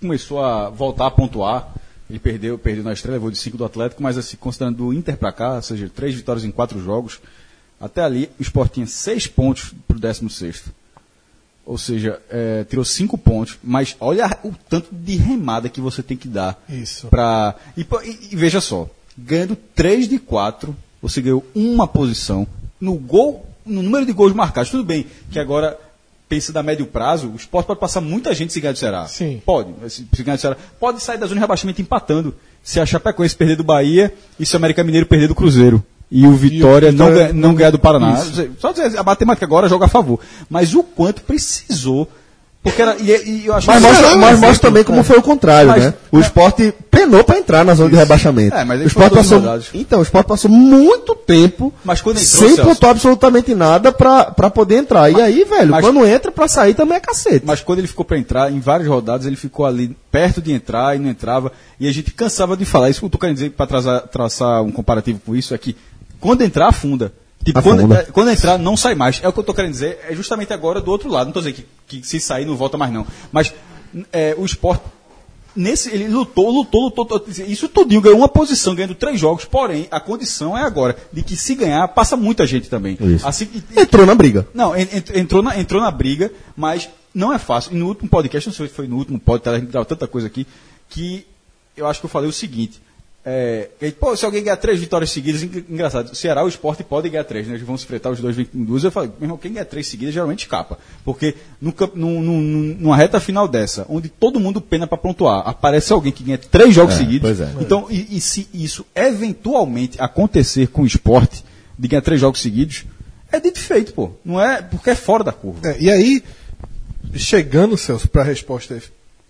começou a voltar a pontuar. Ele perdeu, perdeu na estreia, levou de 5 do Atlético, mas assim, considerando do Inter para cá, ou seja, três vitórias em quatro jogos, até ali o Sport tinha 6 pontos para o 16. Ou seja, é, tirou 5 pontos, mas olha o tanto de remada que você tem que dar. Isso. Pra, e, pô, e- e veja só, ganhando 3 de 4, você ganhou uma posição no gol, no número de gols marcados. Tudo bem que agora, pensa a médio prazo, o esporte pode passar muita gente se ganhar do Ceará. Sim. Pode. Se se ganhar do Ceará. Pode sair da zona de rebaixamento empatando. Se a Chapecoense perder do Bahia e se o América Mineiro perder do Cruzeiro. E o Vitória não, Vitória- ganha- não ganhar do Paraná. Isso. Quer dizer, Só dizer, a matemática agora joga a favor. Mas o quanto precisou. Porque era. E, e eu acho Mas que- mostra, mas mostra também como foi o contrário, é Mas- né? O esporte penou pra entrar na zona de rebaixamento. É, mas o ele esporte foi todos passou, rodados. então, o esporte passou muito tempo Mas quando entrou, sem Celso? pontuar absolutamente nada pra, pra poder entrar. e aí, velho, mas- quando entra pra sair também é cacete. Mas quando ele ficou para entrar, em várias rodadas, ele ficou ali perto de entrar e não entrava. E a gente cansava de falar. Isso que eu tô querendo dizer para traçar um comparativo com isso é que quando entrar, afunda. Tipo, quando, Afunda. é, quando entrar, não sai mais. É o que eu tô querendo dizer, é justamente agora do outro lado. Não tô dizendo que, que se sair não volta mais, não. Mas n- é, o esporte. Nesse, ele lutou, lutou, lutou, lutou. Isso tudinho, ganhou uma posição, ganhando três jogos. Porém, a condição é agora, de que se ganhar, passa muita gente também. Isso. É, Assim, e- e- Entrou na briga. não, en- ent- entrou, na, entrou na briga, mas não é fácil. E no último podcast, não sei se foi no último podcast, a gente dava tanta coisa aqui, que eu acho que eu falei o seguinte. é, que, pô, se alguém ganhar três vitórias seguidas, en- engraçado, o Ceará e o Sport podem ganhar três, né? Eles vão se enfrentar os dois vêm com duas. Eu falei, meu irmão, quem ganha três seguidas geralmente escapa. Porque no camp- num- num- num- numa reta final dessa, onde todo mundo pena pra pontuar, aparece alguém que ganha três jogos É, seguidos. pois é. Então, e, e se isso eventualmente acontecer com o esporte, de ganhar três jogos seguidos, é dito e feito, pô. Não é porque é fora da curva. É, e aí, chegando, Celso, para a resposta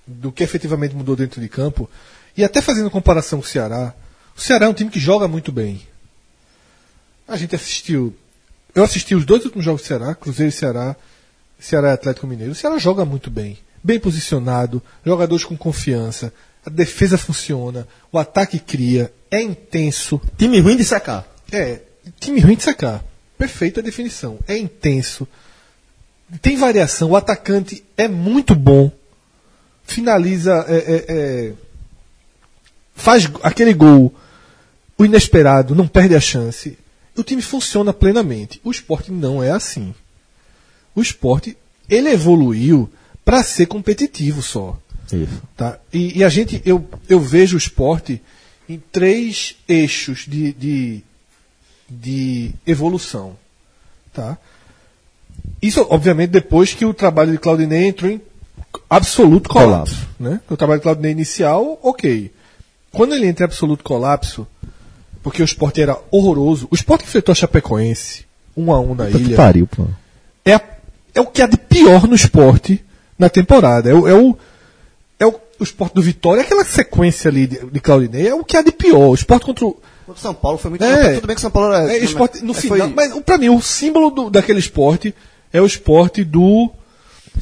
do que efetivamente mudou dentro de campo, e até fazendo comparação com o Ceará, o Ceará é um time que joga muito bem. A gente assistiu. Eu assisti os dois últimos jogos do Ceará, Cruzeiro e Ceará, Ceará e Atlético Mineiro. O Ceará joga muito bem. Bem posicionado, jogadores com confiança, a defesa funciona, o ataque cria, é intenso. Time ruim de secar. É, time ruim de sacar. Perfeita definição. É intenso. Tem variação. O atacante é muito bom. Finaliza. é, é, é, faz go- aquele gol. O inesperado. Não perde a chance. O time funciona plenamente. O esporte não é assim. O esporte ele evoluiu para ser competitivo só. Tá? E, e a gente, eu, eu vejo o esporte em três eixos de, de, de evolução. Tá? Isso, obviamente, depois que o trabalho de Claudinei entrou em absoluto colapso. Né? O trabalho de Claudinei inicial, ok. Quando ele entra em absoluto colapso, porque o esporte era horroroso, o esporte enfrentou a Chapecoense, um a um na Puta que ilha pariu, pô. é, a- é o que há de pior no esporte na temporada. É o, é o, é o, o esporte do Vitória, é aquela sequência ali de, de Claudinei, é o que há de pior. O esporte contra o. Contra o São Paulo foi muito tá É. Tudo bem que o São Paulo era. é, esporte, no mas final, foi- Mas pra mim, o símbolo do- daquele esporte é o esporte do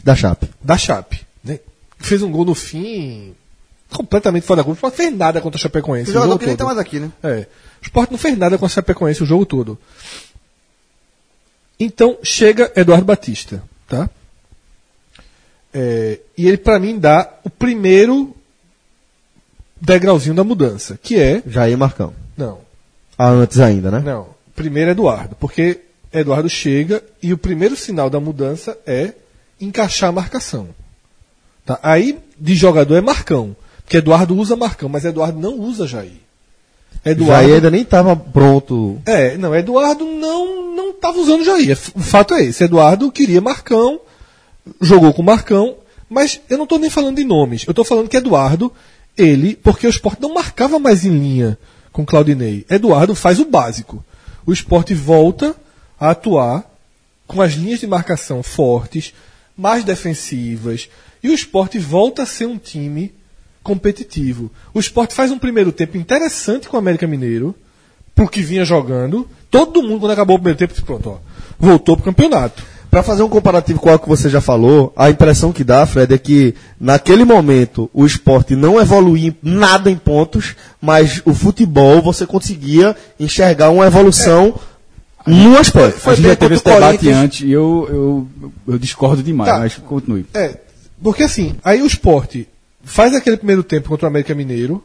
Da chapa. da Chape. Né? Fez um gol no fim completamente fora da curva. O Sport fez nada contra a Chapecoense. O o jogador jogo que nem tá todo. mais aqui, né? É. O Sport não fez nada com a Chapecoense o jogo todo. Então chega Eduardo Batista, tá? É, e ele pra mim dá o primeiro degrauzinho da mudança, que é Jair Marcão. não, Ah, antes ainda, né? não. Primeiro Eduardo, porque Eduardo chega e o primeiro sinal da mudança é encaixar a marcação. Tá? Aí de jogador é Marcão, porque Eduardo usa Marcão, mas Eduardo não usa Jair. Jair ainda nem tava pronto. É, não, Eduardo não não estava usando Jair. F- O fato é esse. Eduardo queria Marcão, jogou com Marcão, mas eu não estou nem falando de nomes. Eu estou falando que Eduardo, ele, porque o esporte não marcava mais em linha com Claudinei. Eduardo faz o básico. O esporte volta a atuar com as linhas de marcação fortes, mais defensivas, e o esporte volta a ser um time competitivo. O esporte faz um primeiro tempo interessante com o América Mineiro, pro que vinha jogando. Todo mundo, quando acabou o primeiro tempo, disse, pronto, ó, voltou pro campeonato. Pra fazer um comparativo com algo que você já falou, a impressão que dá, Fred, é que naquele momento o esporte não evoluía em- nada em pontos, mas o futebol você conseguia enxergar uma evolução num aspecto. a gente já teve esse contra o debate Corinthians. antes e eu, eu, eu discordo demais, Tá. mas continue. É, Porque assim, aí o esporte faz aquele primeiro tempo contra o América Mineiro,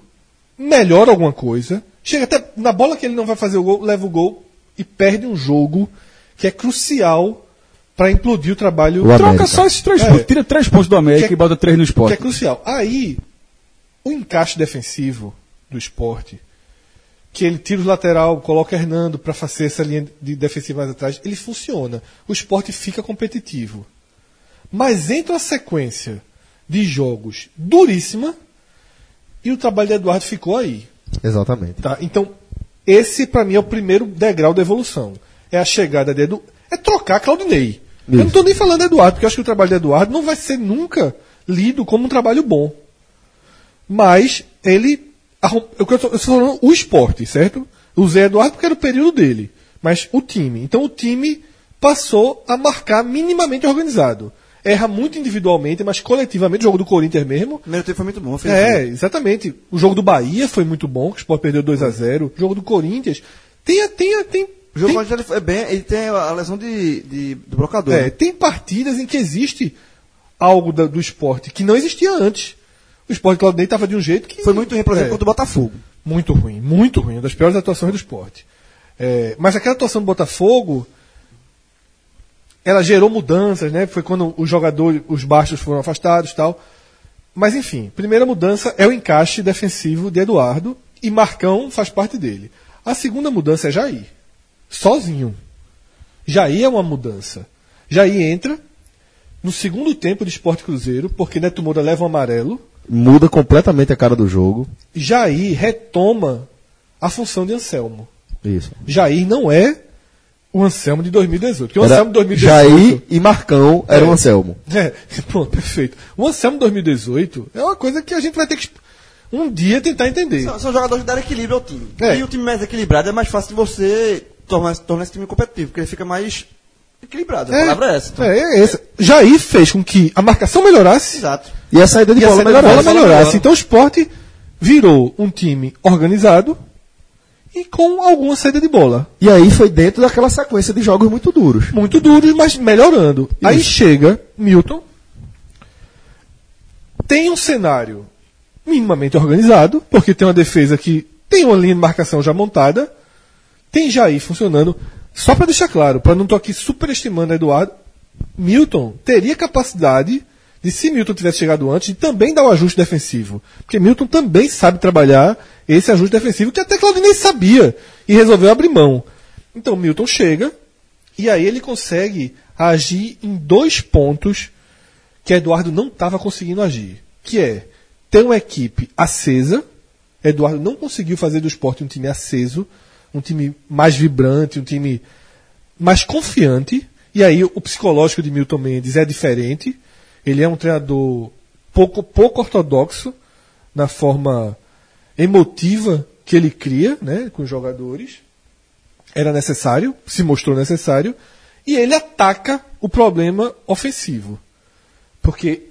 melhora alguma coisa, chega até na bola que ele não vai fazer o gol, leva o gol e perde um jogo que é crucial para implodir o trabalho. O Troca América. só esses três É. pontos. Tira três pontos do América Que é- e bota três no esporte. Que é crucial. Aí, o encaixe defensivo do esporte, que ele tira o lateral, coloca Hernando para fazer essa linha de defensiva mais atrás, ele funciona. O esporte fica competitivo. Mas entra uma sequência de jogos duríssima e o trabalho de Eduardo ficou aí. Exatamente. Tá? Então, esse para mim é o primeiro degrau da evolução. É a chegada de Edu... É trocar Claudinei. Eu não estou nem falando Eduardo, porque eu acho que o trabalho de Eduardo não vai ser nunca lido como um trabalho bom. Mas ele. arrum- Eu estou falando o esporte, certo? Usei Eduardo porque era o período dele. Mas o time. Então o time passou a marcar minimamente organizado. Erra muito individualmente, mas coletivamente, o jogo do Corinthians mesmo, Primeiro tempo foi muito bom. fez é, exatamente. O jogo do Bahia foi muito bom, que o Sport perdeu 2 a 0 O jogo do Corinthians. Tem, tem, tem, O jogo tem, mais ele foi bem, ele tem a lesão de, de- do brocador. é, né? tem partidas em que existe algo da- do esporte que não existia antes. O esporte Claudinei estava de um jeito que. Foi muito ruim, por exemplo, É. contra o Botafogo. Muito ruim, muito ruim. Uma das piores atuações do esporte. É, mas aquela atuação do Botafogo, ela gerou mudanças, né? Foi quando os jogadores, os baixos foram afastados e tal. Mas enfim, primeira mudança é o encaixe defensivo de Eduardo e Marcão faz parte dele. A segunda mudança é Jair. Sozinho. Jair é uma mudança. Jair entra no segundo tempo do Esporte Cruzeiro, porque Neto Moura leva o amarelo. Muda completamente a cara do jogo. Jair retoma a função de Anselmo. Isso. Jair não é o Anselmo de 2018. Porque o Era Anselmo de 2018. Jair e Marcão eram É. Anselmo. É, pronto, perfeito. O Anselmo de 2018 é uma coisa que a gente vai ter que exp- um dia tentar entender. São, são jogadores que deram equilíbrio ao time. É. E o time mais equilibrado é mais fácil de você tornar, tornar esse time competitivo, porque ele fica mais equilibrado. A palavra é essa. então. É, é essa. Jair fez com que a marcação melhorasse Exato. E a saída de e a bola saída de bola melhorasse. melhorasse. Então o esporte virou um time organizado e com alguma saída de bola. E aí foi dentro daquela sequência de jogos muito duros. muito duros, mas melhorando. Aí chega Milton, tem um cenário minimamente organizado, porque tem uma defesa que tem uma linha de marcação já montada, tem Jair funcionando. Só para deixar claro, para não estou aqui superestimando Eduardo, Milton teria capacidade de, se Milton tivesse chegado antes, de também dar o ajuste defensivo. Porque Milton também sabe trabalhar esse ajuste defensivo, que até Claudinei sabia e resolveu abrir mão. Então Milton chega e aí ele consegue agir em dois pontos que Eduardo não estava conseguindo agir. Que é ter uma equipe acesa. Eduardo não conseguiu fazer do esporte um time aceso, um time mais vibrante, um time mais confiante. E aí o psicológico de Milton Mendes é diferente. Ele é um treinador pouco, pouco ortodoxo na forma emotiva que ele cria né, com os jogadores era necessário, se mostrou necessário, e ele ataca o problema ofensivo. Porque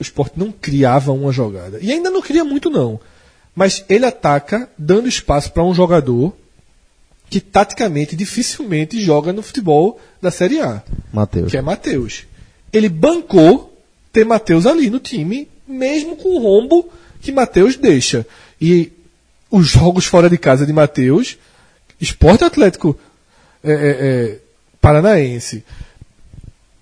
o esporte não criava uma jogada. E ainda não cria muito, não. Mas ele ataca dando espaço para um jogador que taticamente dificilmente joga no futebol da Série A Matheus. que é Matheus. Ele bancou ter Matheus ali no time, mesmo com o rombo que Matheus deixa. E os jogos fora de casa de Matheus, Esporte Atlético é, é, é, Paranaense,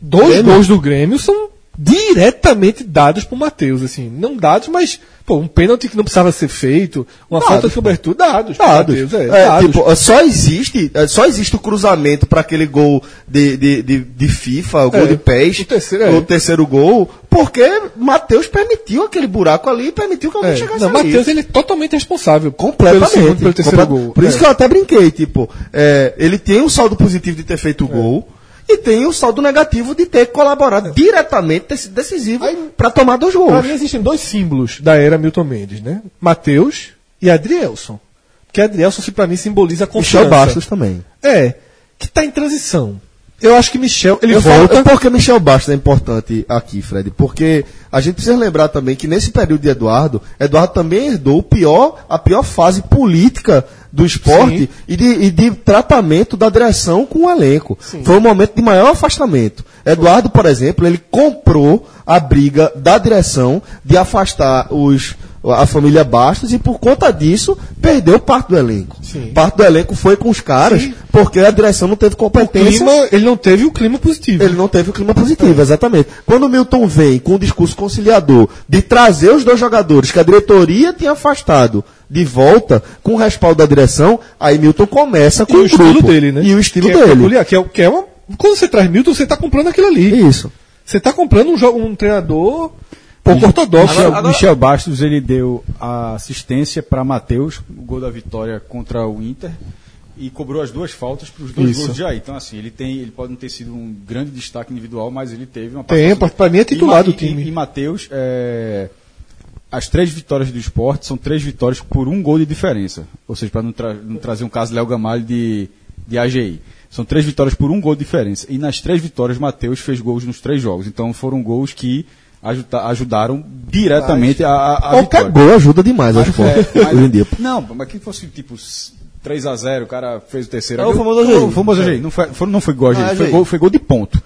dois gols do Grêmio são diretamente dados por Matheus, assim, não dados, mas pô, um pênalti que não precisava ser feito, uma Dados, falta de cobertura, dados, por Dados. Matheus, é, É, dados. tipo, só existe, é, só existe o cruzamento para aquele gol de, de, de, de FIFA, o gol É, de PES, o terceiro, é. o terceiro gol, porque Matheus permitiu aquele buraco ali, permitiu que alguém É, chegasse não, ali. Matheus ele é totalmente responsável Completamente. pelo segundo, pelo terceiro Comple- gol. Por isso É. que eu até brinquei, tipo, é, ele tem um saldo positivo de ter É. feito o gol e tem o saldo negativo de ter colaborado diretamente, ter sido decisivo para tomar dois Para gols. mim existem dois símbolos da era Milton Mendes, né? Mateus e Adrielson. Porque Adrielson, se para mim, simboliza a confiança. Michel Bastos também. É, que tá em transição. Eu acho que Michel, ele eu volta. Falo, porque Michel Bastos é importante aqui, Fred, porque A gente precisa lembrar também que nesse período de Eduardo, Eduardo também herdou o pior, a pior fase política do esporte e de, e de tratamento da direção com o elenco. Foi o momento de maior afastamento. Eduardo, por exemplo, ele comprou a briga da direção de afastar os, a família Bastos e por conta disso perdeu parte do elenco. Sim. Parte do elenco foi com os caras porque a direção não teve O competência. clima, ele não teve um clima positivo. Ele não teve o clima positivo, exatamente. Quando o Milton vem com um discurso conciliador de trazer os dois jogadores que a diretoria tinha afastado de volta com o respaldo da direção, aí Milton começa E com o estilo grupo. dele, né? E o estilo que É dele. peculiar, que é, que é uma, quando você traz Milton, você tá comprando aquilo ali. Isso. Você tá comprando um, jo- um treinador pouco ortodoxo. Michel, Michel Bastos ele deu a assistência para Matheus, o gol da vitória contra o Inter, e cobrou as duas faltas para os dois Isso. gols de Jair. Então, assim, ele tem, ele pode não ter sido um grande destaque individual, mas ele teve uma Tem, participação. pra mim é titular E Ma- do time. E, e Matheus, é, as três vitórias do esporte são três vitórias por um gol de diferença. Ou seja, para não, tra- não trazer um caso Léo Gamalho de, de AGI. São três vitórias por um gol de diferença. E nas três vitórias, Matheus fez gols nos três jogos. Então foram gols que ajuda- ajudaram diretamente a, a, a Qualquer Ah, vitória. gol ajuda demais ao É, esporte, mas- hoje em dia. Não, mas que fosse tipo 3x0, o cara fez o terceiro. É o Eu- famoso Não, AGI. O famoso É. AGI. Não foi, foi- não foi gol, AGI, Ah, foi, AGI. gol, foi gol de ponto.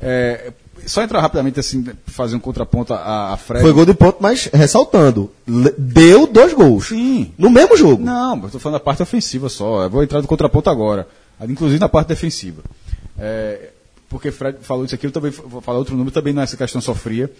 É, só entrar rapidamente assim, fazer um contraponto a, a Fred. Foi gol de ponto, mas ressaltando, le- deu dois gols. Sim. No mesmo jogo. Não, mas estou falando da parte ofensiva só. Eu vou entrar no contraponto agora. Ah, Inclusive na parte defensiva. É, porque Fred falou isso aqui, eu também vou falar outro número, também não é essa questão só fria.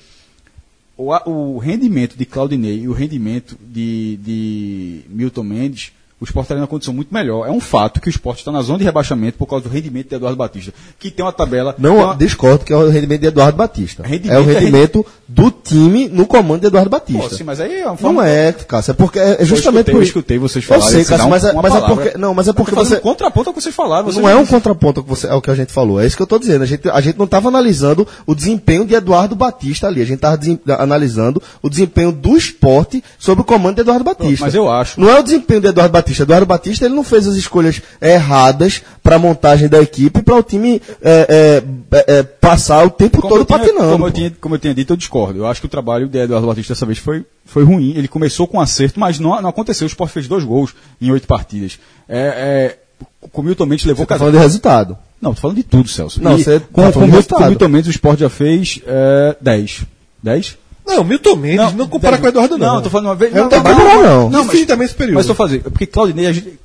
O, a- o rendimento de Claudinei e o rendimento de, de Milton Mendes, o Sport está numa condição muito melhor. É um fato que o Sport está na zona de rebaixamento por causa do rendimento de Eduardo Batista, que tem uma tabela. Não, tem uma- discordo que é o rendimento de Eduardo Batista. Rendimento- é o rendimento do time no comando de Eduardo Pô, Batista. sim, mas aí é uma Não forma- é, Cássio, é porque é justamente escutei- eu escutei vocês Eu falarem, sei, você dá Cássio, um- mas, é- uma mas é palavra. porque não, mas é Eu tô porque fazendo você um contraponto ao que vocês falaram. vocês não é um contraponto ao que você, ao que a gente falou, é isso que eu estou dizendo. A gente, a gente não estava analisando o desempenho de Eduardo Batista ali, a gente estava analisando o desempenho do esporte sob o comando de Eduardo Batista. mas eu acho. Não é o desempenho de Eduardo Batista. Eduardo Batista ele não fez as escolhas erradas para a montagem da equipe e para o time é, é, é, é, passar o tempo Como todo eu tinha- patinando. Como eu, pô. tinha, como eu tinha dito, eu discordo. Eu acho que o trabalho de Eduardo Batista dessa vez foi, foi ruim. Ele começou com acerto, mas não, não aconteceu. O Sport fez dois gols em oito partidas. É, é, com o Milton Mendes levou Você tá cada- falando de resultado. Não, tô falando de tudo, Celso. Não, E você com, tá falando com, o de Milton- resultado. com o Milton Mendes, o Sport já fez é, dez. Dez? Não, Milton Mendes não, compara dez- com Eduardo, não. Não, eu tô falando uma vez. É um trabalho melhor, não. Não, mas, Infinitamente superior. mas tô fazendo. Porque Claudinei, a gente.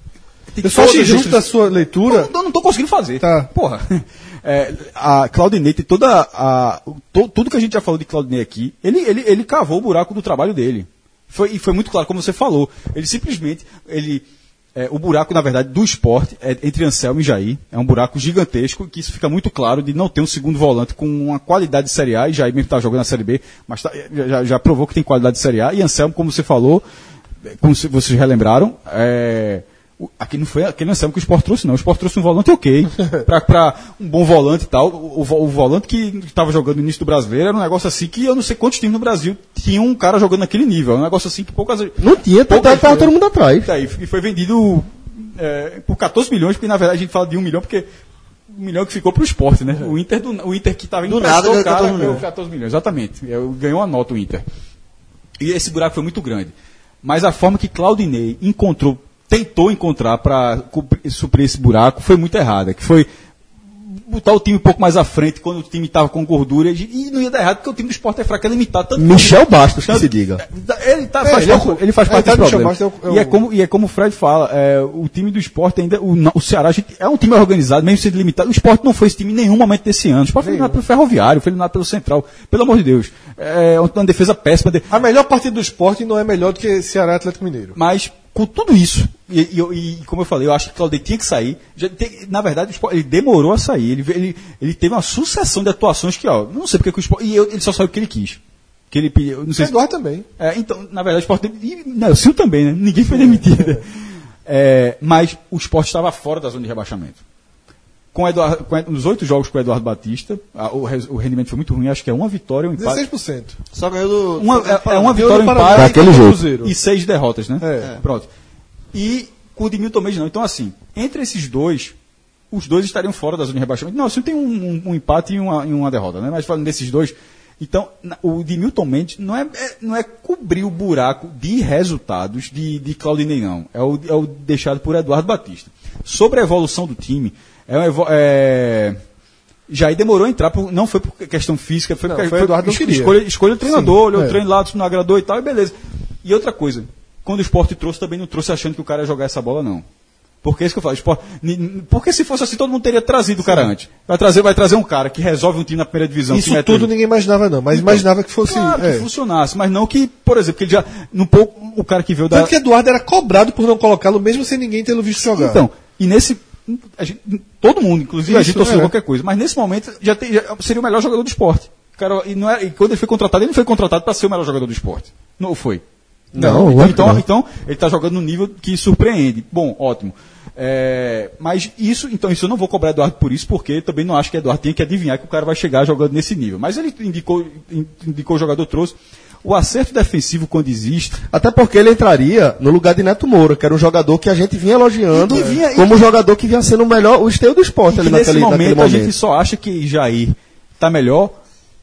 Eu só achei todas justo as- da sua leitura. eu não tô conseguindo fazer. Tá. Porra. É, a Claudinei tem toda a. o- to- tudo que a gente já falou de Claudinei aqui, ele, ele, ele cavou o buraco do trabalho dele. Foi, e foi muito claro, como você falou. Ele simplesmente. Ele, é, o buraco, na verdade, do esporte é entre Anselmo e Jair. É um buraco gigantesco, que isso fica muito claro de não ter um segundo volante com uma qualidade de Série A, e Jair mesmo está jogando na Série B, mas tá- já- já, já provou que tem qualidade de Série A. E Anselmo, como você falou, é, como se- vocês relembraram, é, o- Aqui não foi aquele Anselmo que o Sport trouxe, não. O Sport trouxe um volante ok, pra, pra um bom volante e tal. O, o vo- o volante que estava jogando no início do brasileiro era um negócio assim que eu não sei quantos times no Brasil tinham um cara jogando naquele nível. É um negócio assim que poucas. Não tinha, tanto é que tava todo mundo atrás. Tá aí, e foi vendido é, por 14 milhões, porque na verdade a gente fala de um milhão, porque um milhão que ficou pro esporte, né? O Inter, do- o Inter que estava Do nada ganhou 14 milhões. ganhou 14 milhões, exatamente. É, Ganhou a nota o Inter. E esse buraco foi muito grande. Mas a forma que Claudinei encontrou, tentou encontrar para suprir esse buraco foi muito errada. Que foi botar o time um pouco mais à frente quando o time estava com gordura. E e não ia dar errado porque o time do esporte é fraco, é limitado. Tanto que- Michel Bastos, que tanto- se diga. Ele, tá, É, faz ele é o- parte, ele faz é, parte tá do no problema. chamado, é o- é E, é o- como, e é como o Fred fala, é, o time do esporte ainda, o, na- o Ceará a gente- é um time organizado, mesmo sendo limitado. O esporte não foi esse time em nenhum momento desse ano. O esporte foi eliminado pelo Ferroviário, foi eliminado pelo Central. Pelo amor de Deus. É uma uma defesa péssima. de- A melhor partida do esporte não é melhor do que Ceará e Atlético Mineiro. mas com tudo isso, e, e eu- e como eu falei, eu acho que Claudinei tinha que sair. Já tem- na verdade, o Sport- ele demorou a sair. Ele, ve- ele, ele teve uma sucessão de atuações que, ó, não sei porque que o esporte. E eu- ele só saiu porque ele quis. Que ele, pe- eu não sei se- Eduardo também. é, então, na verdade, o Sport. E, não, o Sil também, né? Ninguém foi demitido. É, mas o Sport estava fora da zona de rebaixamento. Com Eduardo, com, Ed- nos oito jogos com o Eduardo Batista, a- o, res- o rendimento foi muito ruim, acho que é uma vitória e um empate. 16%. Só ganhou do. Uma, do- é, é Ganhou uma vitória, do um Paraná empate e Daquele do jeito. Cruzeiro. e seis derrotas, né? É. Pronto. E com o de Milton Mendes não. Então, assim, entre esses dois, os dois estariam fora da zona de rebaixamento. Não, assim, tem um, um- um empate e uma, e uma derrota, né? Mas falando desses dois, Então, na- o de Milton Mendes não é, é- não é cobrir o buraco de resultados de, de Claudinei, não. É o, é o deixado por Eduardo Batista. Sobre a evolução do time, é, uma evo- é, Jair demorou a entrar, por- não foi por questão física, foi Não, porque foi Eduardo es- não queria. escolha, escolha o treinador, Sim, olhou é. o treino lá, se não agradou e tal, e beleza. E outra coisa, quando o esporte trouxe, também não trouxe achando que o cara ia jogar essa bola, não. Porque é isso que eu falo, esporte, ni- ni- porque se fosse assim, todo mundo teria trazido o cara antes. Vai trazer, vai trazer um cara que resolve um time na primeira divisão. que Isso mete tudo ele. ninguém imaginava, não. Mas imaginava que fosse. Então, Claro, que é. funcionasse, mas não que, por exemplo, que ele já. No pouco, o cara que veio da. Tanto que é Eduardo era cobrado por não colocá-lo, mesmo sem ninguém tê-lo visto jogar. Então, e nesse. a gente- todo mundo, inclusive a Isso, gente torceu é. qualquer coisa, mas nesse momento já, tem- já seria o melhor jogador do esporte. O Cara, e, não era- e quando ele foi contratado, ele não foi contratado para ser o melhor jogador do esporte. Não foi. Não, então, lógico que então, não. então, ele está jogando num nível que surpreende. Bom, ótimo. É, mas isso, então, isso eu não vou cobrar Eduardo por isso, porque eu também não acho que Eduardo tenha que adivinhar que o cara vai chegar jogando nesse nível. Mas ele indicou, in- indicou o jogador, trouxe. O acerto defensivo, quando existe, Até porque ele entraria no lugar de Neto Moura, que era um jogador que a gente vinha elogiando E que vinha- como um jogador que vinha sendo o melhor, o esteio do esporte E ali que nesse naquele momento, naquele a momento. gente só acha que Jair tá melhor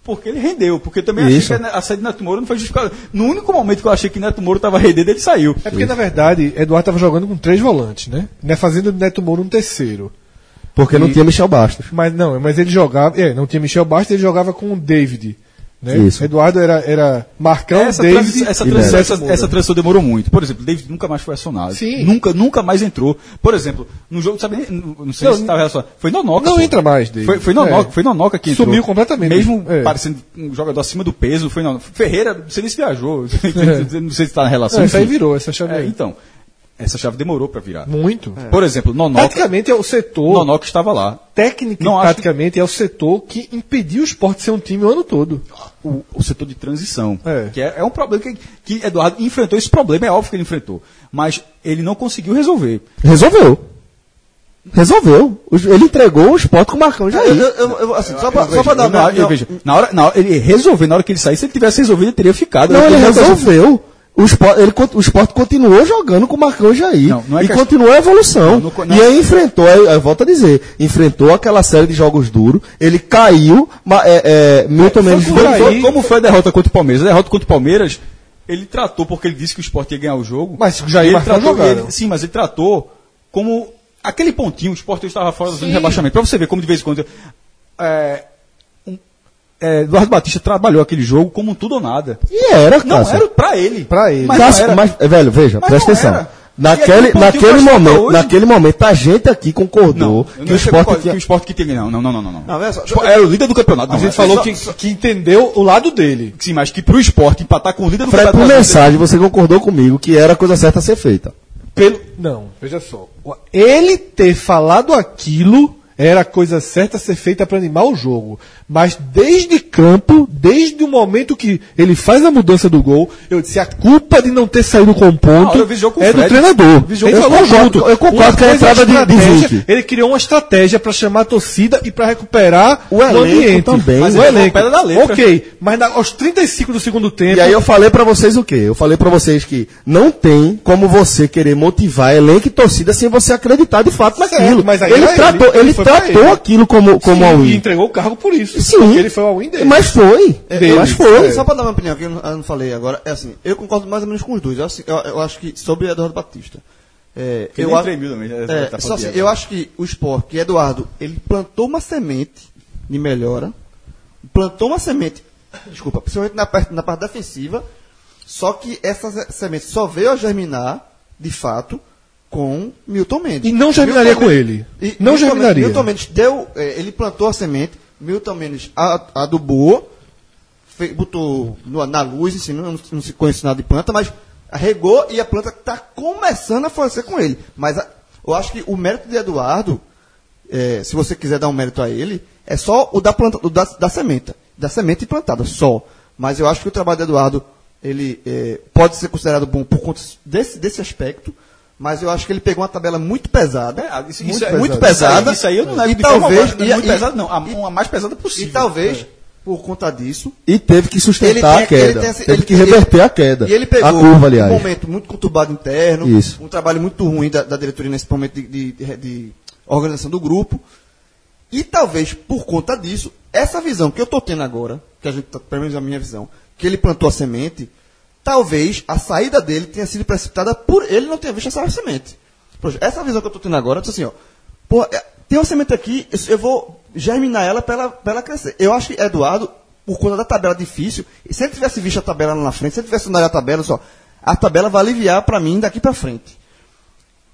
porque ele rendeu, porque eu também Isso. achei que a saída de Neto Moura não foi justificada. No único momento que eu achei que Neto Moura estava rendendo, ele saiu. É porque, na verdade, Eduardo estava jogando com três volantes, né? né? Fazendo Neto Moura um terceiro. Porque não E- tinha Michel Bastos. Mas não, mas ele jogava. É, não tinha Michel Bastos, ele jogava com o David. Né? Isso. Eduardo era, era Marcão, essa, David. transi- essa, e transi- Neto essa- Moura. essa transição demorou muito. Por exemplo, David nunca mais foi acionado. Sim. Nunca, nunca mais entrou. Por exemplo, no jogo, sabe, não, não sei Não, se estava relacionado. Foi Nonoca. não pô. entra mais, David. Foi, foi, Nonoca, É. foi Nonoca que entrou. Sumiu completamente. Mesmo É. parecendo um jogador acima do peso, foi Nonoca. Ferreira, não sei nem se viajou. não sei se está na relação. Não, essa aí enfim. virou, essa chave É, aí. então, essa chave demorou para virar. Muito. Por exemplo, Nonoca, Praticamente é o setor. Nonoca estava lá. Técnica Não e acho- praticamente é o setor que impediu o esporte de ser um time o ano todo. O, o setor de transição, É. que é, é um problema que, que Eduardo enfrentou. Esse problema é óbvio que ele enfrentou, mas ele não conseguiu resolver. Resolveu. Resolveu. Os- Ele entregou o esporte com o Marcão Eu, Jair. eu- eu- eu- assim, só pra, só Veja, pra dar na, uma. eu vejo, na hora, na hora- ele resolveu, na hora que ele saísse, se ele tivesse resolvido, ele teria ficado. Não, Era ele outra coisa. resolveu. O esporte, ele, cont- o esporte continuou jogando com o Marcão Jair. Não, não é e questão- continuou a evolução. Não, não- não- E aí enfrentou, eu, eu volto a dizer, enfrentou aquela série de jogos duros. Ele caiu, ma- é, é, Milton Mendes Como foi- voltou. como foi a derrota contra o Palmeiras? A derrota contra o Palmeiras, ele tratou, porque ele disse que o Sport ia ganhar o jogo. Mas o Jair E ele Marcão tratou, jogaram. ele- Sim, mas ele tratou como aquele pontinho, o Sport estava fora da zona de rebaixamento. Pra você ver como de vez em quando. é, um- é, Eduardo Batista trabalhou aquele jogo como um tudo ou nada. E era, Não, Cássio. era pra ele. Tá Pra ele. Tá Mas não Cássio, era. mas, velho, veja, Mas presta não atenção. era. E aquele Naquele, pontinho naquele que nós momento, hoje- naquele momento, a gente aqui concordou Não, é que o esporte tinha... que o Sport que tinha. Não, não, não, não. não, não. Não, é só- Sport- Era o líder do campeonato. A não, gente é- falou só- que, que entendeu o lado dele. Sim, mas que pro esporte empatar com o líder do Fred, por campeonato brasileiro- mensagem, você concordou comigo que era a coisa certa a ser feita. Pelo... Não, veja só. O- Ele ter falado aquilo era a coisa certa a ser feita para animar o jogo. Mas desde campo, desde o momento que ele faz a mudança do gol, eu disse a culpa de não ter saído com o Ah, ponto hora eu vi jogo com o é do Fred. treinador. Eu vi jogo Ele com o falou Fred. junto. Eu concordo Uma que a coisa é entrada de- de estratégia, Vick. Ele criou uma estratégia para chamar a torcida e para recuperar O elenco também. Mas Mas o ele elenco. falou pela letra. Ok, mas na- aos 35 do segundo tempo. E aí eu falei pra vocês o quê? Eu falei pra vocês que não tem como você querer motivar elenco e torcida sem você acreditar de fato Certo, naquilo. mas aí ele era tratou, ele, ele, ele foi pra tratou ele. aquilo como como a Sim, e win. entregou o cargo por isso. Sim. Porque ele foi a win dele. Mas foi. Dele. Mas foi. É. Só pra dar uma opinião que eu não, eu não falei agora, é assim, eu concordo mais ou menos com os dois. Eu, acho- eu- eu acho que sobre Eduardo Batista. É, Ele eu nem acho- tremiu também, é, é, tá só assim, falando de eu Eduardo. acho que o Sport, que Eduardo, ele plantou uma semente de melhora, plantou uma semente, desculpa, principalmente na parte, na parte defensiva, só que essa se- semente só veio a germinar, de fato, com Milton Mendes. E não germinaria Milton com Mendes- ele. Não Milton germinaria. Mendes- Milton Mendes deu, é, ele plantou a semente, Milton Mendes a- adubou, fe- botou no- na luz, assim, não, não se conhece nada de planta, mas regou e a planta está começando a florescer com ele. Mas a- eu acho que o mérito de Eduardo, eh, se você quiser dar um mérito a ele, é só o da planta, o da, da sementa, da semente plantada, só. Mas eu acho que o trabalho de Eduardo ele eh, pode ser considerado bom por conta desse, desse aspecto, mas eu acho que ele pegou uma tabela muito pesada, É, isso- muito, isso é- muito isso aí- pesada. Isso aí eu não e nego de forma talvez alguma, e- não é muito e- pesado, não. A, e- uma mais pesada E possível. é. talvez por conta disso E teve que sustentar a tem- queda. tem esse- teve ele- que reverter ele- a queda. E ele pegou a curva, aliás. um momento muito conturbado interno, Isso. um trabalho muito ruim da, da diretoria nesse momento de, de- de- de organização do grupo. E talvez por conta disso, essa visão que eu estou tendo agora, que a gente, tá- pelo menos na minha visão, que ele plantou a semente, talvez a saída dele tenha sido precipitada por ele não ter visto essa semente. Poxa, essa visão que eu tô tendo agora, eu tô assim, ó. Porra, é, tem uma semente aqui, eu- eu vou germinar ela pra, ela pra ela crescer. Eu acho que Eduardo, por conta da tabela difícil, e se ele tivesse visto a tabela lá na frente, se ele tivesse olhado a tabela, só, a tabela vai aliviar pra mim daqui pra frente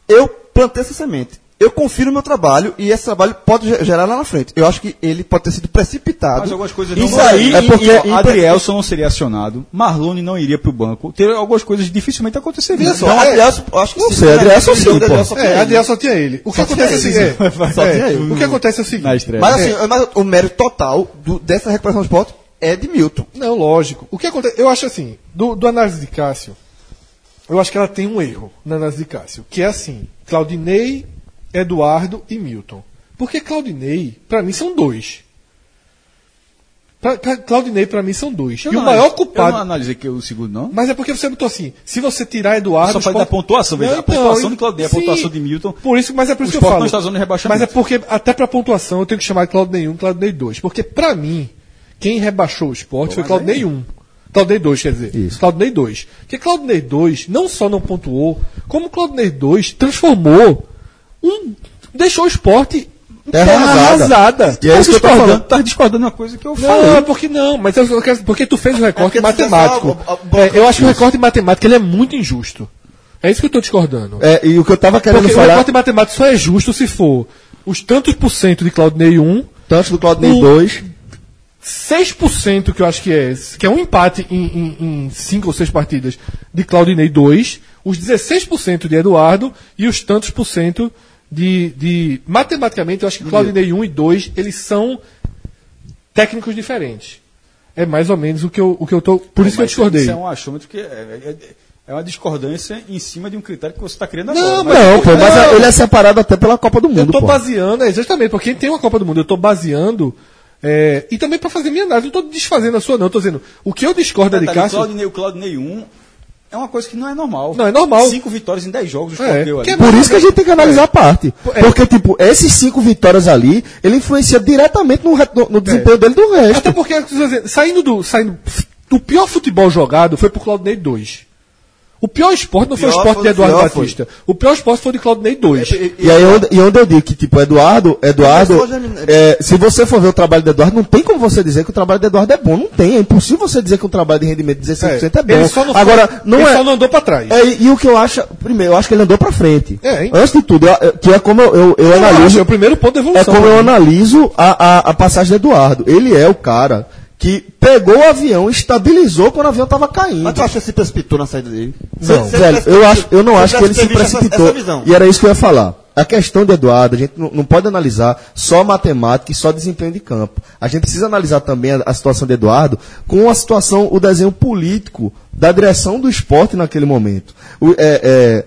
eu plantei essa semente. Eu confio no meu trabalho e esse trabalho pode ge- gerar lá na frente. Eu acho que ele pode ter sido precipitado. Mas algumas coisas Isso não aí é porque e- e- Adrielson não seria acionado, Marlone não iria para o banco. Ter algumas coisas dificilmente aconteceriam. Veja só, Adrielson, eu acho que né? Não sei, Adrielson Adrielson sim, pô. Adrielson É, tem. a DL só tinha ele. O que Só acontece é o tinha seguinte. ele. Só tinha é, ele. O que acontece é o seguinte. Na estreia. Mas assim, mas o mérito total do- dessa recuperação de pontos é de Milton. Não, lógico. O que acontece. Eu acho assim, do, do análise de Cássio, eu acho que ela tem um erro na análise de Cássio, que é assim: Claudinei, Eduardo e Milton. Porque Claudinei, pra mim, são dois. Pra, Ca- Claudinei, pra mim, são dois. Eu e o não maior analisei- Eu culpado. não analisei que o segundo, não. Mas é porque você botou assim: se você tirar Eduardo. Só o então, falei da pontuação, veja, a pontuação de Claudinei, a sim. pontuação de Milton. Por isso, mas é por O isso que eu Sport falo. não está na zona de rebaixamento. mas é porque, até pra pontuação, eu tenho que chamar de Claudinei 1, Claudinei 2. Porque, pra mim, quem rebaixou o esporte foi é Claudinei 1. Claudinei 2, quer dizer. Isso. Claudinei 2. Porque Claudinei 2 não só não pontuou, como Claudinei 2 transformou um. deixou o esporte Tá Terra É arrasada. E é isso que eu tô falando. Tá discordando de uma coisa que eu Não, falei. é porque não, mas eu quero, porque tu fez o recorte É porque tu matemático. fez a- a- a- É, eu acho que o recorte matemático ele é muito injusto. É isso que eu estou discordando. É, e o que eu tava querendo porque o falar, recorte matemático só é justo se for os tantos por cento de Claudinei 1, tanto do Claudinei o- 2, 6% que eu acho que é, esse, que é um empate em, em, em 5 ou 6 partidas de Claudinei 2, os 16% de Eduardo e os tantos por cento de, de. Matematicamente, eu acho que Claudinei 1 e 2, eles são técnicos diferentes. É mais ou menos o que eu, o que eu tô. Por isso que eu Mas discordei. Isso é um achômetro que é, é- é uma discordância em cima de um critério que você está criando Não, agora. um mas- não, pô, mas Não. ele é separado até pela Copa do Eu Mundo, tô pô. baseando, é, exatamente, porque tem uma Copa do Mundo, eu tô baseando. é, e também para fazer minha análise, não tô desfazendo a sua, não. Eu tô dizendo, o que eu discordo de Detalhe, o, Cássio. Claudinei, o Claudinei 1 é uma coisa que não é normal. Não, é normal. Cinco vitórias em dez jogos, o É, Sport deu que ali. é Por isso que a gente tem que analisar a parte. É. Porque, tipo, esses cinco vitórias ali, ele influencia diretamente no, re- no- no desempenho dele do É. Até resto. porque, é eu preciso dizer, saindo do. Saindo, o pior futebol jogado foi por Claudinei 2. O pior esporte não foi o pior esporte foi- de Eduardo o pior Batista. O pior esporte foi o de Claudinei 2. E aí, é onde, e onde eu digo que, tipo, Eduardo, Eduardo, é, se você for ver o trabalho de Eduardo, não tem como você dizer que o trabalho de Eduardo é bom. Não tem. É impossível você dizer que um trabalho de rendimento de 16% é, bom. Ele só não, foi- Agora, não ele é. só não andou pra trás. É, e, e o que eu acho, primeiro, eu acho que ele andou pra frente. É, hein? Antes de tudo, eu- eu- que é como eu, eu, eu Eu acho, analiso. é o primeiro ponto da É evolução. né? como eu analiso a, a, a passagem do Eduardo. Ele é o cara que pegou o avião, estabilizou quando o avião tava caindo. Mas tu acha que ele se precipitou na saída dele? Não, Se- se ele velho, tivesse- eu, acho, eu não se acho que ele se tivesse visto essa- precipitou. essa visão. e era isso que eu ia falar. A questão de Eduardo, a gente não, não pode analisar só matemática e só desempenho de campo. A gente precisa analisar também a, a situação de Eduardo com a situação, o desenho político da direção do esporte naquele momento. O- é- é-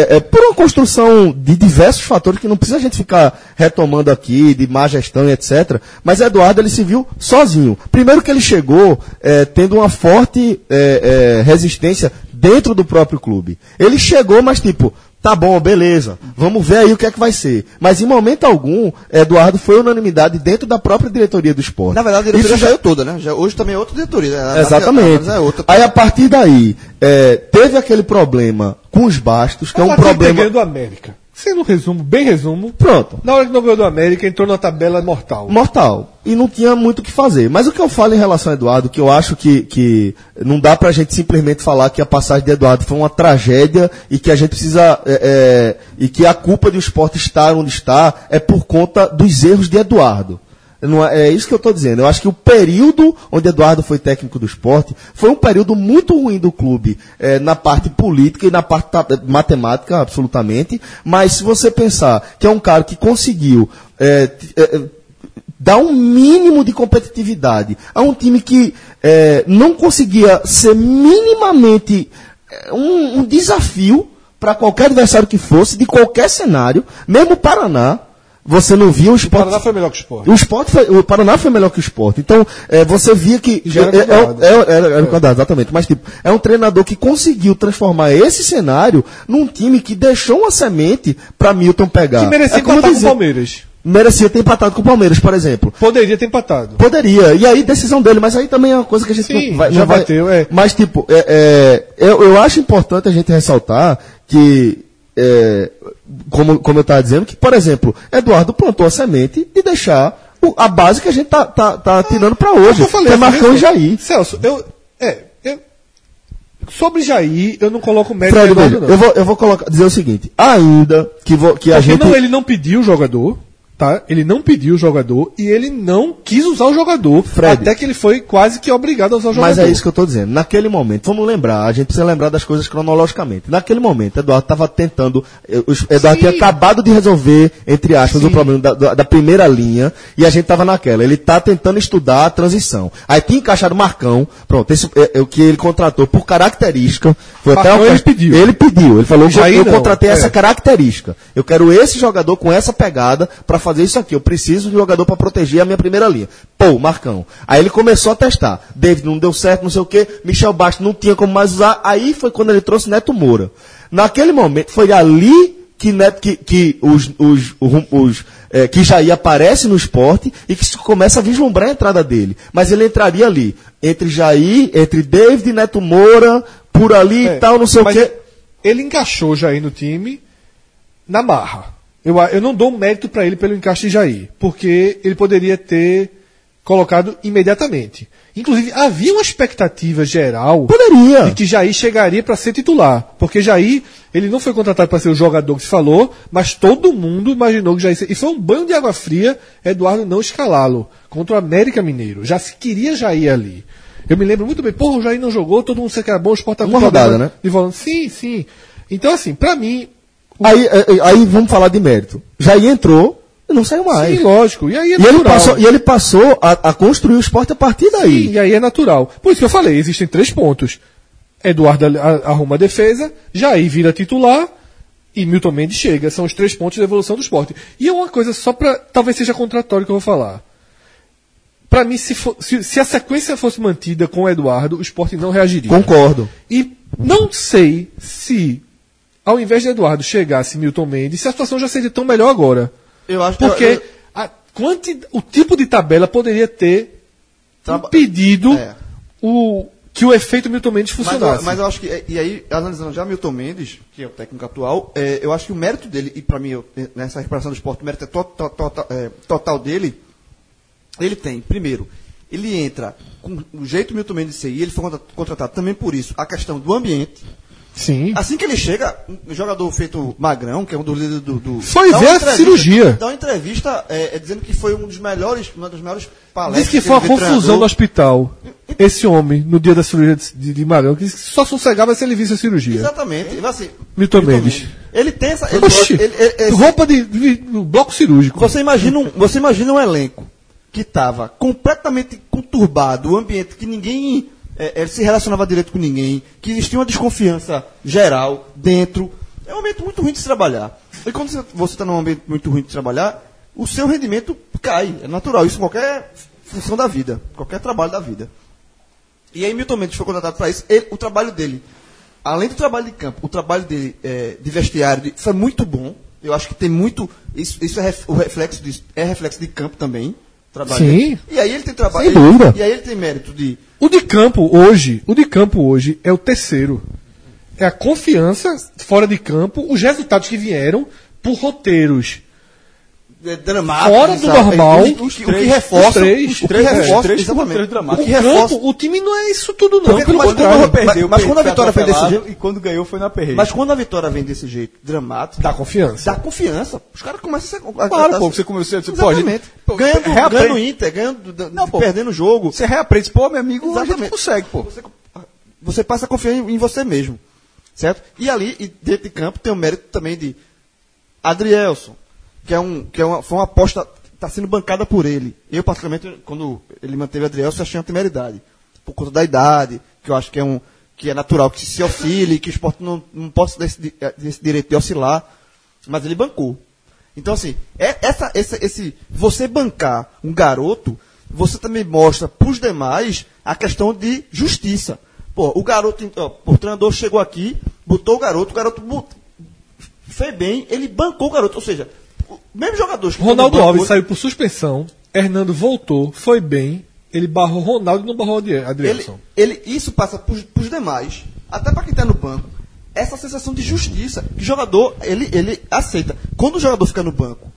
é- é por uma construção de diversos fatores que não precisa a gente ficar retomando aqui, de má gestão e etc. Mas Eduardo ele se viu sozinho. Primeiro que ele chegou eh, tendo uma forte eh, eh, resistência dentro do próprio clube. Ele chegou, mas tipo, tá bom, beleza, vamos ver aí o que é que vai ser. Mas em momento algum, Eduardo foi unanimidade dentro da própria diretoria do esporte. Na verdade, a diretoria Isso já é toda, né? Já- hoje também é outra diretoria. né? A- a- Exatamente. a- É outra. Aí a partir daí, eh, teve aquele problema com os bastos, que é um ganhou problema. do América. Sendo um resumo, bem resumo. Pronto. Na hora que não ganhou do América, entrou na tabela mortal. mortal. E não tinha muito o que fazer. Mas o que eu falo em relação a Eduardo, que eu acho que, que não dá pra gente simplesmente falar que a passagem de Eduardo foi uma tragédia e que a gente precisa. é, é, e que a culpa de o esporte estar onde está é por conta dos erros de Eduardo. Não é, é isso que eu estou dizendo. Eu acho que o período onde Eduardo foi técnico do esporte foi um período muito ruim do clube, eh, na parte política e na parte ta- matemática, absolutamente. Mas se você pensar que é um cara que conseguiu eh, t- eh, eh, dá um mínimo de competitividade a um time que eh, não conseguia ser minimamente eh, um, um desafio para qualquer adversário que fosse, de qualquer cenário, mesmo o Paraná. Você não via o O esporte. Paraná foi melhor que o esporte. O esporte foi- o Paraná foi melhor que o esporte. Então, eh, você via que. Já era é- é- quadrado. é- era- era quadrado, exatamente. Mas, tipo, é um treinador que conseguiu transformar esse cenário num time que deixou uma semente para Milton pegar. Que merecia é como eu empatar com o dizia- Palmeiras. merecia ter empatado com o Palmeiras, por exemplo. Poderia ter empatado. Poderia. E aí, decisão dele, mas aí também é uma coisa que a gente Sim, não vai, já não vai- bateu, é. Mas, tipo, é, é, eu, eu acho importante a gente ressaltar que, é, como, como eu estava dizendo, que, por exemplo, Eduardo plantou a semente de deixar o- a base que a gente tá, tá, tá tirando para hoje, Eu falei, assim, né? que é essa Marcão e vez- Jair. Celso, eu. É, eu. Sobre Jair, eu É, não coloco mérito Fred, em Eduardo, veja, eu vou, eu vou colocar, dizer o seguinte, ainda que, vo, que a Porque gente... não, é ele não pediu o jogador, tá? Ele não pediu o jogador e ele não quis usar o jogador. Fred. Até que ele foi quase que obrigado a usar o jogador. Mas é isso que eu estou dizendo. Naquele momento, vamos lembrar, a gente precisa lembrar das coisas cronologicamente. Naquele momento, Eduardo estava tentando, eh, os- Eduardo Sim. tinha acabado de resolver, entre aspas, o problema da, da- da primeira linha, e a gente estava naquela. Ele está tentando estudar a transição. Aí tinha encaixado Marcão, pronto, esse, é, é o que ele contratou por característica. Foi até Marcão uma- ele pediu. Ele pediu, ele falou, Jair eu não, contratei é. essa característica. Eu quero esse jogador com essa pegada para fazer isso aqui. Eu preciso de um jogador para proteger a minha primeira linha. Pô, Marcão. Aí ele começou a testar. David não deu certo, não sei o quê. Michel Bastos não tinha como mais usar. Aí foi quando ele trouxe Neto Moura. Naquele momento, foi ali que, Neto, que, que os, os, os, os, eh, que Jair aparece no esporte e que se começa a vislumbrar a entrada dele. Mas ele entraria ali, entre Jair, entre David e Neto Moura, por ali e É, tal, não sei o mas quê. Ele encaixou Jair no time na marra. Eu, a- eu não dou mérito para ele pelo encaixe de Jair, porque ele poderia ter colocado imediatamente. Inclusive, havia uma expectativa geral Poderia. de que Jair chegaria para ser titular. Porque Jair, ele não foi contratado para ser o jogador que se falou, mas todo mundo imaginou que Jair seria. E foi um banho de água fria Eduardo não escalá-lo contra o América Mineiro. Já se queria Jair ali. Eu me lembro muito bem, porra, o Jair não jogou, todo mundo se que era bom, o Sport tava com Uma rodada, problema né? De volante. Sim, sim. Então, assim, para mim, Aí, aí- aí vamos falar de mérito. Jair entrou e não saiu mais. sim, lógico. E aí é e, ele natural. passou, e ele passou a, a construir o esporte a partir daí. Sim, e aí é natural. Por isso que eu falei, existem três pontos. Eduardo a- arruma a defesa, Jair vira titular e Milton Mendes chega. São os três pontos de evolução do esporte. E é uma coisa só para Talvez seja contratório que eu vou falar. Para mim, se, fo- se- se a sequência fosse mantida com o Eduardo, o esporte não reagiria. Concordo. E não sei se, ao invés de Eduardo chegasse Milton Mendes, se a situação já seria tão melhor agora. Eu acho é- Porque eu- eu- a quanti- o tipo de tabela poderia ter Traba- impedido É. o, que o efeito Milton Mendes mas, eu, funcionasse. mas eu acho que, é, e aí, analisando já Milton Mendes, que é o técnico atual, é, eu acho que o mérito dele, e pra mim, eu- né, nessa recuperação do esporte, o mérito é, to- to- to- é, total dele, ele tem, primeiro, ele entra com o jeito Milton Mendes ser, e ele foi contra- contratado também por isso, a questão do ambiente. Sim. Assim que ele chega, um jogador feito magrão, que é um dos líderes do. do Foi dá uma ver a entrevista- cirurgia. Dá uma entrevista é, é, dizendo que foi um dos melhores, uma das melhores palestras. Diz que ele foi uma teve confusão treinador. no hospital. Esse homem, no dia da cirurgia de- de, de Magrão, que disse que só sossegava se ele visse a cirurgia. Exatamente. Ele, assim, Milton Mendes. Ele tem essa. Ele, Oxi, ele- ele- ele- roupa de, de- do bloco cirúrgico. você, imagina um, você imagina um elenco que estava completamente conturbado, um ambiente que ninguém é, é, se relacionava direito com ninguém, que existia uma desconfiança geral dentro. É um ambiente muito ruim de se trabalhar. E quando você- você está num ambiente muito ruim de trabalhar, o seu rendimento cai. É natural. Isso em qualquer função da vida, qualquer trabalho da vida. E aí Milton Mendes foi contratado para isso. Ele- o trabalho dele, além do trabalho de campo, o trabalho dele é, de vestiário de- foi muito bom. Eu acho que tem muito. Isso, isso é ref- o reflexo disso. É reflexo de campo também. o Trabalho Sim. dele. E aí ele tem trabalho. Sem dúvida. E aí ele tem mérito de. O de campo hoje, o de campo hoje é o terceiro. É a confiança fora de campo, os resultados que vieram por roteiros É, dramático, Fora do sabe? normal, O que- o, que- o que reforça. os três, o que três, reforça, os três com exatamente. roteiro dramático. O O que reforça. campo, o time não é isso tudo não, Porque pelo quando contrário. ganhou, perdeu, mas, quando a foi vitória foi desse atropelado, jeito. E quando ganhou foi na perreira. Mas quando a vitória vem desse jeito dramático, Dá confiança. dá confiança. Os caras começam a ser. Claro, pô, você começou a dizer, pô, a gente- Tá Exatamente. pô, Ganhando, reaprende. ganhando o Inter, ganhando, da- Não, pô. perdendo o jogo. Você reaprende, pô, meu amigo, a gente Exatamente. consegue, pô. Você, ah, você passa a confiar em, em você mesmo. Certo? E ali, e dentro de campo, tem o mérito também de Adrielson, que, é um, que é uma, foi uma aposta que está sendo bancada por ele. Eu, particularmente, quando ele manteve Adrielson, achei uma temeridade. Por conta da idade, que eu acho que é, um, que é natural que se oscile, que o esporte não, não pode se dar esse, di- eh, esse direito de oscilar. Mas ele bancou. Então, assim, é essa, essa- esse, você bancar um garoto, você também mostra para os demais a questão de justiça. Pô, o garoto, ó, o treinador chegou aqui, botou o garoto, o garoto bot- fez bem, ele bancou o garoto. Ou seja, o- Mesmo jogadores que Ronaldo tão no banco Alves hoje, saiu por suspensão. Hernando voltou, foi bem. Ele barrou Ronaldo e não barrou Adri- ele, Adrielson. ele Isso passa pros, pros demais, até pra quem tá no banco. Essa sensação de justiça que o jogador ele, ele aceita. Quando o jogador fica no banco,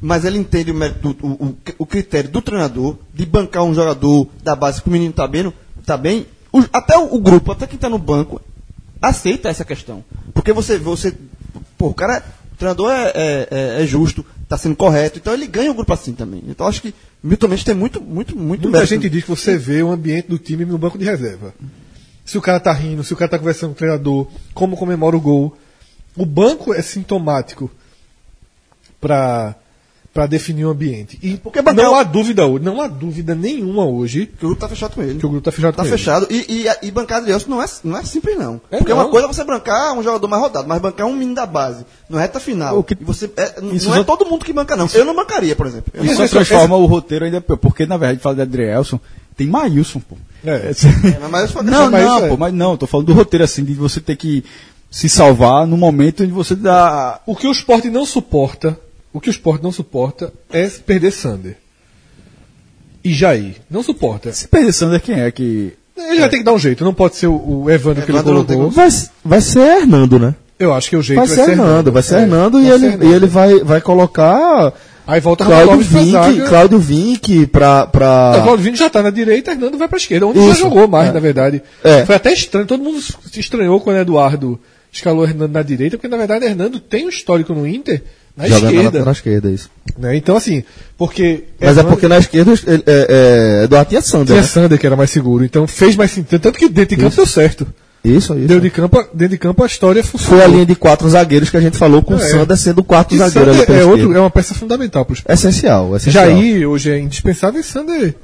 mas ele entende o, mérito do- o, o- o critério do treinador de bancar um jogador da base que o menino tá bem, tá bem o- até o, o grupo, até quem tá no banco, aceita essa questão. Porque você, você pô, o cara, o treinador é, é- é- é justo, tá sendo correto, então ele ganha o grupo assim também. Então acho que Milton Mendes tem muito, muito, muito Muita gente diz que você vê o ambiente do time no banco de reserva. Se o cara tá rindo, se o cara tá conversando com o treinador, como comemora o gol. O banco é sintomático pra pra definir o ambiente. E Porque é bancar não o- há dúvida, hoje- não há dúvida nenhuma hoje Que o grupo tá fechado com ele. que o grupo tá fechado Tá com ele. fechado. E, e, e bancar Adrielson não é, não é simples, não. É Porque não. uma coisa é você bancar um jogador mais rodado, mas bancar um menino da base, não reta final. O que- E você, é, n- Isso não é já- todo mundo que banca, não. Eu não bancaria, por exemplo. Eu não Isso bancaria. transforma o roteiro ainda pior. Porque, na verdade, fala de Adrielson, tem Maílson, pô. É. É, mas isso- não, mas não, isso é- pô, mas não, tô falando do roteiro assim, de você ter que se salvar no momento onde você dá. O que o esporte não suporta, o que o esporte não suporta é perder Sander. E Jair. Não suporta. Se perder Sander, quem é que. Ele vai ter que dar um jeito, não pode ser o, o Evandro que ele Evandro não tem colocou. Vai, vai ser Hernando, né? Eu acho que o jeito Vai ser Hernando, vai ser É, Hernando e vai ser Tá ele, e ele vai, vai colocar Aí volta Cláudio Ronaldo pra Vinck, zaga. Cláudio Vinck pra. Não, pra... Cláudio Vinck já tá na direita, Hernando vai pra esquerda, onde já Isso. jogou mais, É. na verdade. É. Foi até estranho, todo mundo se estranhou quando Eduardo escalou Hernando na direita, porque na verdade Hernando tem um histórico no Inter na Jogando na esquerda. lateral esquerda, isso. né? Então assim, porque. Mas é Hernando- porque na esquerda ele- é, é, Eduardo tinha Sander. Tinha né? Sander que era mais seguro, então fez mais sentido. Tanto que dentro de campo deu certo. Isso, isso. Dentro de campo, dentro de campo a história Foi a funcionou. linha de quatro zagueiros que a gente falou com o É. Sander sendo o quarto E zagueiro ali Sander pela é, outro, esquerda. é uma peça fundamental para os Essencial, essencial. Jair hoje é indispensável e Sander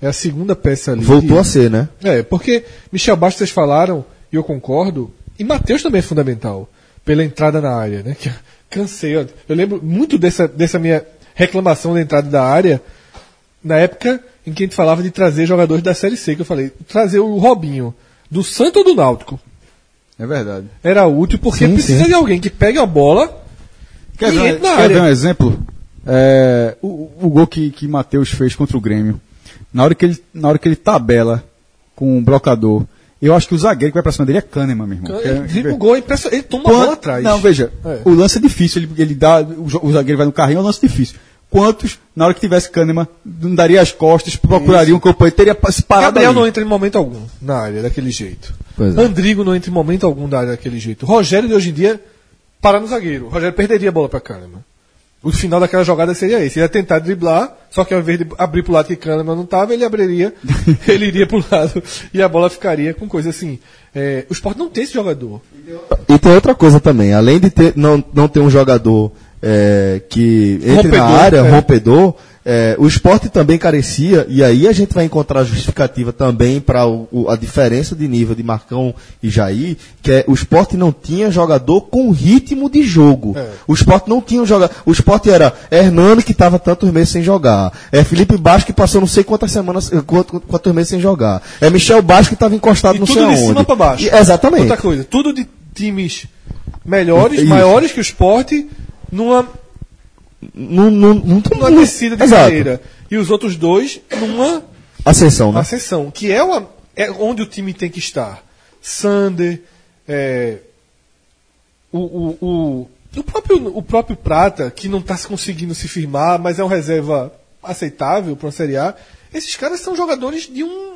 é a segunda peça ali. Voltou de- a ser, né? É, porque Michel Bastos vocês falaram, e eu concordo, e Matheus também é fundamental, pela entrada na área, né? Que eu cansei. ó. Eu lembro muito dessa, dessa minha reclamação da entrada da área, na época em que a gente falava de trazer jogadores da Série C, que eu falei, trazer o Robinho, do Santo ou do Náutico, É verdade. era útil, porque Sim, precisa sim. de alguém que pegue a bola Quer, e ver, entre na quer ver um área. exemplo? É, o, o gol que, que Matheus fez contra o Grêmio. Na hora, que ele, na hora que ele tabela com o blocador, eu acho que o zagueiro que vai pra cima dele é Kahneman, meu irmão. Ele Que é- dribla o gol, é impressa- ele toma a Quan- bola atrás. Não, veja, É. o lance é difícil, ele, ele dá, o, jo- o zagueiro vai no carrinho, é um lance difícil. Quantos, na hora que tivesse Kahneman, não daria as costas, procuraria um companheiro, teria pa- se parado Gabriel ali. não entra em momento algum na área daquele jeito. Pois é. Andrigo não entra em momento algum na área daquele jeito. Rogério de hoje em dia para no zagueiro. Rogério perderia a bola para Kahneman. O final daquela jogada seria esse. Ele ia tentar driblar, só que ao invés de abrir pro lado que Kahneman não tava, ele abriria, ele iria pro lado e a bola ficaria com coisa assim. É, o Sport não tem esse jogador. E tem outra coisa também, além de ter, não, não ter um jogador é, que entre na Rompedor, área, é. rompedor, é, o esporte também carecia, e aí a gente vai encontrar a justificativa também para a diferença de nível de Marcão e Jair, que é o esporte não tinha jogador com ritmo de jogo. É. O esporte não tinha um jogador. O esporte era Hernani, que estava tantos meses sem jogar. É Felipe Bastos, que passou não sei quantas semanas, eh, quantos, quantos meses sem jogar. É Michel Bastos, que estava encostado E não tudo sei de aonde. cima pra baixo. E- exatamente. Outra coisa, tudo de times melhores, Isso. maiores que o Sport, numa Não, não, não, é numa descida de Exato. carreira. E os outros dois numa Ascensão, né? ascensão, que é, uma, é onde o time tem que estar. Sander, é, o, o, o, o próprio, o próprio Prata, que não está conseguindo se firmar, mas é um reserva aceitável para uma Série A. Esses caras são jogadores de, um,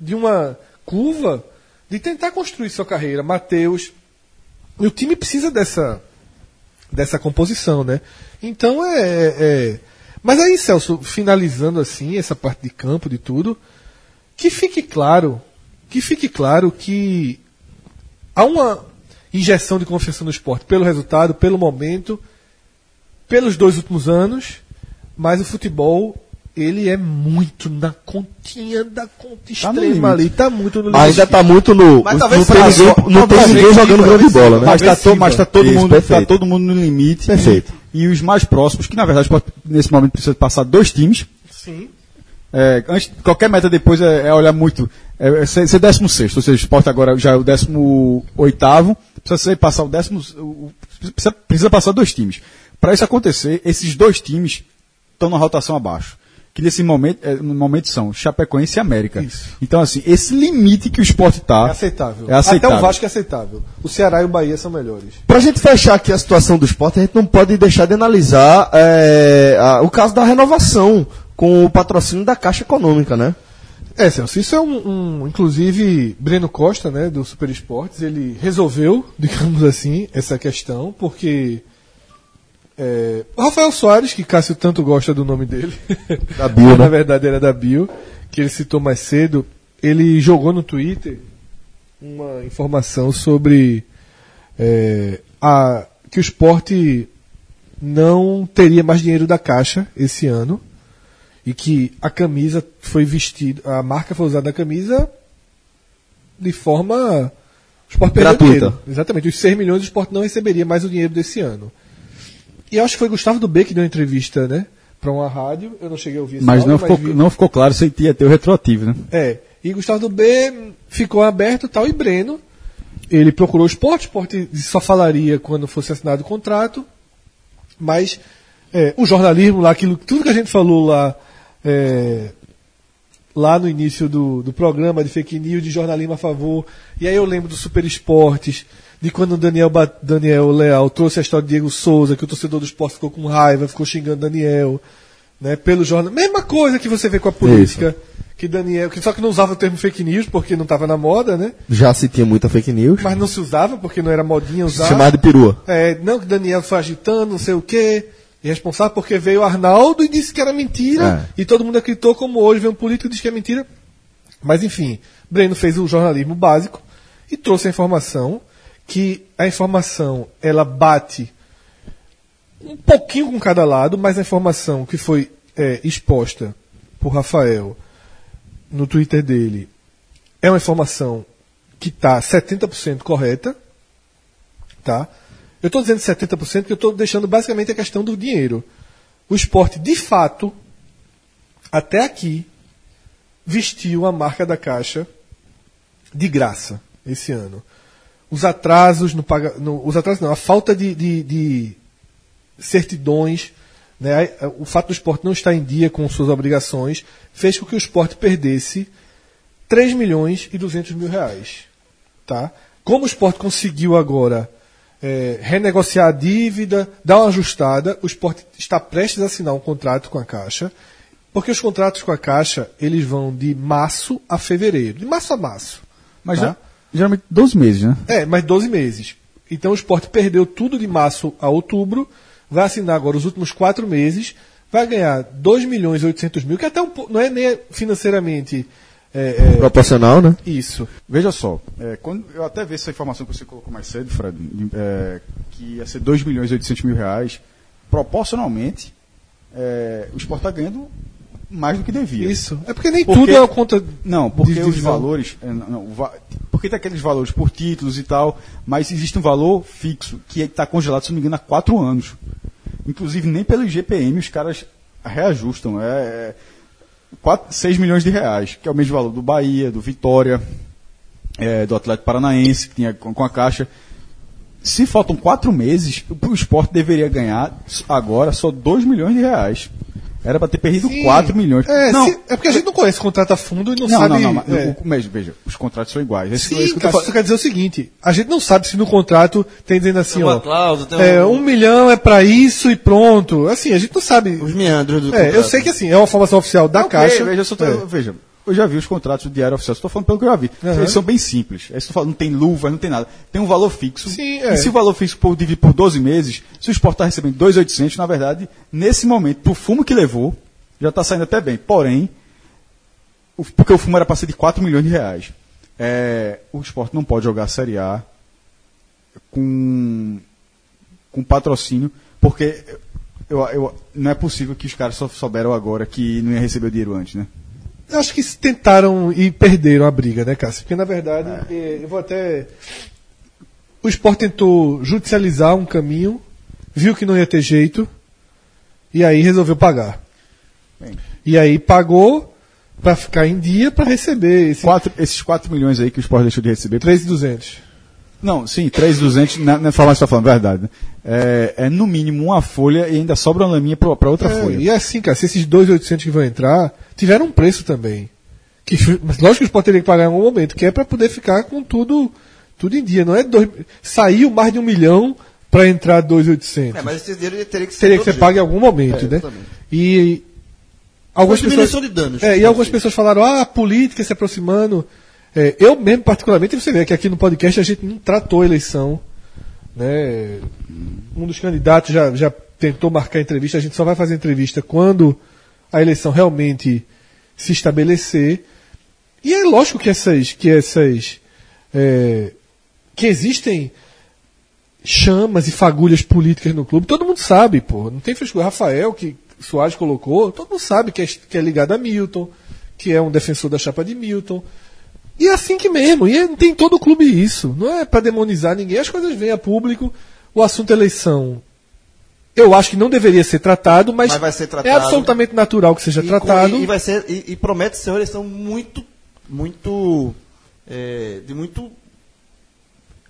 de uma curva de tentar construir sua carreira. Matheus. E o time precisa dessa dessa composição, né? Então é, é- Mas aí, Celso, finalizando assim essa parte de campo de tudo, que fique claro, que fique claro que há uma injeção de confiança no esporte pelo resultado, pelo momento, pelos dois últimos anos, mas o futebol ele é muito na continha da conta no extrema ali, tá muito no Ainda limite. tá muito no. Mas não talvez tem faça- ninguém, não tem talvez ninguém venciva, jogando grande venciva. bola, né? Mas tá, to- mas tá todo Isso, mundo, perfeito. tá todo mundo no limite. Perfeito. E, e os mais próximos, que na verdade pode- nesse momento precisa passar dois times. Sim. É, antes, qualquer meta depois é, é olhar muito. É, é ser, ser 16, ou seja, o esporte agora já é o 18, precisa ser, passar o décimo. o- o- Precisa, precisa passar dois times. Pra Para isso acontecer, esses dois times estão na rotação abaixo. Que nesse momento, eh, no momento são Chapecoense e América. Isso. Então, assim, esse limite que o esporte está. É aceitável. É aceitável. Até o Vasco é aceitável. O Ceará e o Bahia são melhores. Pra gente fechar aqui a situação do esporte, a gente não pode deixar de analisar é, a- o caso da renovação com o patrocínio da Caixa Econômica, né? É, Celso, isso é um, um- Inclusive, Breno Costa, né, do Super Esportes, ele resolveu, digamos assim, essa questão, porque. é, o Rafael Soares, que Cássio tanto gosta do nome dele, Da Bio, né? na verdade era da Bio, que ele citou mais cedo, ele jogou no Twitter uma informação sobre é, a, que o esporte não teria mais dinheiro da Caixa esse ano e que a camisa foi vestida, a marca foi usada na camisa de forma o Sport perdeu Gratuita. dinheiro. Exatamente, os 6 milhões o Sport não receberia mais o dinheiro desse ano. E eu acho que foi Gustavo Dubé que deu uma entrevista, né, para uma rádio. Eu não cheguei a ouvir esse Mas áudio, não ficou, vi- não ficou claro se ia ter o retroativo, né? é. E Gustavo do B ficou aberto e tal. E Breno, ele procurou o esporte, o esporte só falaria quando fosse assinado o contrato. Mas é, o jornalismo lá, aquilo, tudo que a gente falou lá, é, lá no início do, do programa, de fake news, de jornalismo a favor. E aí eu lembro do Super Esportes, de quando o Daniel, Ba- Daniel Leal trouxe a história de Diego Souza, que o torcedor do esporte ficou com raiva, ficou xingando Daniel. Né, pelo jornal. Mesma coisa que você vê com a política. Que Daniel, que só que não usava o termo fake news porque não estava na moda, né? Já se tinha muita fake news. Mas não se usava porque não era modinha usar. Chamada de perua. É, não, que Daniel foi agitando, não sei o quê. Irresponsável porque veio Arnaldo e disse que era mentira. E todo mundo acreditou, como hoje vem um político e diz que é mentira. Mas enfim, Breno fez o jornalismo básico e trouxe a informação que a informação ela bate um pouquinho com cada lado, mas a informação que foi é, exposta por Rafael no Twitter dele é uma informação que tá está 70% correta tá? Eu estou dizendo 70% porque eu estou deixando basicamente a questão do dinheiro. O esporte, de fato, até aqui, vestiu a marca da Caixa de graça esse ano. Os atrasos no paga... no- os atrasos não, a falta de, de- de certidões, né? Aí, eh, o fato do esporte não estar em dia com suas obrigações, fez com que o esporte perdesse 3 milhões e 200 mil reais. Tá? Como o esporte conseguiu agora eh, renegociar a dívida, dar uma ajustada, o esporte está prestes a assinar um contrato com a Caixa, porque os contratos com a Caixa eles vão de março a fevereiro, de março a março. Mas tá? já- geralmente 12 meses, né? É, mais 12 meses. Então o esporte perdeu tudo de março a outubro, vai assinar agora os últimos quatro meses, vai ganhar 2 milhões e 800 mil, que até um, pou- não é nem financeiramente é, é, Proporcional, né? isso. Veja só, é, quando, eu até vi essa informação que você colocou mais cedo, Fred, de- é, que ia ser 2 milhões e 800 mil reais. Proporcionalmente, é, o Sport está ganhando mais do que devia. Isso. É porque nem Porque- tudo é uma conta. Não, porque de os divisão. valores. é, não, não, o va- porque tem aqueles valores por títulos e tal, mas existe um valor fixo que está congelado, se não me engano, há quatro anos. Inclusive, nem pelo IGPM os caras reajustam. É, é 6 milhões de reais, que é o mesmo valor do Bahia, do Vitória, é, do Atlético Paranaense, que tinha com com a Caixa. Se faltam quatro meses, o o esporte deveria ganhar s- agora só 2 milhões de reais. Era para ter perdido Sim. 4 milhões. É, se- é porque a gente não conhece o contrato a fundo e não, Não, sabe. não, não, mas é. o- mas veja, os contratos são iguais. Esse, Sim, esse que eu tô cara, é falando- isso quer dizer o seguinte: a gente não sabe se no contrato tem dizendo assim, Tem uma ó. cláusula, tem é, um- um milhão é pra isso e pronto. Assim, a gente não sabe. Os meandros do É, eu sei que assim, é uma formação oficial da Ok, Caixa. Veja, eu, só tô- É. veja, eu já vi os contratos do Diário Oficial, estou falando pelo que eu já vi. Aham. Eles são bem simples. é Eles falando, não tem luvas, não tem nada. Tem um valor fixo. Sim, é. E se o valor fixo for dividido por 12 meses, se o Sport está recebendo 2,800, na verdade, nesse momento, pro fumo que levou, já está saindo até bem. Porém, o- porque o fumo era para ser de 4 milhões de reais. É, o Sport não pode jogar a Série A com com patrocínio, porque eu, eu- não é possível que os caras só souberam agora que não ia receber o dinheiro antes, né? Eu acho que se tentaram e perderam a briga, né, Cássio? Porque, na verdade, É. eh, eu vou até. O Sport tentou judicializar um caminho, viu que não ia ter jeito, e aí resolveu pagar. Bem. E aí pagou pra ficar em dia pra receber esse Quatro- esses 4 milhões aí que o Sport deixou de receber, 3,200. Não, sim, 3,200 né, na, na farmácia tá está falando, verdade. né? É, é no mínimo uma folha e ainda sobra uma laminha para outra É, folha. E é assim, cara, se esses 2.800 que vão entrar tiveram um preço também. Que, ju- mas lógico que os podem ter que pagar em algum momento, que é para poder ficar com tudo tudo em dia. Não é dois, saiu mais de um milhão para entrar 2.800. É, mas esse dinheiro teria que ser. Seria que todo você jeito. paga em algum momento, É, né? exatamente. E algumas Uma pessoas, diminuição de danos. é, e algumas pessoas falaram, ah, a política se aproximando. É, eu mesmo, particularmente, você vê que aqui no podcast a gente não tratou a eleição. Né? Um dos candidatos já, já tentou marcar entrevista, a gente só vai fazer entrevista quando a eleição realmente se estabelecer. E é lógico que essas. que essas. é, que existem chamas e fagulhas políticas no clube, todo mundo sabe, pô. Não tem frescura. Rafael, que Soares colocou, todo mundo sabe que é, que é ligado a Milton, que é um defensor da chapa de Milton. E é assim que mesmo, e é- tem todo o clube isso. Não é pra demonizar ninguém, as coisas vêm a público. O assunto é eleição, eu acho que não deveria ser tratado, mas, Mas vai ser é tratado. absolutamente natural que seja E com- tratado. E, e vai ser, e, e promete ser uma eleição muito. Muito. é, de muito.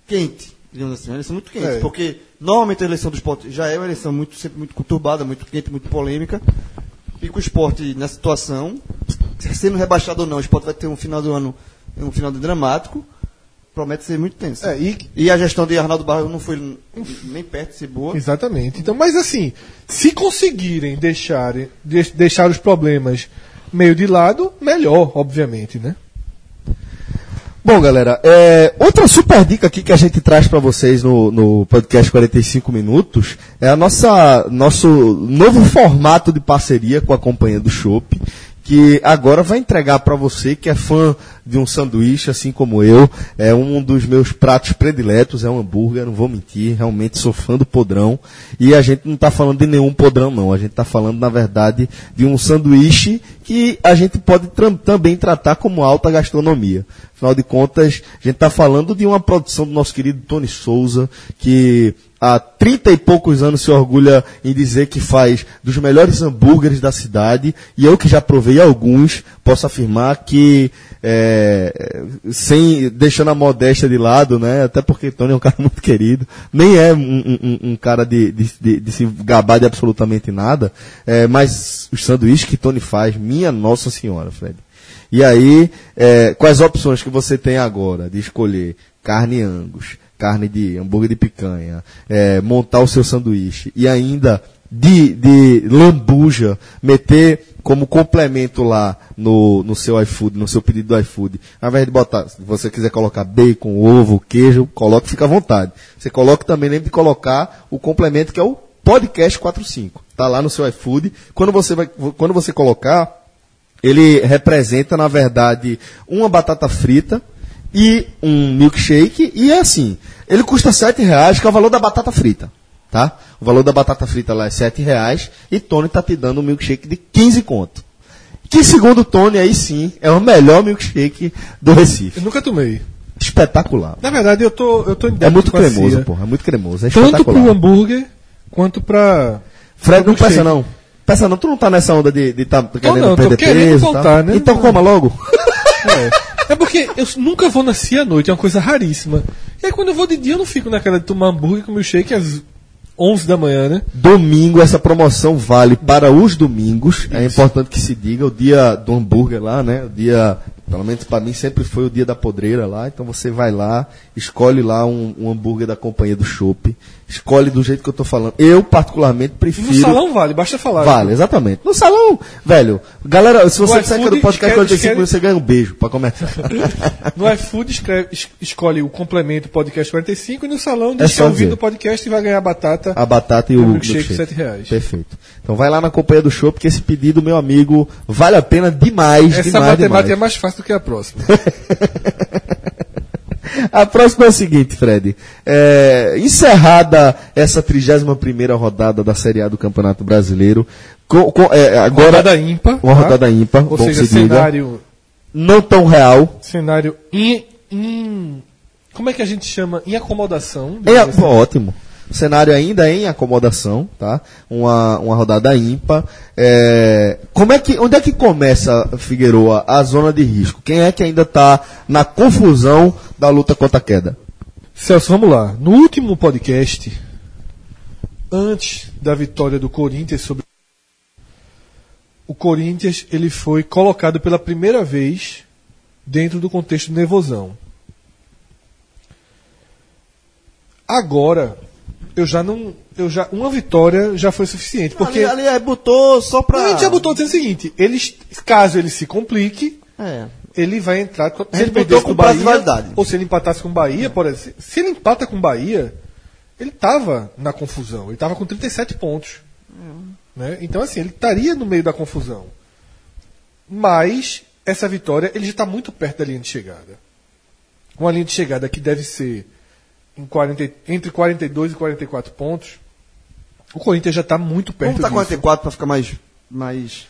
quente, digamos assim. Uma eleição muito quente. É. Porque normalmente a eleição do esporte já é uma eleição muito, sempre muito conturbada, muito quente, muito polêmica. E com o esporte na situação, sendo rebaixado ou não, o esporte vai ter um final do ano, um final de dramático. Promete ser muito tenso. É, e- E a gestão de Arnaldo Barros não foi nem perto de ser boa. Exatamente. Então, mas assim, se conseguirem deixar, de- deixar os problemas meio de lado, melhor, obviamente, né? Bom, galera, é, outra super dica aqui que a gente traz para vocês no, no podcast 45 Minutos é a nossa nosso novo formato de parceria com a Companhia do Chopp, que agora vai entregar para você que é fã de um sanduíche, assim como eu, é um dos meus pratos prediletos, é um hambúrguer, não vou mentir, realmente sou fã do podrão, e a gente não está falando de nenhum podrão não, a gente está falando, na verdade, de um sanduíche que a gente pode tram- também tratar como alta gastronomia. Afinal de contas, a gente está falando de uma produção do nosso querido Tony Souza, que há 30 e poucos anos se orgulha em dizer que faz dos melhores hambúrgueres da cidade, e eu que já provei alguns, posso afirmar que, é, sem, deixando a modéstia de lado, né, até porque Tony é um cara muito querido, nem é um, um- um- um cara de, de- de- de se gabar de absolutamente nada, é, mas os sanduíches que Tony faz, minha Nossa Senhora, Fred. E aí, é, quais opções que você tem agora de escolher carne angus, carne de hambúrguer de picanha, é, montar o seu sanduíche e ainda de, de lambuja, meter como complemento lá no, no seu iFood, no seu pedido do iFood. Ao invés de botar, se você quiser colocar bacon, ovo, queijo, coloque, fica à vontade. Você coloca também, lembre de colocar o complemento que é o podcast 45. Tá lá no seu iFood. Quando você vai, quando você colocar, ele representa, na verdade, uma batata frita e um milkshake. E é assim, ele custa R$ 7 reais, que é o valor da batata frita. Tá? O valor da batata frita lá é R$ 7 reais e Tony tá te dando um milkshake de 15 conto. Que segundo Tony, aí sim, é o melhor milkshake do Eu Recife. nunca tomei. Espetacular. Na verdade, eu tô, eu tô É em débito muito com a cremoso, CIA. porra. É muito cremoso. É Tanto pro espetacular. hambúrguer quanto pra. Fred, não milkshake. peça não. Peça não, tu não tá nessa onda de, de tá querendo não, tô perder querendo peso e voltar, tal. né? Então coma logo. É. É porque eu nunca vou na CIA à noite, é uma coisa raríssima. E aí quando eu vou de dia, eu não fico naquela de tomar hambúrguer com milkshake às 11 da manhã, né? Domingo, essa promoção vale para os domingos. É importante que se diga o dia do hambúrguer lá, né? O dia, pelo menos para mim, sempre foi o dia da podreira lá. Então você vai lá, escolhe lá um, um hambúrguer da companhia do Chopp. Escolhe do jeito que eu tô falando. Eu, particularmente, E no prefiro. salão vale, basta falar. Vale, exatamente. No salão, velho. Galera, se você O disser que é iFood do podcast esquece- 45 esquece- você ganha um beijo pra começar. No iFood escreve- es- escolhe o complemento podcast 45 e no salão É deixa só Ah, o ouvindo ver. o podcast e vai ganhar batata. A batata e o É milkshake milkshake. por sete reais. Perfeito. Então vai lá na companhia do show, porque esse pedido, meu amigo, vale a pena demais, Essa demais, matemática demais. é mais fácil do que a próxima. A próxima é o seguinte, Fred. É, encerrada essa 31ª rodada da Série A do Campeonato Brasileiro, co- co- é, agora rodada ímpar. Uma tá? rodada ímpar, Ou bom seja, que se diga. cenário. não tão real. Cenário em, em- Como é que a gente chama? Em acomodação. É, digamos assim. pô, ótimo. O cenário ainda é em acomodação, tá? Uma, uma rodada ímpar. É, como é que, onde é que começa, Figueroa, tá a zona de risco? Quem é que ainda está na confusão da luta contra a queda? Celso, vamos lá. No último podcast, antes da vitória do Corinthians sobre o Corinthians, ele foi colocado pela primeira vez dentro do contexto do nervosão. Agora, eu já não, eu já uma vitória já foi suficiente, porque Porque ali, ali, aí botou só pra. a gente já botou dizendo o seguinte, eles, caso ele se complique, É. ele vai entrar. Se gente ele botou perdesse com com o Bahia, prazo de validade. ou se ele empatasse com o Bahia, por exemplo, se- se ele empata com o Bahia, ele estava na confusão. Ele estava com 37 pontos. Né? Então, assim, ele estaria no meio da confusão. Mas, essa vitória, ele já está muito perto da linha de chegada. Uma linha de chegada que deve ser em 40 e- entre 42 e 44 pontos. O Corinthians já está muito perto Vamos tá disso. 44 pra ficar mais. mais.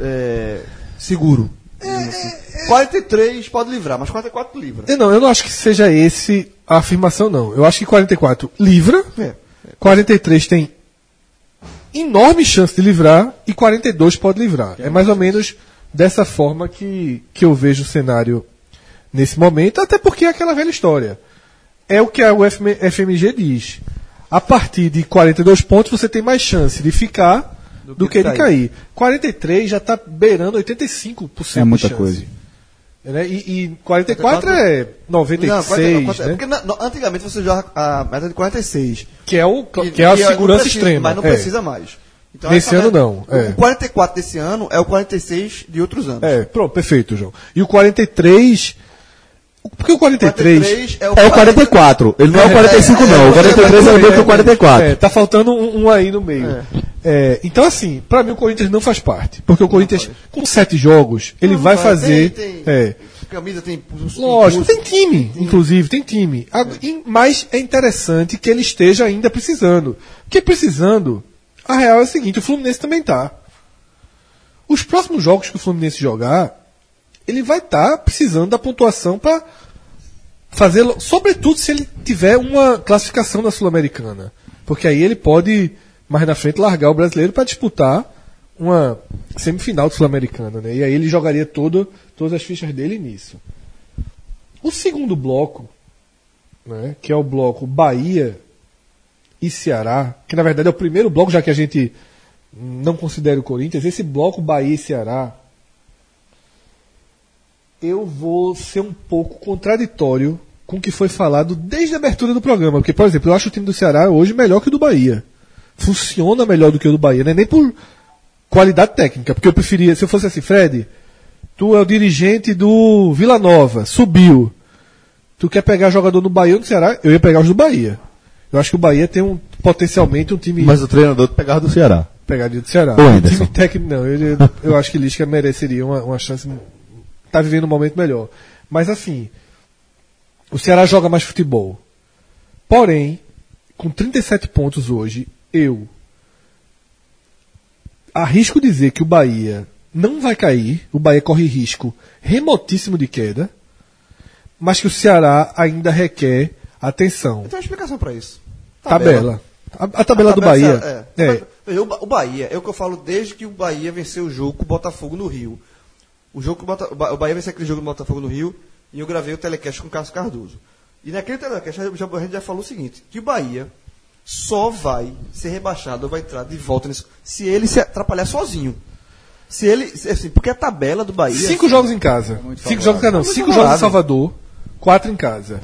É, seguro. é, 43 pode livrar, mas 44 livra. Eu não, eu não acho que seja esse a afirmação, não. Eu acho que 44 livra, É. 43 tem enorme chance de livrar e 42 pode livrar. É mais ou menos dessa forma que, que eu vejo o cenário nesse momento, até porque é aquela velha história. É o que a UFM FMG diz. A partir de 42 pontos você tem mais chance de ficar do, que, de cair. 43 já está beirando 85% É muita de chance. coisa. Né? E, e 44 é 96, Não, 44, é né? porque na- no- antigamente você jogava a meta de 46. que é, o, E- que é a e não segurança precisa, extrema. Mas não é. precisa mais. Então, Nesse essa ano, meta- não, é. O 44 desse ano é o 46 de outros anos. É, pronto, perfeito, João. E o 43. o- Porque o 43. 43 é o É o 44. Ele não é o 45, não. O 43 é o meio do 44. É, tá faltando um, um aí no meio. É, então, assim, pra mim o Corinthians não faz parte. Porque o Corinthians, com sete jogos, ele Não vai faz. fazer. Tem- tem- é, Camisa tem. um Lógico, tem time, inclusive, tem time. A- e- Mas é interessante que ele esteja ainda precisando. Porque precisando, a real é o seguinte, o Fluminense também tá. Os próximos jogos que o Fluminense jogar, ele vai estar precisando da pontuação para fazer, lo- sobretudo se ele tiver uma classificação da Sul-Americana, porque aí ele pode mais na frente largar o brasileiro para disputar uma semifinal do Sul-Americana, né? E aí ele jogaria todo, todas as fichas dele nisso. O segundo bloco, né, que é o bloco Bahia e Ceará, que na verdade é o primeiro bloco, já que a gente não considera o Corinthians, esse bloco Bahia e Ceará, eu vou ser um pouco contraditório com o que foi falado desde a abertura do programa. Porque, por exemplo, eu acho o time do Ceará hoje melhor que o do Bahia. Funciona melhor do que o do Bahia, né? Nem por qualidade técnica. Porque eu preferia, se eu fosse assim, Fred, tu é o dirigente do Vila Nova, subiu. Tu quer pegar jogador do Bahia ou do Ceará? Eu ia pegar os do Bahia. Eu acho que o Bahia tem um potencialmente um time Mas o treinador pegava do Ceará. pegadinha do Ceará. Ô, O Anderson. time técnico, não. Eu, eu acho que Lisca mereceria uma, uma chance. Tá vivendo um momento melhor. Mas assim, o Ceará joga mais futebol. Porém, com 37 pontos hoje, eu arrisco dizer que o Bahia não vai cair. O Bahia corre risco remotíssimo de queda. Mas que o Ceará ainda requer atenção. Tem uma explicação pra isso. Tabela. A, a tabela do Tabela, Bahia. É. É. Mas, veja, o Ba- o Bahia, é o que eu falo desde que o Bahia venceu o jogo com o Botafogo no Rio. O, jogo que o, Bota- o Ba- o Bahia venceu aquele jogo do Botafogo no Rio e eu gravei o telecast com o Carlos Cardoso. E naquele telecast já- já- a gente já falou o seguinte, que o Bahia só vai ser rebaixado ou vai entrar de volta nisso, se ele se atrapalhar sozinho. Se ele, se- assim, porque a tabela do Bahia... Cinco jogos em casa. Cinco jogos em casa, não. assim. É Muito Cinco favorável. jogos em Salvador, quatro em casa.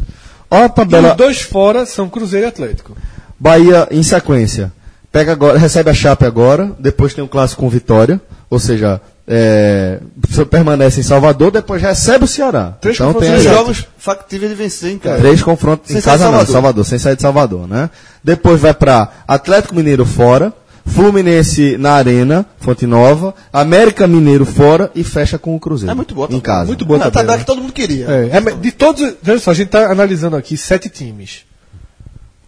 Olha a E os tabela. dois fora são Cruzeiro e Atlético. Bahia em sequência. Pega agora, recebe a Chape agora, depois tem o clássico com Vitória, ou seja, é, só permanece em Salvador, depois recebe o Ceará. Três então tem São essa- jogos factíveis de vencer em casa. Três confrontos Sem em sair de casa não, em Salvador. Salvador, sem sair de Salvador, né? Depois vai para Atlético Mineiro fora, Fluminense na Arena, Fonte Nova, América Mineiro fora e fecha com o Cruzeiro. É muito boa a Em tabela. casa. Muito boa Não, a a tabela tabela. que todo mundo queria. É, é, me- de todos, veja só, a gente está analisando aqui sete times.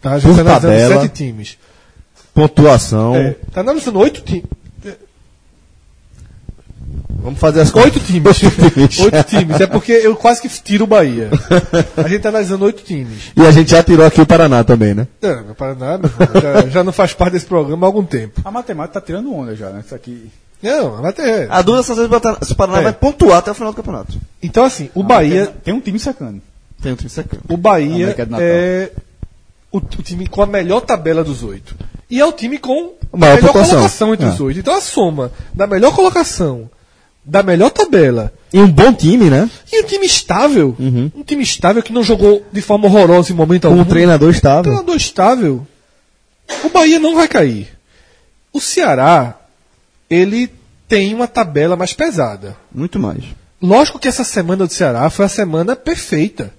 Tá, a gente Por está analisando tabela. então sete times. Pontuação. Está analisando oito times. Vamos fazer as Oito times. Oito times. oito times. É porque eu quase que tiro o Bahia. A gente está analisando oito times. E a gente já tirou aqui o Paraná também, né? Não, o Paraná meu irmão, já, já não faz parte desse programa há algum tempo. A matemática tá tirando onda já, né? Isso aqui. Não, até. Ah. A dúvida é se o Paraná É. vai pontuar até o final do campeonato. Ah, Então, assim, o Bahia. Tem um time sacando. Tem um time secando. O Bahia América de Natal. é o, t- o time com a melhor tabela dos oito. E é o time com a Maior melhor pontuação. colocação entre É. os oito. Então a soma da melhor colocação, da melhor tabela E um bom time, né? e um time estável. Uhum. Um time estável que não jogou de forma horrorosa em momento Com algum. um treinador Um estável. treinador estável. O Bahia não vai cair. O Ceará, ele tem uma tabela mais pesada. Muito mais. Lógico que essa semana do Ceará foi a semana perfeita.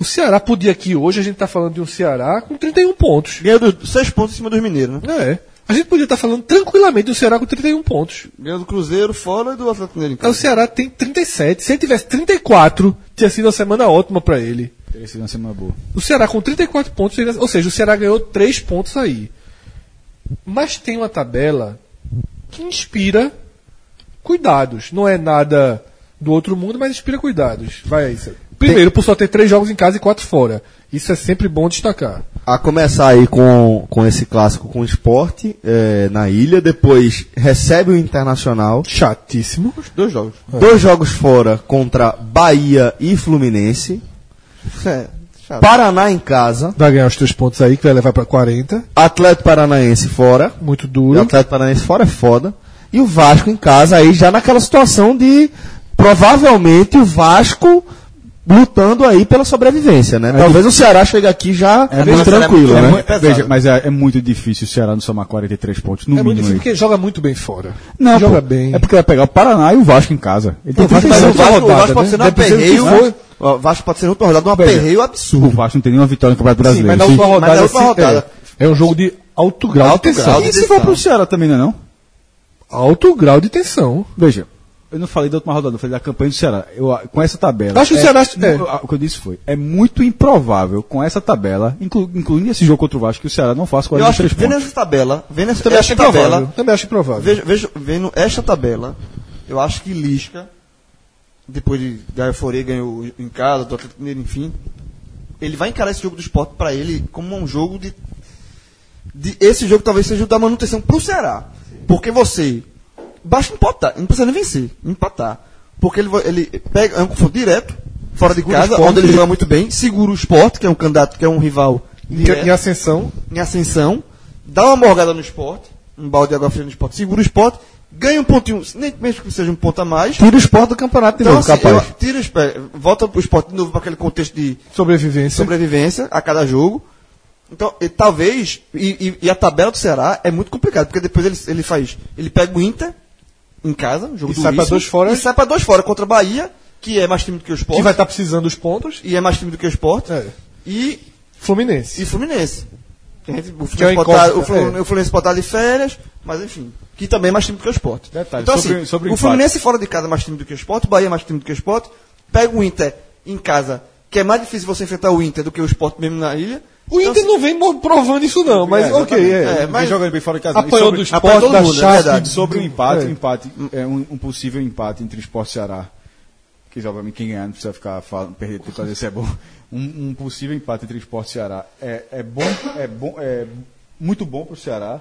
O Ceará podia aqui hoje, a gente está falando de um Ceará com 31 pontos. Ganhou dos- seis pontos em cima dos mineiros, né? É. A gente podia estar falando tranquilamente do Ceará com 31 pontos. Ganhou do Cruzeiro fora e do Atlético Mineiro em Aí O casa. Ceará tem 37. Se ele tivesse 34, tinha sido uma semana ótima para ele. Teria sido uma semana boa. O Ceará com 34 pontos, ele- ou seja, o Ceará ganhou 3 pontos aí. Mas tem uma tabela que inspira cuidados. Não é nada do outro mundo, mas inspira cuidados. Vai aí, Célio. Primeiro, por só ter 3 jogos em casa e 4 fora. Isso é sempre bom destacar. A começar aí com, com esse clássico com o esporte é, na ilha, depois recebe o Internacional. Chatíssimo. Dois jogos. Dois jogos fora contra Bahia e Fluminense. É, chato. Paraná em casa. Vai ganhar os 3 pontos aí, que vai levar para 40. Atlético Paranaense fora. Muito O duro. Atlético Paranaense fora é foda. E o Vasco em casa, aí já naquela situação de provavelmente o Vasco lutando aí pela sobrevivência, né? Talvez o Ceará chegue aqui já muito- tranquilo, é né? muito- veja, mas é, é muito difícil o Ceará não somar 43 pontos, no É muito mínimo. difícil aí. porque joga muito bem fora. Não, joga pô, bem. É porque vai pegar o Paraná e o Vasco em casa. Ele tem O Vasco, tá 37 o Vasco- o rodada, Vasco pode né? ser um Dependendo do que aperreio. for. O Vasco pode ser um rodada, um aperreio absurdo. O Vasco não tem nenhuma vitória no Campeonato Sim, mas Brasileiro. na última Sim, mas é, rodada, na última assim, rodada. É, é um jogo de alto grau Alto de tensão. grau E de- se for pro Ceará também, não é não? Alto grau de tensão. Veja, eu não falei da última rodada, eu falei da campanha do Ceará. Eu, ah, com essa tabela. Acho que o é- Ceará- é. não, ah, O que eu disse foi: é muito improvável com essa tabela, inclu- incluindo esse jogo contra o Vasco, que o Ceará não faça Eu acho 43 que vendo pontos. essa tabela, vendo essa, Também acho essa improvável. tabela, É Também acho improvável. vejo, vejo- vendo esta tabela, eu acho que Lisca, depois de, da euforia ganhou em casa, do Atlético Mineiro, enfim, ele vai encarar esse jogo do esporte pra ele como um jogo de, de- Esse jogo talvez seja o da manutenção pro Ceará. Porque você. Basta empatar, não precisa nem vencer, empatar. Porque ele, vai- ele pega é um confronto direto, fora de o casa, Sport. onde ele joga muito bem, segura o esporte, que é um candidato, que é um rival. Em- direto Em ascensão, em ascensão, dá uma morgada no esporte, um balde de água fria no esporte, segura o esporte, ganha um pontinho, nem mesmo que seja um ponto a mais. Tira o esporte do campeonato de Então, novo, assim, capaz. eu- tira os pé, volta o esporte de novo para aquele contexto de sobrevivência. sobrevivência a cada jogo. Então, e talvez, e, e- e a tabela do Ceará é muito complicada, porque depois ele, ele faz, ele pega o Inter em casa, um jogo E sai pra duríssimo, dois fora. e sai para dois fora contra a Bahia, que é mais time do que o esporte, Que vai estar precisando dos pontos. e é mais time do que o esporte, É. e Fluminense. e Fluminense. A gente- O Que é Fluminense, uma pode tá- incógnita, o Flu- é. o Fluminense pode estar de férias, mas enfim. Que também é mais time do que o esporte. Detalhe, então, sobre- assim, sobre o o Fluminense fora de casa é mais time do que o esporte, o Bahia é mais time do que o esporte, pega o Inter em casa, que é mais difícil você enfrentar o Inter do que o esporte mesmo na ilha. Então, assim, O Inter então, não vem mo- provando isso não, mas É, ok. É. É, mas- jogando bem fora de casa. né? Apanhou do esporte, apanhou todo da mundo, né? Chape, Verdade. Sobre o do- empate, é. um empate, é, um, um possível empate entre esporte e Ceará. Que obviamente quem ganhar não precisa ficar falando, perder tempo pra dizer se é bom. Um, um possível empate entre esporte e Ceará é, é bom, é bom, é muito bom pro Ceará.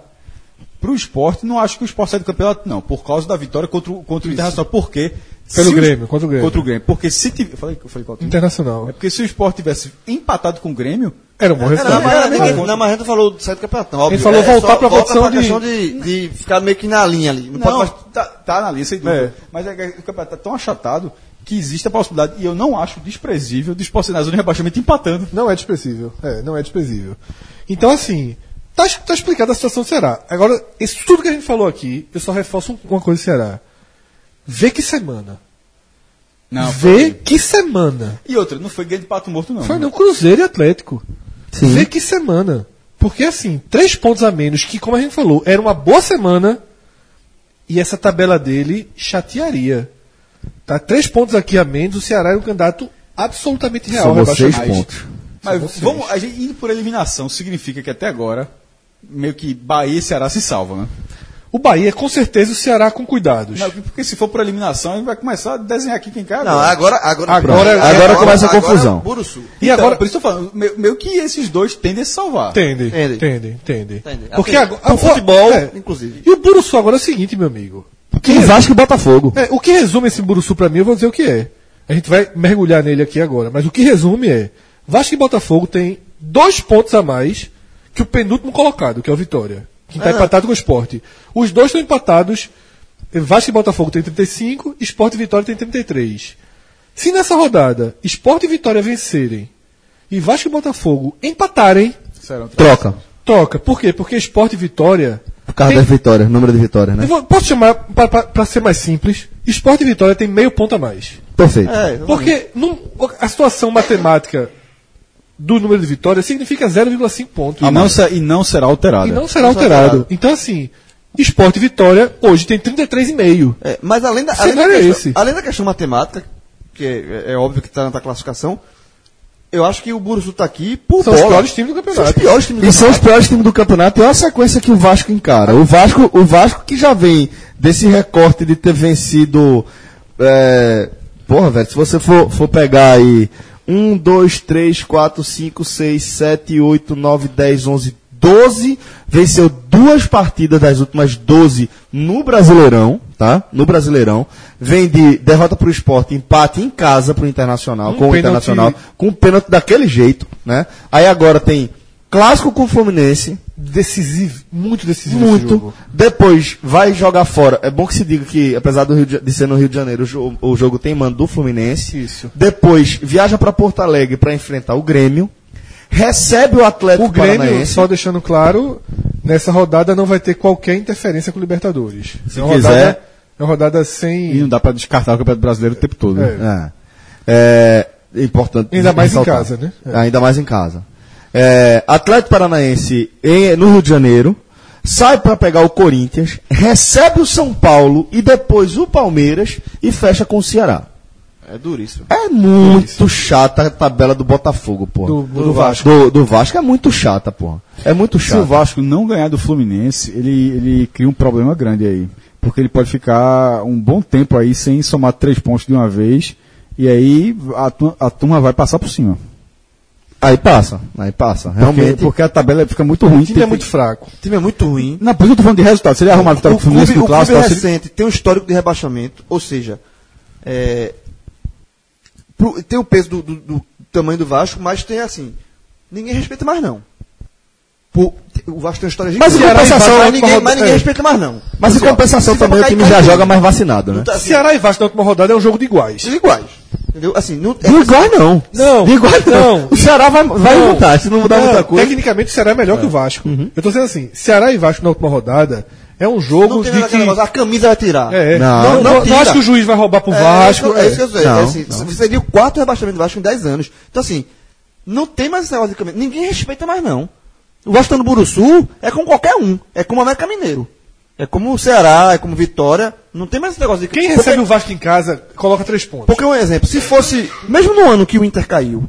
Pro esporte, não acho que o esporte sai do campeonato, não, por causa da vitória contra, o- contra o Internacional. Por quê? Pelo Se o- Grêmio, contra o Grêmio. Contra o Grêmio. Porque se tiver. eu Falei, eu falei qual time? Internacional. É porque se o esporte tivesse empatado com o Grêmio, Era um bom Na resultado. Marreta ninguém- na Marreta falou do sair do campeonato, não, óbvio. é Ele falou voltar pra volta posição de- questão de, de ficar meio que na linha ali. Não, Não, pode mais- tá, tá na lista, sem dúvida. Mas é, que o campeonato tá tão achatado que existe a possibilidade, e eu não acho desprezível, de esporte na zona de rebaixamento empatando. Não é desprezível. É, não é desprezível. Então, assim, tá, es- tá explicada a situação do Ceará. Agora, isso tudo que a gente falou aqui, eu só reforço um- uma coisa do Ceará. Vê que semana. Não. Vê que semana. E outra, não foi grande pato morto, não. Foi não Cruzeiro e Atlético. Sim. Vê que semana. Porque assim, três pontos a menos, que como a gente falou, era uma boa semana, e essa tabela dele chatearia. Tá? Três pontos aqui a menos, o Ceará é um candidato absolutamente real. São ao é vocês rebaixamento. pontos. Mas São vocês. vamos, a gente, indo por eliminação significa que até agora, meio que Bahia e Ceará se salvam, né? O Bahia, com certeza, o Ceará com cuidados. Não, porque se for por eliminação, ele vai começar a desenhar aqui quem cai. não, agora, agora, Agora- é- agora começa a confusão. é Buruçu. e agora. por isso eu tô falando, meio, meio que esses dois tendem a se salvar. Entende, Entende. entende, entende. Entende. Porque Assim, agora. pro futebol, é. inclusive. E o Buruçu agora é o seguinte, meu amigo. Quem Vasco e Botafogo. É, o que resume esse Buruçu pra mim, eu vou dizer o que é. A gente vai mergulhar nele aqui agora. Mas o que resume é: Vasco e Botafogo tem dois pontos a mais que o penúltimo colocado, que é o Vitória. Que está empatado com o Sport. Os dois estão empatados. eh, Vasco e Botafogo tem 35, Sport e Vitória tem 33. Se nessa rodada Sport e Vitória vencerem e Vasco e Botafogo empatarem, um Serão três. Troca. troca. Por quê? Porque Sport e Vitória Por causa Tem- das vitórias, número de vitórias, né? eu vou- posso chamar, para ser mais simples, Sport e Vitória tem meio ponto a mais. Perfeito. É, Porque num- a situação matemática do número de vitórias significa 0,5 pontos. E não, se- e não será alterada. E não será Não será alterado. alterado. Então, assim, Sport e Vitória hoje tem 33,5. É, mas além da, O além, da cenário é esse. questão, além da questão matemática, que é, é óbvio que está na classificação, eu acho que o Bursu está aqui por São os bola. piores times do São os campeonato. piores times E são os piores times do campeonato. E olha a sequência que o Vasco encara. O Vasco, o Vasco que já vem desse recorte de ter vencido. é, Porra, velho, se você for, for pegar aí 1, 2, 3, 4, 5, 6, 7, 8, 9, 10, 11, 12. Venceu duas partidas das últimas 12 no Brasileirão, tá? No Brasileirão. Vem de derrota pro esporte, empate em casa pro Internacional, com o pênalti- Internacional com um pênalti daquele jeito, né? Aí agora tem clássico com o Fluminense, Decisivo, muito decisivo esse muito. jogo. Depois vai jogar fora. É bom que se diga que, apesar do Rio de, de ser no Rio de Janeiro, o, jo- o jogo tem mando do Fluminense. Isso. Depois viaja para Porto Alegre para enfrentar o Grêmio. Recebe o Atlético O Grêmio, Paranaense. só deixando claro, nessa rodada não vai ter qualquer interferência com o Libertadores. Se uma quiser- rodada- é uma rodada E sem. não dá pra descartar o Campeonato Brasileiro o tempo todo. né? É. É. É, é importante. Ainda mais em ressaltar. casa, né? É. Ainda mais em casa. É, Atlético Paranaense em- no Rio de Janeiro. Sai para pegar o Corinthians, recebe o São Paulo e depois o Palmeiras e fecha com o Ceará. É duríssimo. É muito chata a tabela do Botafogo, porra. Do- do Vasco. Do, do Vasco é muito chata, porra. É muito Se o chata. Vasco não ganhar do Fluminense, ele, ele cria um problema grande aí. Porque ele pode ficar um bom tempo aí sem somar três pontos de uma vez. E aí a, tu- a turma vai passar por cima. Aí passa, aí passa. Porque, Realmente. porque a tabela fica muito ruim. O time é muito fraco. O time é muito ruim. Não, por isso eu tô falando de resultado. Se ele arrumar a vitória o do Fluminense clube, no o clube clássico, tá tal, se ele- assim. recente tem um histórico de rebaixamento, ou seja, é, pro- tem o peso do, do- do tamanho do Vasco, mas tem assim, ninguém respeita mais não. Por- o Vasco tem uma história Mas em gigante, compensação, mas ninguém, né, mas ninguém é. respeita mais não. Mas em Assim, ó, compensação se for também o pra time cair, já cai joga tudo. mais vacinado, né? Não tá, assim, Ceará e Vasco na última rodada é um jogo de iguais. são iguais. Entendeu? Assim, não, é- De igual não. Não, De igual não. não. O Ceará vai, vai mudar, se não mudar Não, muita coisa. Tecnicamente o Ceará é melhor que o Vasco. Eu tô dizendo assim, Ceará e Vasco na última rodada é um não jogo tem de aquela que... negócio, a camisa vai tirar. É, é. Não, Não, não, não não tira. acho que o juiz vai roubar pro Vasco. É, é. isso que eu sei. Não, é, assim, Seria o quarto rebaixamento do Vasco em 10 anos. Então, assim, não tem mais esse negócio de camisa. Ninguém respeita mais, não. O Vasco tá no Buruçu é como qualquer um. É como o América Mineiro. É como o Ceará, é como Vitória. Não tem mais esse negócio de Quem porque, recebe o Vasco em casa coloca três pontos. Porque um exemplo, se fosse. Mesmo no ano que o Inter caiu,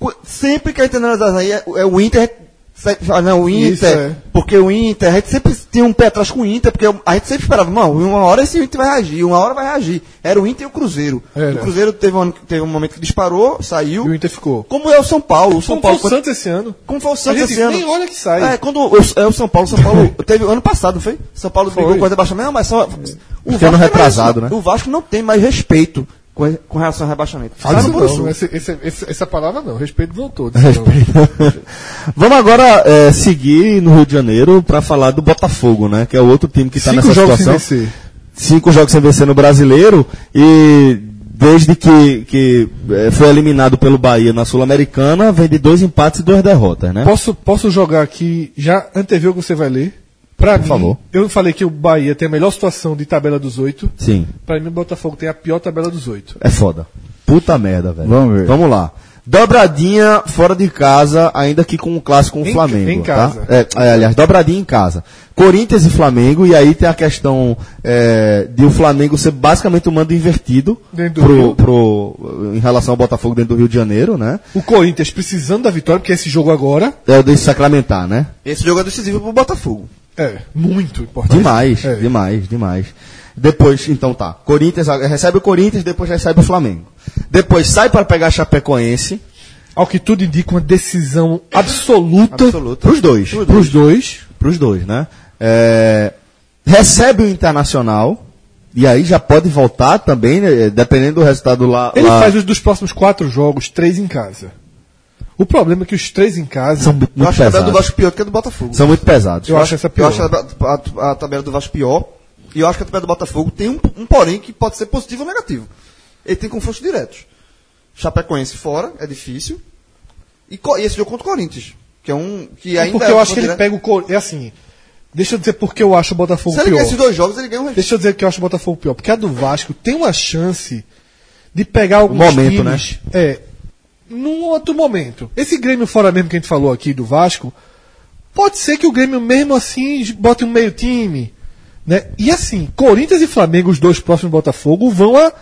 o- sempre que a gente analisa aí, é, é o Inter. se- ah, Não, o Inter. Isso, é. Porque o Inter, a gente sempre tinha um pé atrás com o Inter, porque a gente sempre esperava, mano, uma hora esse Inter vai reagir, uma hora vai reagir. Era o Inter e o Cruzeiro. Era. O Cruzeiro teve um, teve um momento que disparou, saiu. E o Inter ficou. Como é o São Paulo. O São Como foi Paulo o Santos esse ano? como foi o A Santos gente esse ano? nem olha que sai. É, quando o, é o São Paulo, São Paulo teve ano passado, não foi? São Paulo Foi. É. brigou com o rebaixamento, mas só, o Esse ano tem mais- um um retrasado, né? O Vasco não tem mais respeito com, com relação ao rebaixamento. Fala Sabe isso por isso? né? não, esse- esse- esse- essa palavra não, respeito não todos. Vamos agora é, seguir no Rio de Janeiro para falar do Botafogo, né? Que é o outro time que está Cinco nessa jogos sem situação. vencer. Cinco jogos sem vencer no Brasileiro e desde que, que é, foi eliminado pelo Bahia na Sul-Americana, vem de dois empates e duas derrotas, né? Posso, posso jogar aqui, já antever o que você vai ler? Pra mim, favor. eu falei que o Bahia tem a melhor situação de tabela dos oito. Sim, Pra mim, o Botafogo tem a pior tabela dos oito. é foda. Puta merda, velho. Vamos ver. Vamos lá. Dobradinha fora de casa, ainda que com o clássico com o Em- Flamengo. em tá? casa. É, é, aliás, dobradinha em casa. Corinthians e Flamengo, e aí tem a questão é, de o Flamengo ser basicamente um mando invertido Dentro do Rio. pro, pro, em relação ao Botafogo dentro do Rio de Janeiro, né? O Corinthians precisando da vitória, porque esse jogo agora É o de sacramentar, né? Esse jogo é decisivo pro Botafogo. é muito importante. Demais, É. demais, demais. Depois, então tá. Corinthians ah, recebe o Corinthians, depois recebe o Flamengo. Depois sai para pegar a Chapecoense. Ao que tudo indica, uma decisão absoluta, Absoluta. Pros dois. pros dois. Pros dois, né? É, recebe o Internacional. E aí já pode voltar também, né? dependendo do resultado lá. Ele lá- faz os dos próximos quatro jogos, três em casa. O problema é que os três em casa. São muito Eu acho a tabela do pesados. Vasco pior do que a do Botafogo. São muito pesados. Eu acho essa é pior. Eu acho a, a- a tabela do Vasco pior. E eu acho que a tabela do Botafogo tem um, um porém que pode ser positivo ou negativo. Ele tem confrontos diretos. Chapecoense fora, é difícil. E, co- e esse jogo contra o Corinthians. Que é um. Que ainda porque é um eu acho que ele confronto direto. pega o. Cor- É assim. Deixa eu dizer porque eu acho o Botafogo Se ele pior. ganhar esses dois jogos, ele ganha um Deixa eu dizer que eu acho o Botafogo pior. Porque a do Vasco tem uma chance de pegar alguns momento, né? times. É. Num outro momento. Esse Grêmio fora mesmo que a gente falou aqui do Vasco. Pode ser que o Grêmio mesmo assim bote um meio time. Né? E assim, Corinthians e Flamengo, os dois próximos do Botafogo, vão a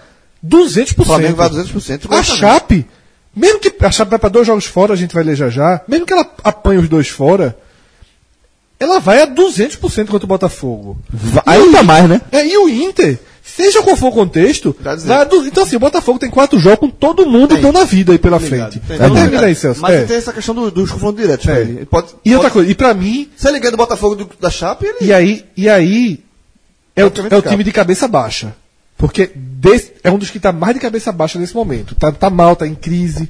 200%. O Flamengo vai a 200%. A Chape, mesmo que a Chape vai para dois jogos fora, a gente vai ler já já, mesmo que ela apanhe os dois fora, ela vai a 200% contra o Botafogo. Va- Ainda mais, né? É, e o Inter, seja qual for o contexto, Tá dizendo. vai a du- então assim, o Botafogo tem quatro jogos com todo mundo dando a vida aí pela Tá frente. Entendeu? Então termina aí, Celso. Mas É. tem essa questão do- dos confrontos diretos. É. velho. Ele pode, E outra pode- coisa, e pra mim, Se ele ganha do Botafogo e do- da Chape, ele. e aí, e aí é, o, Praticamente é o capa. time de cabeça baixa. Porque desse- é um dos que tá mais de cabeça baixa nesse momento. Tá, tá mal, tá em crise.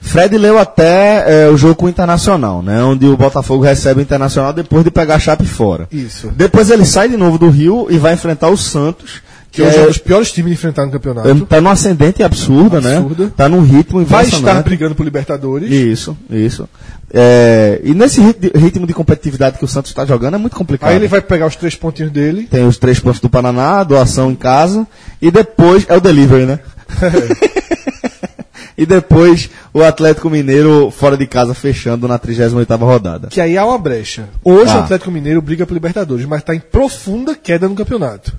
Fred leu até é, o jogo com o Internacional, né? Onde o Botafogo recebe o Internacional depois de pegar a Chape fora. Isso. Depois ele sai de novo do Rio e vai enfrentar o Santos, que Que hoje é um é, dos piores times de enfrentar no campeonato. é, tá num ascendente absurdo, Absurdo. né? Tá num ritmo vai impressionante. estar brigando por Libertadores. né? Isso, isso. É, e nesse rit- ritmo de competitividade que o Santos está jogando é muito complicado. Aí ele vai pegar os três pontinhos dele. Tem os três pontos do Paraná, a doação em casa, e depois é o delivery, né? e depois o Atlético Mineiro fora de casa fechando na 38ª rodada. Que aí há uma brecha. Hoje Ah. o Atlético Mineiro briga por Libertadores, mas está em profunda queda no campeonato.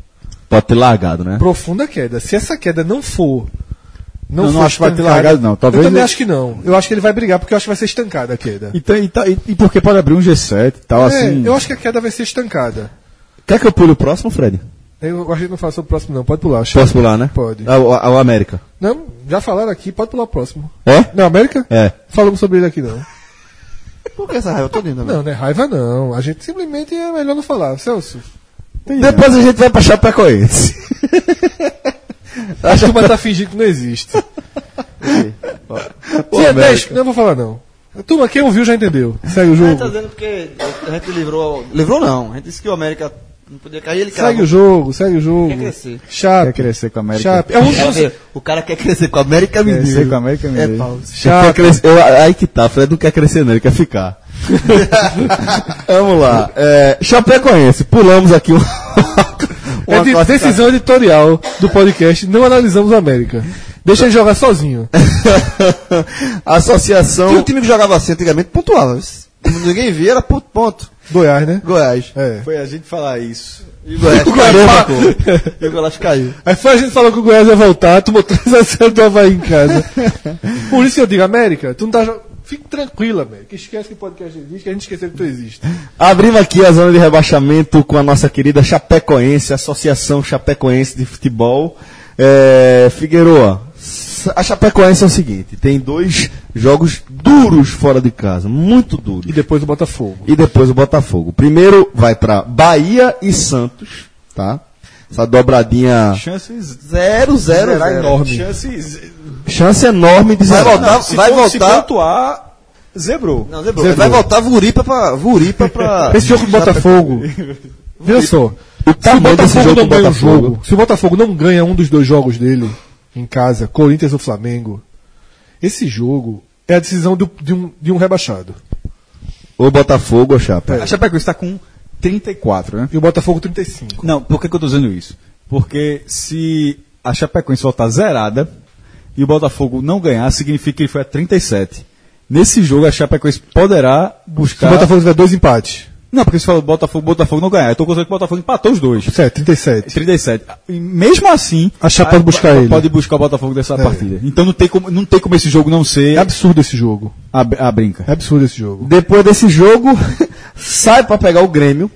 Pode ter largado, né? Profunda queda. Se essa queda não for. Não, Eu não for acho que vai ter estancada- largado, não. Talvez eu também ele- acho que não. Eu acho que ele vai brigar porque eu acho que vai ser estancada a queda. E, tem- e tá- e- e porque pode abrir um G7 e tal, assim. É, eu acho que a queda vai ser estancada. Quer que eu pule o próximo, Fred? Eu acho que não fala sobre o próximo, não. Pode pular. acho. Posso pular, né? Pode. Ah, O, ah, o América. Não, já falaram aqui, pode pular o próximo. É? Não, América? É. Falamos sobre ele aqui, não. Por que essa raiva toda ainda, velho? Não, não é raiva, não. A gente simplesmente é melhor não falar. Celso, Depois a gente vai pra Chapecoense. a turma tá fingindo que não existe. Dia 10, não vou falar não. Turma, quem ouviu já entendeu. Segue o A gente tá jogo. dizendo porque a gente livrou. Livrou não. A gente disse que o América não podia cair, ele Segue caiu. o jogo, segue o jogo. Quer crescer. Chape. Quer crescer com a América. Chape. É um dos É, o cara quer crescer com a América Crescer Mineiro. com a América É Mineiro. pau. Quer Chape. crescer- eu- aí que tá, Fred não quer crescer, não, ele quer ficar. Vamos lá. É, Chapecoense, pulamos aqui um. É de- decisão editorial do podcast. Não analisamos a América. Deixa ele jogar sozinho. Tinha um Associação. time que jogava assim antigamente, pontuava. isso. Ninguém via, era ponto, ponto. Goiás, né? Goiás. É. Foi a gente falar isso. E o Goiás caiu. pá. E o Goiás caiu. Aí foi a gente falou que o Goiás ia voltar, tomou 3x0 do Havaí em casa. Por isso que eu digo, América, tu não tá jogando. Fique tranquila, América. Esquece que o podcast existe, que a gente esqueceu que tu existe. Abrimos aqui a zona de rebaixamento com a nossa querida Chapecoense, Associação Chapecoense de Futebol. É, Figueroa, s- a Chapecoense é o seguinte: tem dois jogos duros fora de casa, muito duros. E depois o Botafogo. e depois o Botafogo. Primeiro vai pra Bahia e Santos, tá? Essa dobradinha, Chances. Zero, zero, Será zero. enorme. Chances. chance enorme de Vai zerar. voltar, Se vai for- se voltar. pontuar, zebrou. Não, Zebrou. Vai Zebrou. voltar Vuripa pra. Vuripa pra. Esse jogo do Botafogo. Veja só. Se o tamanho desse Botafogo jogo não do ganha um Botafogo. jogo, se o Botafogo não ganha um dos dois jogos dele em casa, Corinthians ou Flamengo, esse jogo é a decisão do- de, um, de um rebaixado. Ou Botafogo ou Chapa. A Chapecoense tá está com 34, né? E o Botafogo 35. Não, por que, que eu tô dizendo isso? Porque se a Chapecoense voltar zerada e o Botafogo não ganhar, significa que ele foi a 37. Nesse jogo a Chapecoense poderá Se buscar. Tá. o Botafogo tiver dois empates. Não, porque você falou Botafogo, Botafogo não ganhar. Eu tô considerando que o Botafogo empatou os dois. Certo, 37. 37. E mesmo assim, A Chape pode buscar pode ele. Pode buscar o Botafogo dessa É. partida. Então não tem como, não tem como esse jogo não É ser absurdo esse jogo. a, a brinca. É absurdo esse jogo. Depois desse jogo, sai pra pegar o Grêmio.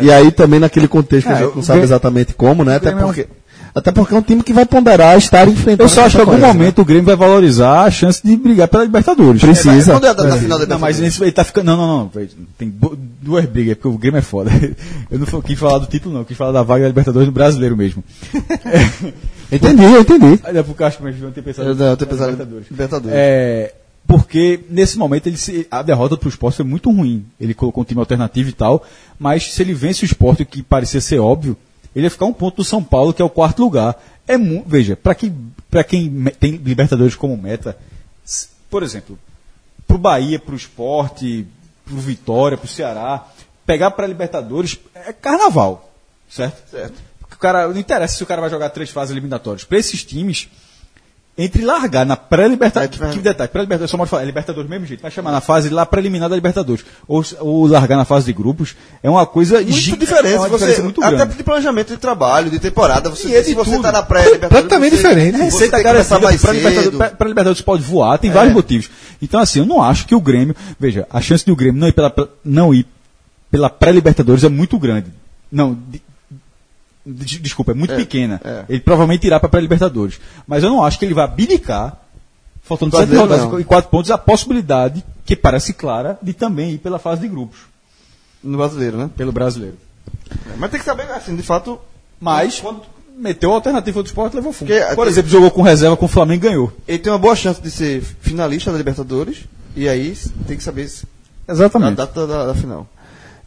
E aí também naquele contexto que É, a gente o não sabe Grêmio- exatamente como, né? Até Grêmio é um- porque Até porque é um time que vai ponderar estar enfrentando. Eu só acho que em essa algum coisa, né? momento o Grêmio vai valorizar a chance de brigar pela Libertadores. Precisa. Quando é a da, da final da Não, mas Libertadores? esse, ele tá ficando. Não, não, não. velho, Tem du- duas brigas, porque o Grêmio é foda. Eu não fa- quis falar do título, não. Eu quis falar da vaga da Libertadores do brasileiro mesmo. É, Entendi, eu entendi. Ainda pro Castro, mas não ter pensado. Eu, não, eu tô pensando em Libertadores. Libertadores. É, porque nesse momento ele se- a derrota para o esporte foi muito ruim. Ele colocou um time alternativo e tal, mas se ele vence o esporte, o que parecia ser óbvio, ele ia ficar um ponto do São Paulo, que é o quarto lugar. É mu- Veja, para quem, pra quem me- tem Libertadores como meta, s- por exemplo, para o Bahia, para o esporte, para o Vitória, para o Ceará, pegar para Libertadores é carnaval, certo? Certo. O cara, não interessa se o cara vai jogar três fases eliminatórias. Para esses times, entre largar na pré-libertadores. Vai- vai- Que detalhe, pré-libertadores, só pode falar, é Libertadores do mesmo jeito, vai chamar na fase lá preliminar da Libertadores. Ou, s- ou largar na fase de grupos é uma coisa Muito gi- diferente, é uma você, diferença muito até grande. de planejamento de trabalho, de temporada, você, E é de se você tudo. tá na pré-libertadores... Completamente você- diferente. É, Você, Receita tem que começar garantida mais para cedo. É. Libertadores, pra Libertadores pode voar, tem vários motivos. Então, assim, eu não acho que o Grêmio. Veja, a chance do Grêmio não ir pela, não ir pela pré-Libertadores é muito grande. Não, de- de- desculpa, é muito pequena. é. Ele provavelmente irá para pré-Libertadores. Mas eu não acho que ele vai abdicar, faltando sete Fazer, rodadas não. e quatro pontos, a possibilidade, que parece clara, de também ir pela fase de grupos, No brasileiro, né? pelo brasileiro. Mas tem que saber, assim, de fato... Mas, quando meteu a alternativa do esporte, levou fundo. Porque- Por exemplo, jogou com reserva com o Flamengo e ganhou. Ele tem uma boa chance de ser finalista da Libertadores, e aí tem que saber se- a Exatamente. data da, da final.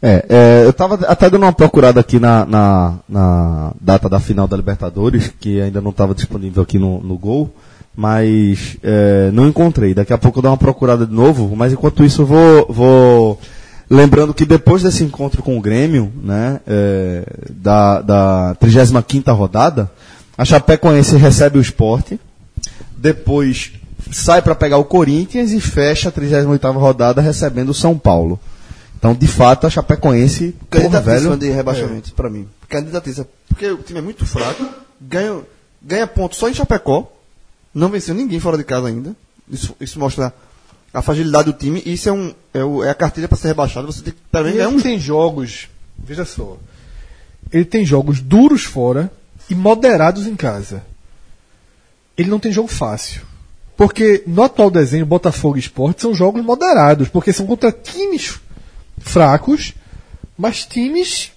É, é, eu tava até dando uma procurada aqui na, na, na data da final da Libertadores, que ainda não estava disponível aqui no, no gol, mas é, não encontrei. Daqui a pouco eu dou uma procurada de novo, mas enquanto isso eu vou, vou lembrando que depois desse encontro com o Grêmio, né, é, da, da 35 rodada, a Chapecoense recebe o esporte, depois sai para pegar o Corinthians e fecha a 38 rodada recebendo o São Paulo. Então, de fato, a Chapecoense, porra, Candidatíssima velho, de É. rebaixamento, pra mim. Candidatíssima. Porque o time é muito fraco, ganha, ganha ponto só em Chapecó, não venceu ninguém fora de casa ainda. Isso, isso mostra a fragilidade do time, e isso é, um, é, o- é a cartilha pra ser rebaixado, você tem que também Ele ganhar um tem jogos, veja só, ele tem jogos duros fora e moderados em casa. Ele não tem jogo fácil. Porque no atual desenho, Botafogo e Esporte são jogos moderados, porque são contra times fracos, mas times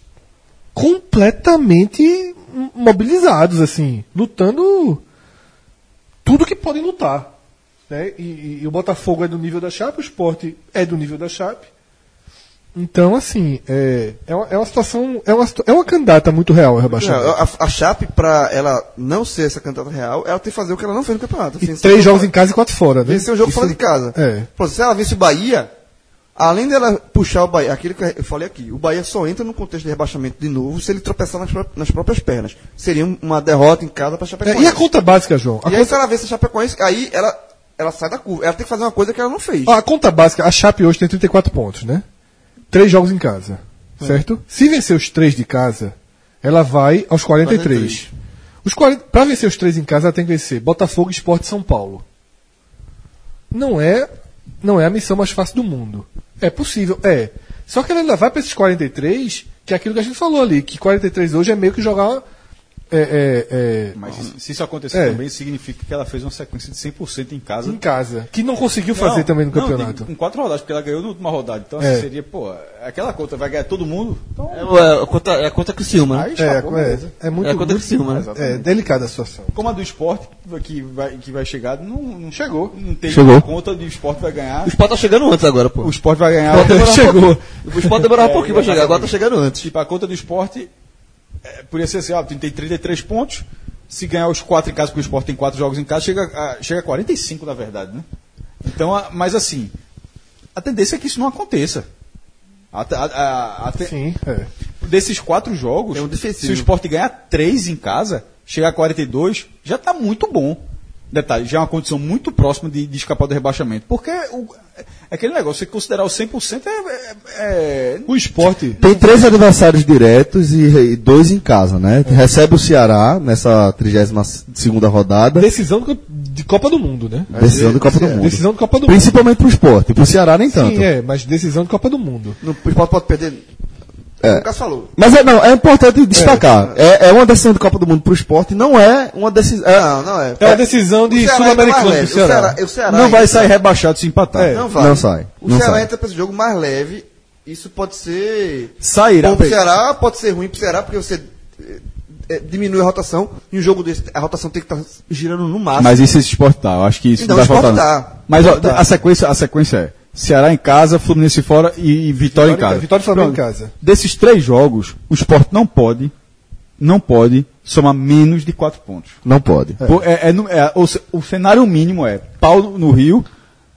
completamente mobilizados, assim, lutando tudo que podem lutar. Né? E, e- e o Botafogo é do nível da Chape, o Esporte é do nível da Chape. Então, assim, é, é, uma, é uma situação. É uma, situ- é uma candidata muito real ao rebaixamento. Não, a, a Chape, pra ela não ser essa candidata real, ela tem que fazer o que ela não fez no campeonato. e Assim, três jogos em casa e quatro fora, né? Vencer um jogo Isso- fora de casa. É. Por exemplo, se ela vence o Bahia, além dela puxar o Bahia, aquilo que eu falei aqui, o Bahia só entra no contexto de rebaixamento de novo se ele tropeçar nas, pró- nas próprias pernas. Seria um, uma derrota em casa para É, Chapecoense. e a conta básica, João? A, E aí, conta, se ela vence a Chapecoense, aí ela, ela sai da curva. Ela tem que fazer uma coisa que ela não fez. ó, a conta básica, a Chape hoje tem 34 pontos, né? Três jogos em casa. É. Certo? Se vencer os três de casa, ela vai aos 43. Os 40, pra vencer os três em casa, ela tem que vencer Botafogo, Esporte e São Paulo. Não é, não é a missão mais fácil do mundo. É possível, é. Só que ela ainda vai pra esses 43, que é aquilo que a gente falou ali, que 43 hoje é meio que jogar. É, é, é, Mas se- se isso acontecer É. também, significa que ela fez uma sequência de 100% em casa. em casa. Que não conseguiu fazer Não, também no não, campeonato. digo, com quatro rodadas, porque ela ganhou na última rodada. Então, assim, É. seria, pô, aquela conta vai ganhar todo mundo. Então, É a conta, é a conta que o Silma. É, é, é muito, É contra muito- o Criciúma, né? É delicada a situação. como a do esporte, que vai, que vai chegar, não, não chegou. Não tem Chegou. conta do esporte vai ganhar. Sport tá chegando antes agora, pô. O esporte vai ganhar. é um Chegou. O Sport demorava É, um pouquinho pra exatamente. chegar, agora tá chegando antes. Tipo, a conta do esporte é, podia ser assim, ó, tem 33 pontos. Se ganhar os quatro em casa, porque o esporte tem quatro jogos em casa, chega a, chega a 45, na verdade, né? Então, a- mas assim, a tendência é que isso não aconteça. A, te- a- a- a te- Sim, é. desses quatro jogos, É um defensivo. se o esporte ganhar três em casa, chegar a 42, já está muito bom. Detalhe, já é uma condição muito próxima de, de escapar do rebaixamento. Porque o- é aquele negócio, você considerar o 100% é, é- é- O esporte. Tem três adversários diretos e, e dois em casa, né? É. Recebe o Ceará nessa 32 rodada, Decisão do camp- de Copa do Mundo, né? É, decisão de Copa do Mundo. Decisão de Copa do é, Mundo. Principalmente pro esporte, pro Ceará nem tanto. Sim, é, mas decisão de Copa do Mundo. No- O Sport pode perder É. O Lucas falou. Mas é, não, é importante destacar. É, é uma decisão de Copa do Mundo para o esporte, não é uma decisão. É, Não, não é. É uma decisão O de Ceará sul-americano do ainda mais leve. Ceará. O Ceará, o Ceará Não ainda- tá- vai sair rebaixado se empatar. É. Não vai. Não sai, O não Ceará sai. entra para esse jogo mais leve. Isso pode ser Sairá. bom pro Ceará, pode ser ruim pro Ceará, porque você eh, eh, diminui a rotação. E um jogo desse, a rotação tem que estar girando no máximo. Mas isso esse esporte tá. Eu acho que isso Então, não vai o esporte faltar. não. tá. Mas ó, Esporte tá. a, sequência, a sequência é Ceará em casa, Fluminense fora e, e Vitória, em casa. Vitória e Flamengo em Pronto. casa. Desses três jogos, o esporte não pode, não pode somar menos de quatro pontos. Não pode. Pô, é- é no- é, o, ce- o cenário mínimo é Paulo no Rio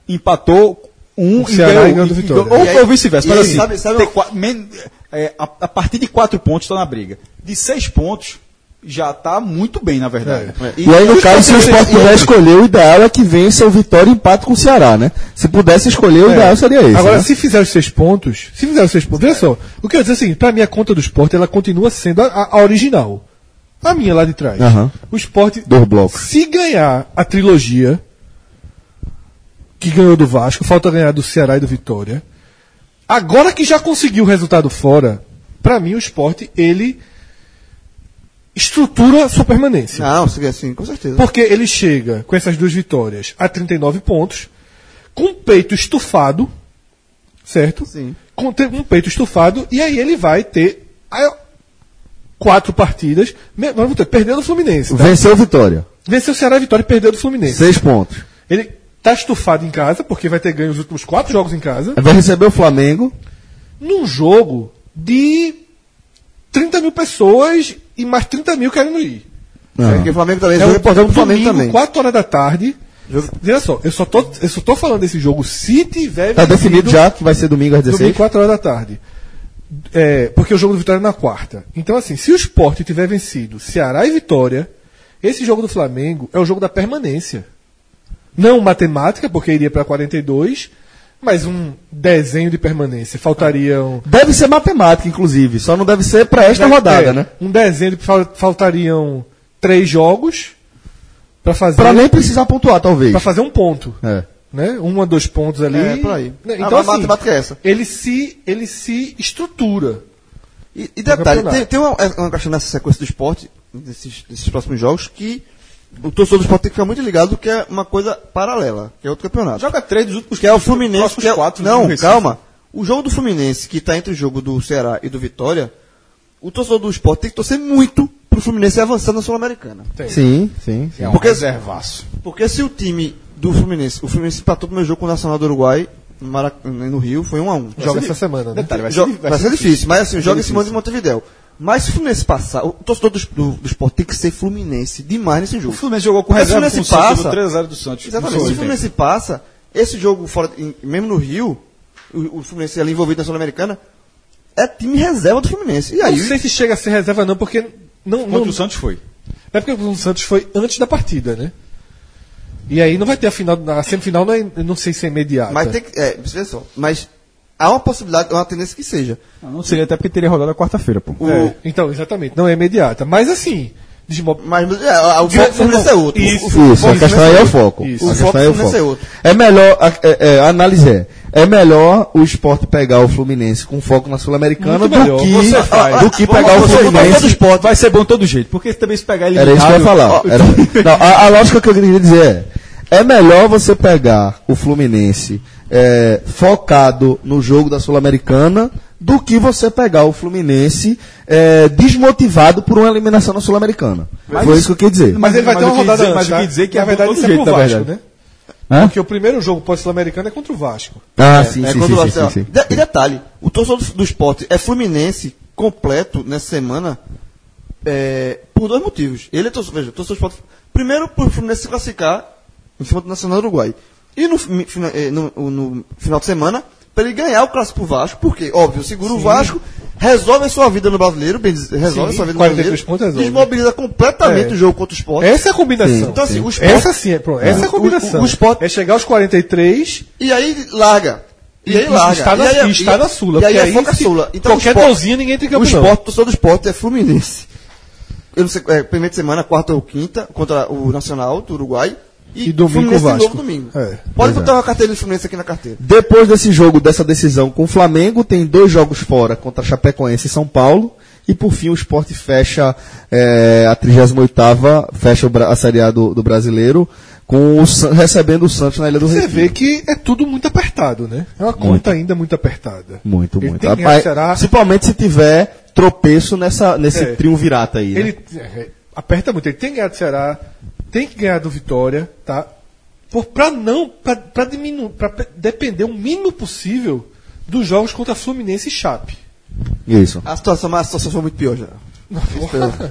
empatou um O Ceará e ganhou do Vitória. ganhou- ou- E aí- ou, vice-versa. e Mas aí, assim, sabe- sabe tem o- qua- men- é, a, a partir de quatro pontos está na briga. De seis pontos já está muito bem, na verdade. E, aí, no caso, se o esporte puder escolher, o ideal é que vença o Vitória e empate com o Ceará, né? Se pudesse escolher, o ideal seria esse. É. Agora, né? se fizer os seis pontos, se fizer os seis pontos, veja só, o que eu ia dizer é o seguinte, pra mim a conta do esporte, ela continua sendo a, a- a original. A minha lá de trás. Aham. O esporte, Dois blocos. se ganhar a trilogia, que ganhou do Vasco, falta ganhar do Ceará e do Vitória, agora que já conseguiu o resultado fora, pra mim o esporte, ele estrutura sua permanência. Não, seria assim, com certeza. Porque ele chega com essas duas vitórias a 39 pontos, com o peito estufado, certo? Sim. Com te- um peito estufado, e aí ele vai ter a- quatro partidas, me- mas vamos ter, perdeu do Fluminense. Tá? Venceu o Vitória. Venceu o Ceará a vitória e perdeu do Fluminense. Seis pontos. Ele tá estufado em casa, porque vai ter ganho os últimos quatro jogos em casa, Vai receber o Flamengo. num jogo de 30 mil pessoas e mais 30 mil querendo ir. É, porque o Flamengo também. É jogo um importante pro Flamengo domingo, também. 4 horas da tarde. Jogo- Veja só, eu só, tô, eu só tô falando desse jogo se tiver Tá vencido definido já que vai ser domingo às domingo 16. 4 horas da tarde. É, porque o jogo do Vitória é na quarta. Então, assim, se o esporte tiver vencido Ceará e Vitória, esse jogo do Flamengo é o jogo da permanência. Não matemática, porque iria para 42, mas um desenho de permanência. Faltariam. Deve ser matemática, inclusive. Só não deve ser pra Ah, esta rodada, É, né? Um desenho de fal- faltariam três jogos para fazer. Pra nem precisar pontuar, talvez. Pra fazer um ponto. É. Né? Um a dois pontos ali. É, por aí. Né? Ah, A Então, assim, matemática é essa. Ele se, ele se estrutura. E, e detalhe, campeonato. tem, tem uma, é uma questão nessa sequência do esporte, desses, desses próximos jogos, que o torcedor do esporte tem que ficar muito ligado, que é uma coisa paralela, que é outro campeonato. Joga três dos últimos que é o Fluminense. próximos Que é, quatro do não, Recife. calma. O jogo do Fluminense, que está entre o jogo do Ceará e do Vitória, o torcedor do esporte tem que torcer muito pro Fluminense avançar na Sul-Americana. Sim, sim. sim. É um Porque- reservaço. Porque se o time do Fluminense, o Fluminense empatou o meu jogo com o Nacional do Uruguai, no, Marac- no Rio, foi 1 a 1 Joga essa semana, né? Detalhe, vai ser, Jo- vai ser difícil, mas assim, joga em cima de Montevideo. Mas se o Fluminense passar, o torcedor do, do, do esporte tem que ser Fluminense demais nesse O jogo. Fluminense jogou com Mas reserva com o Fluminense Santos, passa- jogou 3 a 0 do Santos. é Exatamente. Se o Fluminense passa, esse jogo fora, em- mesmo no Rio, o, o Fluminense ali envolvido na Sul-Americana, é time reserva do Fluminense. E aí, Não sei se chega a ser reserva, não, porque. Não, não, Contra o Santos foi. é porque o Santos foi antes da partida, né? E aí não vai ter a final. A semifinal não, é, não sei se é imediata. mas tem que, é, você vê só, mas há uma possibilidade, há uma tendência que seja. Não, não seria até porque teria rodado a quarta-feira, pô. O, É, Então, exatamente, não é imediata. Mas assim. desmo- Mas é, a- o foco do Fluminense é outro. Isso. O- o- Isso, a Isso, questão né? aí é o foco. Isso. A O questão foco aí é o do Fluminense é foco. outro. É melhor, a, é, é, a análise é, é melhor o esporte pegar o Fluminense com foco na Sul-Americana Muito do melhor. que, Você faz. do que Vamos- pegar o vamos- vamos- todo Fluminense. esporte. Vai ser bom de todo jeito, porque também se pegar ele Era isso que eu ia falar. Era- não, a, a lógica que eu queria dizer é, é melhor você pegar o Fluminense é, focado no jogo da Sul-Americana do que você pegar o Fluminense é, desmotivado por uma eliminação na Sul-Americana. Foi isso que eu queria dizer. Mas ele vai Mas ter o uma que rodada dizer- antes, mas o tá? que dizer que na é verdade todo isso é jeito, pro na Vasco, verdade. né? Porque o primeiro jogo pós-sul-americano é contra o Vasco. Ah, sim, É, sim, contra sim, o sim, Barcelona. sim, sim. De- E detalhe, o torcedor do, do esporte é Fluminense completo nessa semana é, por dois motivos. Ele é torcedor, veja, torcedor do esporte. Primeiro, por Fluminense se classificar em cima do Nacional do Uruguai. E no, fi- fina- eh, no- o- no final de semana, para ele ganhar o clássico pro Vasco, porque, óbvio, segura o Vasco, resolve a sua vida no brasileiro, bem dizer, Sim, resolve a sua vida no 43 brasileiro, pontos resolve. desmobiliza completamente É. o jogo contra o esporte. Essa é a combinação. Então, assim, o esporte- essa sim, é, pronto, essa é a O- o- combinação. o esporte- É chegar aos 43 E aí larga. E E- aí e larga. está na- e aí, e está na Sula, E aí, porque é aí foca se- Sula. qualquer o esporte- golzinho ninguém tem O campo, não. esporte, o torcedor do esporte é Fluminense. Eu não sei, é, primeira semana, quarta ou quinta, contra o Nacional do Uruguai. E domingo Fluminense de Vasco. novo domingo. É, Pode botar uma carteira do Fluminense aqui na carteira. Depois desse jogo, dessa decisão com o Flamengo, tem dois jogos fora contra Chapecoense e São Paulo. E por fim o Sport fecha eh, a 38 fecha o Bra- a Série A do, do brasileiro, com o San- recebendo o Santos na Ilha do Você Retiro. vê que é tudo muito apertado, né? É uma conta ainda muito apertada. Muito, Ele muito. tem que Rapaz, será, Principalmente se tiver tropeço nessa, nesse É. triunvirato aí. né? ele é, aperta muito. Ele tem que ganhar do Ceará, tem que ganhar do Vitória, tá? Por, pra não, pra, pra diminuir, pra pe- depender o mínimo possível dos jogos contra Fluminense e Chape. Isso. A situação, mas a situação foi muito pior já.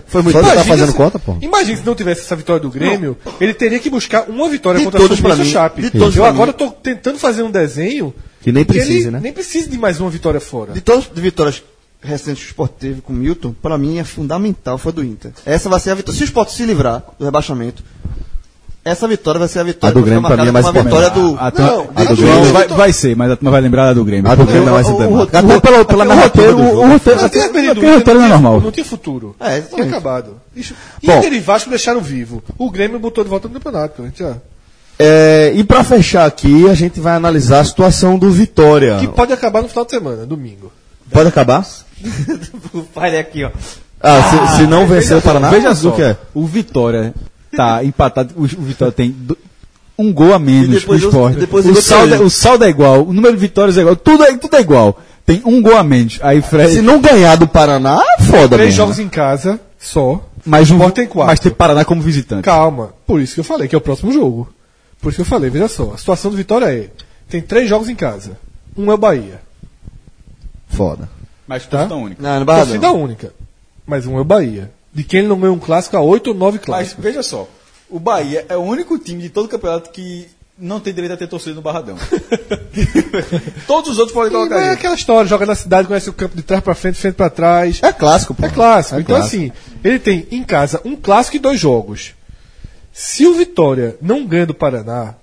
Foi muito. Você tá fazendo se, conta, pô? Imagina se não tivesse essa vitória do Grêmio, ele teria que buscar uma vitória De contra todos Fluminense pra e mim, Chape. de todos Eu pra agora estou tentando fazer um desenho Que nem precise, ele né? nem precisa de mais uma vitória fora. De todas as vitórias recentes que o Sport teve com o Milton, pra mim é fundamental foi a do Inter. Essa vai ser a vitória. Se o Sport se livrar do rebaixamento, essa vitória vai ser a vitória A do que Grêmio, vai pra ficar mim, é mais marcada com a vitória do. A, a, Não, a, do Grêmio vai, vai ser, mas a turma vai lembrar da do Grêmio. Ah, do Grêmio não é esse o- o tema. roteiro- Até pela, pela narrativa do jogo. Não tinha perdido Aquele o Inter, roteiro não tinha- é normal. Não tinha futuro. É, exatamente. tinha acabado. Isso- Bom. Inter e Vasco deixaram vivo. O Grêmio botou de volta no campeonato. A gente já- É, e pra fechar aqui, a gente vai analisar a situação do Vitória. Que pode acabar no final de semana, domingo. Pode acabar? O pai aqui, ó. Ah, se, se não vencer o Paraná, Veja só, o que é? o Vitória tá empatado, o, o Vitória tem do- um gol a E menos que o depois eu- Sport. depois eu o, vou saldo, é- perder. o saldo é igual, o número de vitórias é igual, tudo é, tudo é igual. Tem um gol a menos. Aí Fred, É, Se não ganhar do Paraná, foda Três mesmo. jogos em casa, só. mas o Sport tem quatro. um Mas tem Paraná como visitante. Calma. Por isso que eu falei que é o próximo jogo. Por isso que eu falei, veja só. A situação do Vitória é: tem três jogos em casa. Um é o Bahia. Foda. Mas Tá? tá única. Não, no Ah, Barradão. Torcida única. Mas um é o Bahia. De quem ele não ganhou um clássico há oito ou nove Mas clássicos. veja só, o Bahia é o único time de todo o campeonato que não tem direito a ter torcida no Barradão. Todos os outros podem E colocar é aí. aquela história, joga na cidade, conhece o campo de trás pra frente, frente pra trás. É clássico, pô. É clássico. É então, clássico. assim, ele tem em casa um clássico e dois jogos. Se o Vitória não ganha do Paraná,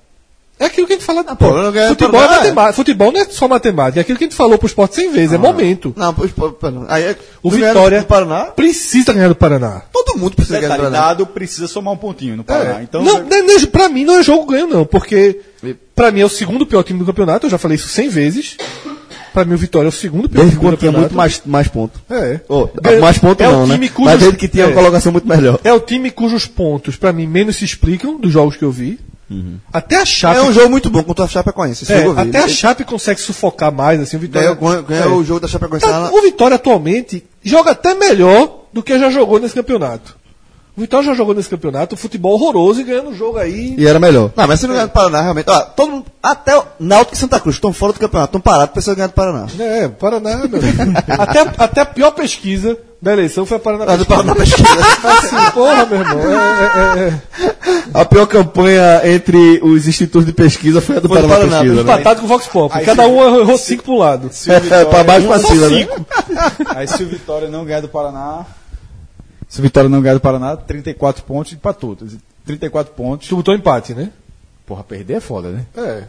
é aquilo que a gente fala. Pô, pô, não ganha do futebol, é Paraná, é. matemática, futebol não é só matemática, é aquilo que a gente falou pro esporte cem vezes, é momento. Não, pô, pô, pô, não. Aí é- O do Vitória do Paraná. precisa ganhar do Paraná. Todo mundo precisa ganhar do Paraná. Detalhado precisa somar um pontinho no Paraná. né? É. Então, não, né? não, não, pra mim não é jogo ganho, não, porque pra mim é o segundo pior time do campeonato, eu já falei isso cem vezes. Pra mim o Vitória é o segundo pior Desde time do quando tinha campeonato. muito mais, mais ponto. É. Oh, Ganha- mais ponto é não, o né? time cujo- Mas desde que tinha uma é. colocação muito melhor. É o time cujos pontos, pra mim, menos se explicam dos jogos que eu vi. Até a Chape. Uhum. É um jogo muito bom contra a Chapecoense. Esse é, jogo eu vi. até a Chape consegue sufocar mais, assim, o Vitória. Ganhou, ganhou- ganhou É. o jogo da Chapecoense Tá- lá na- O Vitória atualmente joga até melhor do que já jogou nesse campeonato. O Vitória já jogou nesse campeonato, um futebol horroroso e ganhando o jogo aí. E era melhor. Não, mas se não ganhar do Paraná, realmente. Ó, todo mundo, até o Náutico e Santa Cruz estão fora do campeonato, estão parados pensando em ganhar do Paraná. É, Paraná, meu. até, até a pior pesquisa da eleição foi a Paraná. Ah, do Paraná pra Assim, porra, meu irmão. É, é, é, é. A pior campanha entre os institutos de pesquisa foi a do Foi do Paraná, Paraná, Ah, Pesquisa, né? É, Empatado com o Vox Pop. Cada um errou cinco pro lado. se o Vitória- pra baixo pra Só cima, né? cinco. Aí se o Vitória não ganhar do Paraná. Se o Vitória não ganhar do Paraná, 34 pontos empatou. 34 pontos. Tu botou empate, né? Porra, perder é foda, né? É.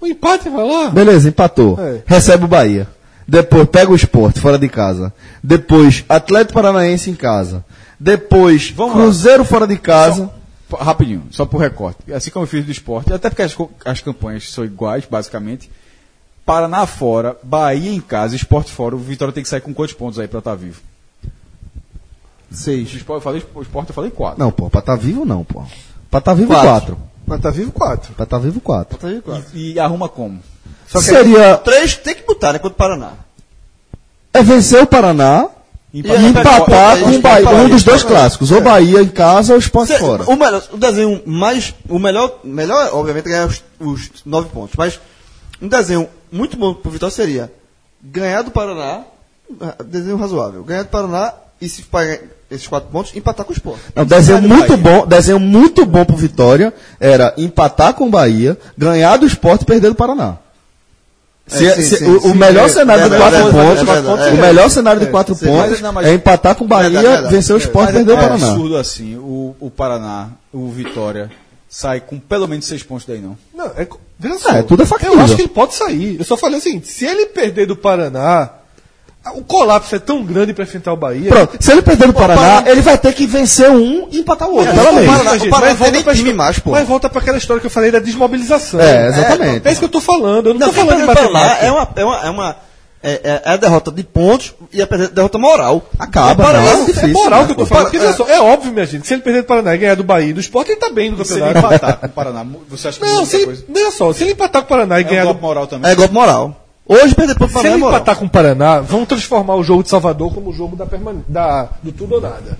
O empate vai lá. Beleza, empatou. É. Recebe o Bahia. Depois pega o esporte fora de casa. Depois, Atlético Paranaense em casa. Depois, Vamos lá. Cruzeiro fora de casa. Só- p- rapidinho, só por recorte. Assim como eu fiz do esporte, até porque as, co- as campanhas são iguais, basicamente. Paraná fora, Bahia em casa, esporte fora, o Vitória tem que sair com quantos pontos aí pra estar vivo? Seis. O esporte, eu falei, o esporte eu falei quatro. Não, pô, pra tá vivo não, pô. Pra tá vivo Quatro. quatro. Mas tá vivo quatro. Pra tá vivo quatro. E, e arruma como? Seria Três tem que botar, né? Contra o Paraná. é vencer o Paraná e aí, empatar aí, com o aí, Bahia, aí, um dos aí, dois aí. clássicos, ou Bahia em casa ou esporte fora. O, melhor, o desenho mais. O melhor, melhor obviamente, é ganhar os, os nove pontos. Mas um desenho muito bom pro Vitória seria ganhar do Paraná. ah, Desenho razoável. Ganhar do Paraná e se pagar esses quatro pontos, empatar com o Sport. Não, desenho muito bom, desenho muito bom pro Vitória era empatar com o Bahia, ganhar do esporte e perder do Paraná. Se- É, sim, se- sim, o, o sim, melhor é, cenário é de verdade, quatro é pontos, verdade, é verdade. o melhor cenário de quatro sim, pontos mas- não, mas- é empatar com o Bahia, Verdade, verdade. vencer o esporte e perder o é Paraná. absurdo assim, o, o Paraná, o Vitória, sai com pelo menos seis pontos daí, não. Não, é, co- veja só, É, tudo é factível. assim, Eu acho que ele pode sair. Eu só falei o seguinte: se ele perder do Paraná, O colapso é tão grande para enfrentar o Bahia. Pronto, se ele perder do Paraná, ele vai ter que vencer um e empatar o É, outro. Pelo o menos. Paraná- o Paraná não tem é nem time mais, pô. Mas volta para aquela história que eu falei da desmobilização. É, exatamente. É, isso que eu tô falando. Eu não, Não, tô quem falando de perdeu para lá matemática. é uma. É uma, é uma é, é- é a derrota de pontos e a perda- derrota moral. Acaba, Para- não, é é um- É difícil, moral né, que eu pô? tô falando. Porque, veja só, é óbvio, minha gente, que se ele perder do Paraná e ganhar do Bahia e do esporte, ele tá bem no Se ele campeonato. empatar com o Paraná, mu- você acha que Não, muda se ele, veja só, se ele empatar com o Paraná e É ganhar um do golpe moral também. É golpe moral. Hoje perder para o Se Flamengo ele é moral. empatar com o Paraná, vão transformar o jogo de Salvador como o jogo da perman- da- do tudo ou nada.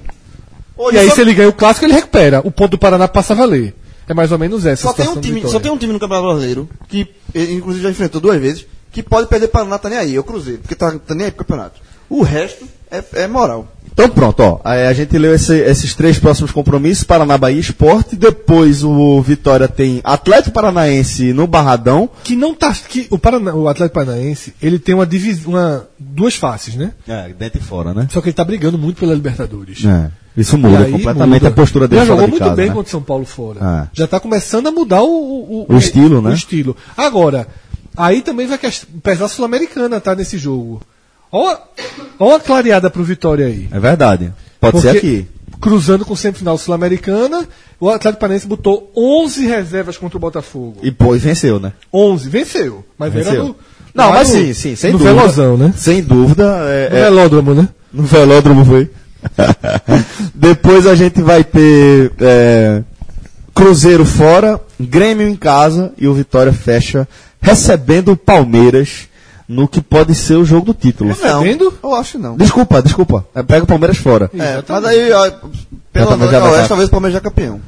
Hoje E aí, só, se ele ganha o clássico, ele recupera. O ponto do Paraná passa a valer. É mais ou menos essa. só a tem situação um do time, Vitória. só tem um time no Campeonato Brasileiro que eh, inclusive já enfrentou duas vezes que pode perder para o Paraná tá nem aí, é o Cruzeiro, porque tá, tá nem aí pro campeonato. O resto é, é moral. Então pronto, ó. Aí A gente leu esse- esses três próximos compromissos, Paraná Bahia Esporte, depois o Vitória tem Atlético Paranaense no Barradão. Que não tá. Que o, Paraná, o Atlético Paranaense, ele tem uma divisão. Uma, duas faces, né? É, dentro e fora, né? Só que ele tá brigando muito pela Libertadores. É. Isso É. E muda aí completamente muda. a postura dele Já fora jogou de muito casa, bem né? contra o São Paulo fora. É. Já tá começando a mudar o, o, O estilo, né? O estilo. Agora, aí também vai quest- pesar a Sul-Americana, tá? Nesse jogo. Ó, ó a clareada pro Vitória aí. É verdade. Pode ser aqui. Cruzando com semifinal Sul-Americana, o Atlético Paranaense botou 11 reservas contra o Botafogo. E pô, e venceu, né? 11, venceu. Mas venceu. Venceu. era no, Não, lá mas no- sim, sim, sem no dúvida. Velozão, né? Sem dúvida. No É, é- velódromo, né? no velódromo foi. Depois a gente vai ter é, Cruzeiro fora, Grêmio em casa e o Vitória fecha recebendo o Palmeiras no que pode ser o jogo do É título. Não, Tá vendo? eu acho não. Desculpa, desculpa. É, pega o Palmeiras fora. É, tá mas aí, ó, Exatamente, Tá, pela já América vai Oeste, estar. talvez o Palmeiras já é campeão.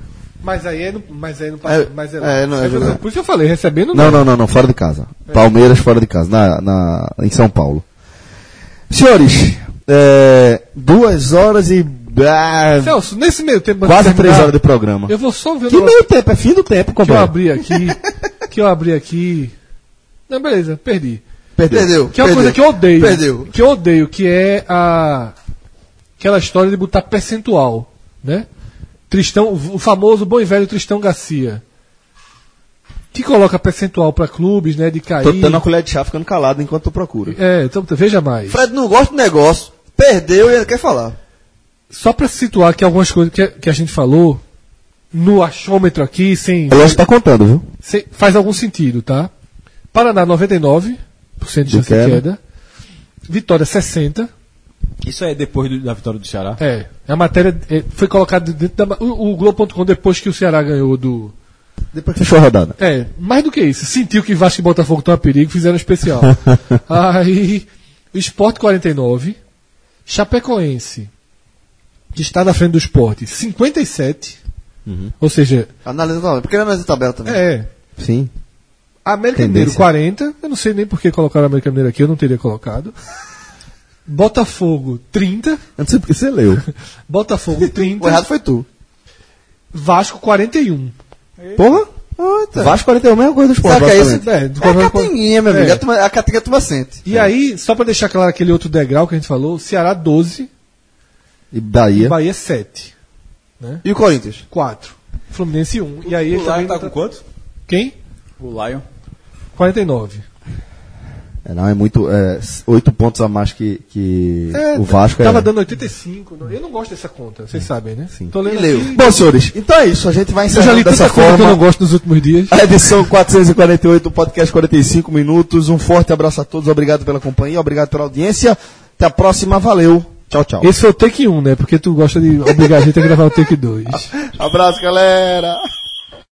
Mas aí é no. Mas aí no É, mas é, não, é jogo- Por isso eu falei, recebendo Não, não, não, não, fora de casa. É. Palmeiras fora de casa, na, na, em São Paulo. Senhores, é, duas horas e. ah, Celso, nesse meio tempo. antes quase de três terminar, horas de programa. tá- Eu vou só ver o Que negócio meio tempo, é fim do tempo, que eu compadre. abri aqui. que eu abri aqui. Não, beleza, perdi. Perdeu. Que é uma perdeu. coisa que eu odeio. Perdeu. Que eu odeio, que é a. Aquela história de botar percentual. Né? Tristão, o famoso bom e velho Tristão Garcia. Que coloca percentual pra clubes, né? De cair. Tô dando uma colher de chá ficando calado enquanto tu procura. É, então veja mais. Fred não gosta do negócio, perdeu e ele quer falar. Só pra situar que algumas coisas que, que a gente falou no achômetro aqui, sem, O Lógico tá contando, viu? sem- faz algum sentido, tá? Paraná 99% de chance de queda. queda. Vitória 60. Isso é depois do- da vitória do Ceará? É, a matéria é, foi colocada dentro da ma- o, o Globo.com depois que o Ceará ganhou do Depois que fechou a rodada. É, mais do que isso, sentiu que Vasco e Botafogo estão a perigo, fizeram um especial. Aí, Sport 49, Chapecoense, que está na frente do Sport, 57. Ou seja, Analisa a tabela, porque ele analisa a tabela também. É. Sim. América Mineiro Tendência. 40. Eu não sei nem por que colocaram América Mineiro aqui, eu não teria colocado. Botafogo 30. Eu não sei porque você leu. Botafogo O 30. errado foi tu. Vasco 41. Porra? Tá. Vasco 41 é a mesma coisa do esporte. Saca isso? basicamente. É, É a catinguinha, meu É. amigo. A turma- A catinga a turma sente. E aí, só pra deixar claro aquele outro degrau que a gente falou, Ceará 12, E Bahia. Bahia 7, E o Corinthians? 4, Fluminense 1. E aí ele também não tá- quanto? Quem? O Lion. 49. É, não, é muito. É, s- oito pontos a mais que, que É, o Vasco. Tava é... dando 85. Eu não gosto dessa conta, vocês sabem, né? Sim. Tô lendo Leu. aqui. Bom, senhores, então é isso. A gente vai Eu já li encerrando tanta dessa coisa que eu não forma. gosto nos últimos dias. A edição 448 do podcast 45 minutos. Um forte abraço a todos. Obrigado pela companhia, obrigado pela audiência. Até a próxima. Valeu. Tchau, tchau. um, Esse foi o take 1, né? Porque tu gosta de obrigar a gente a gravar o take 2. Abraço, galera.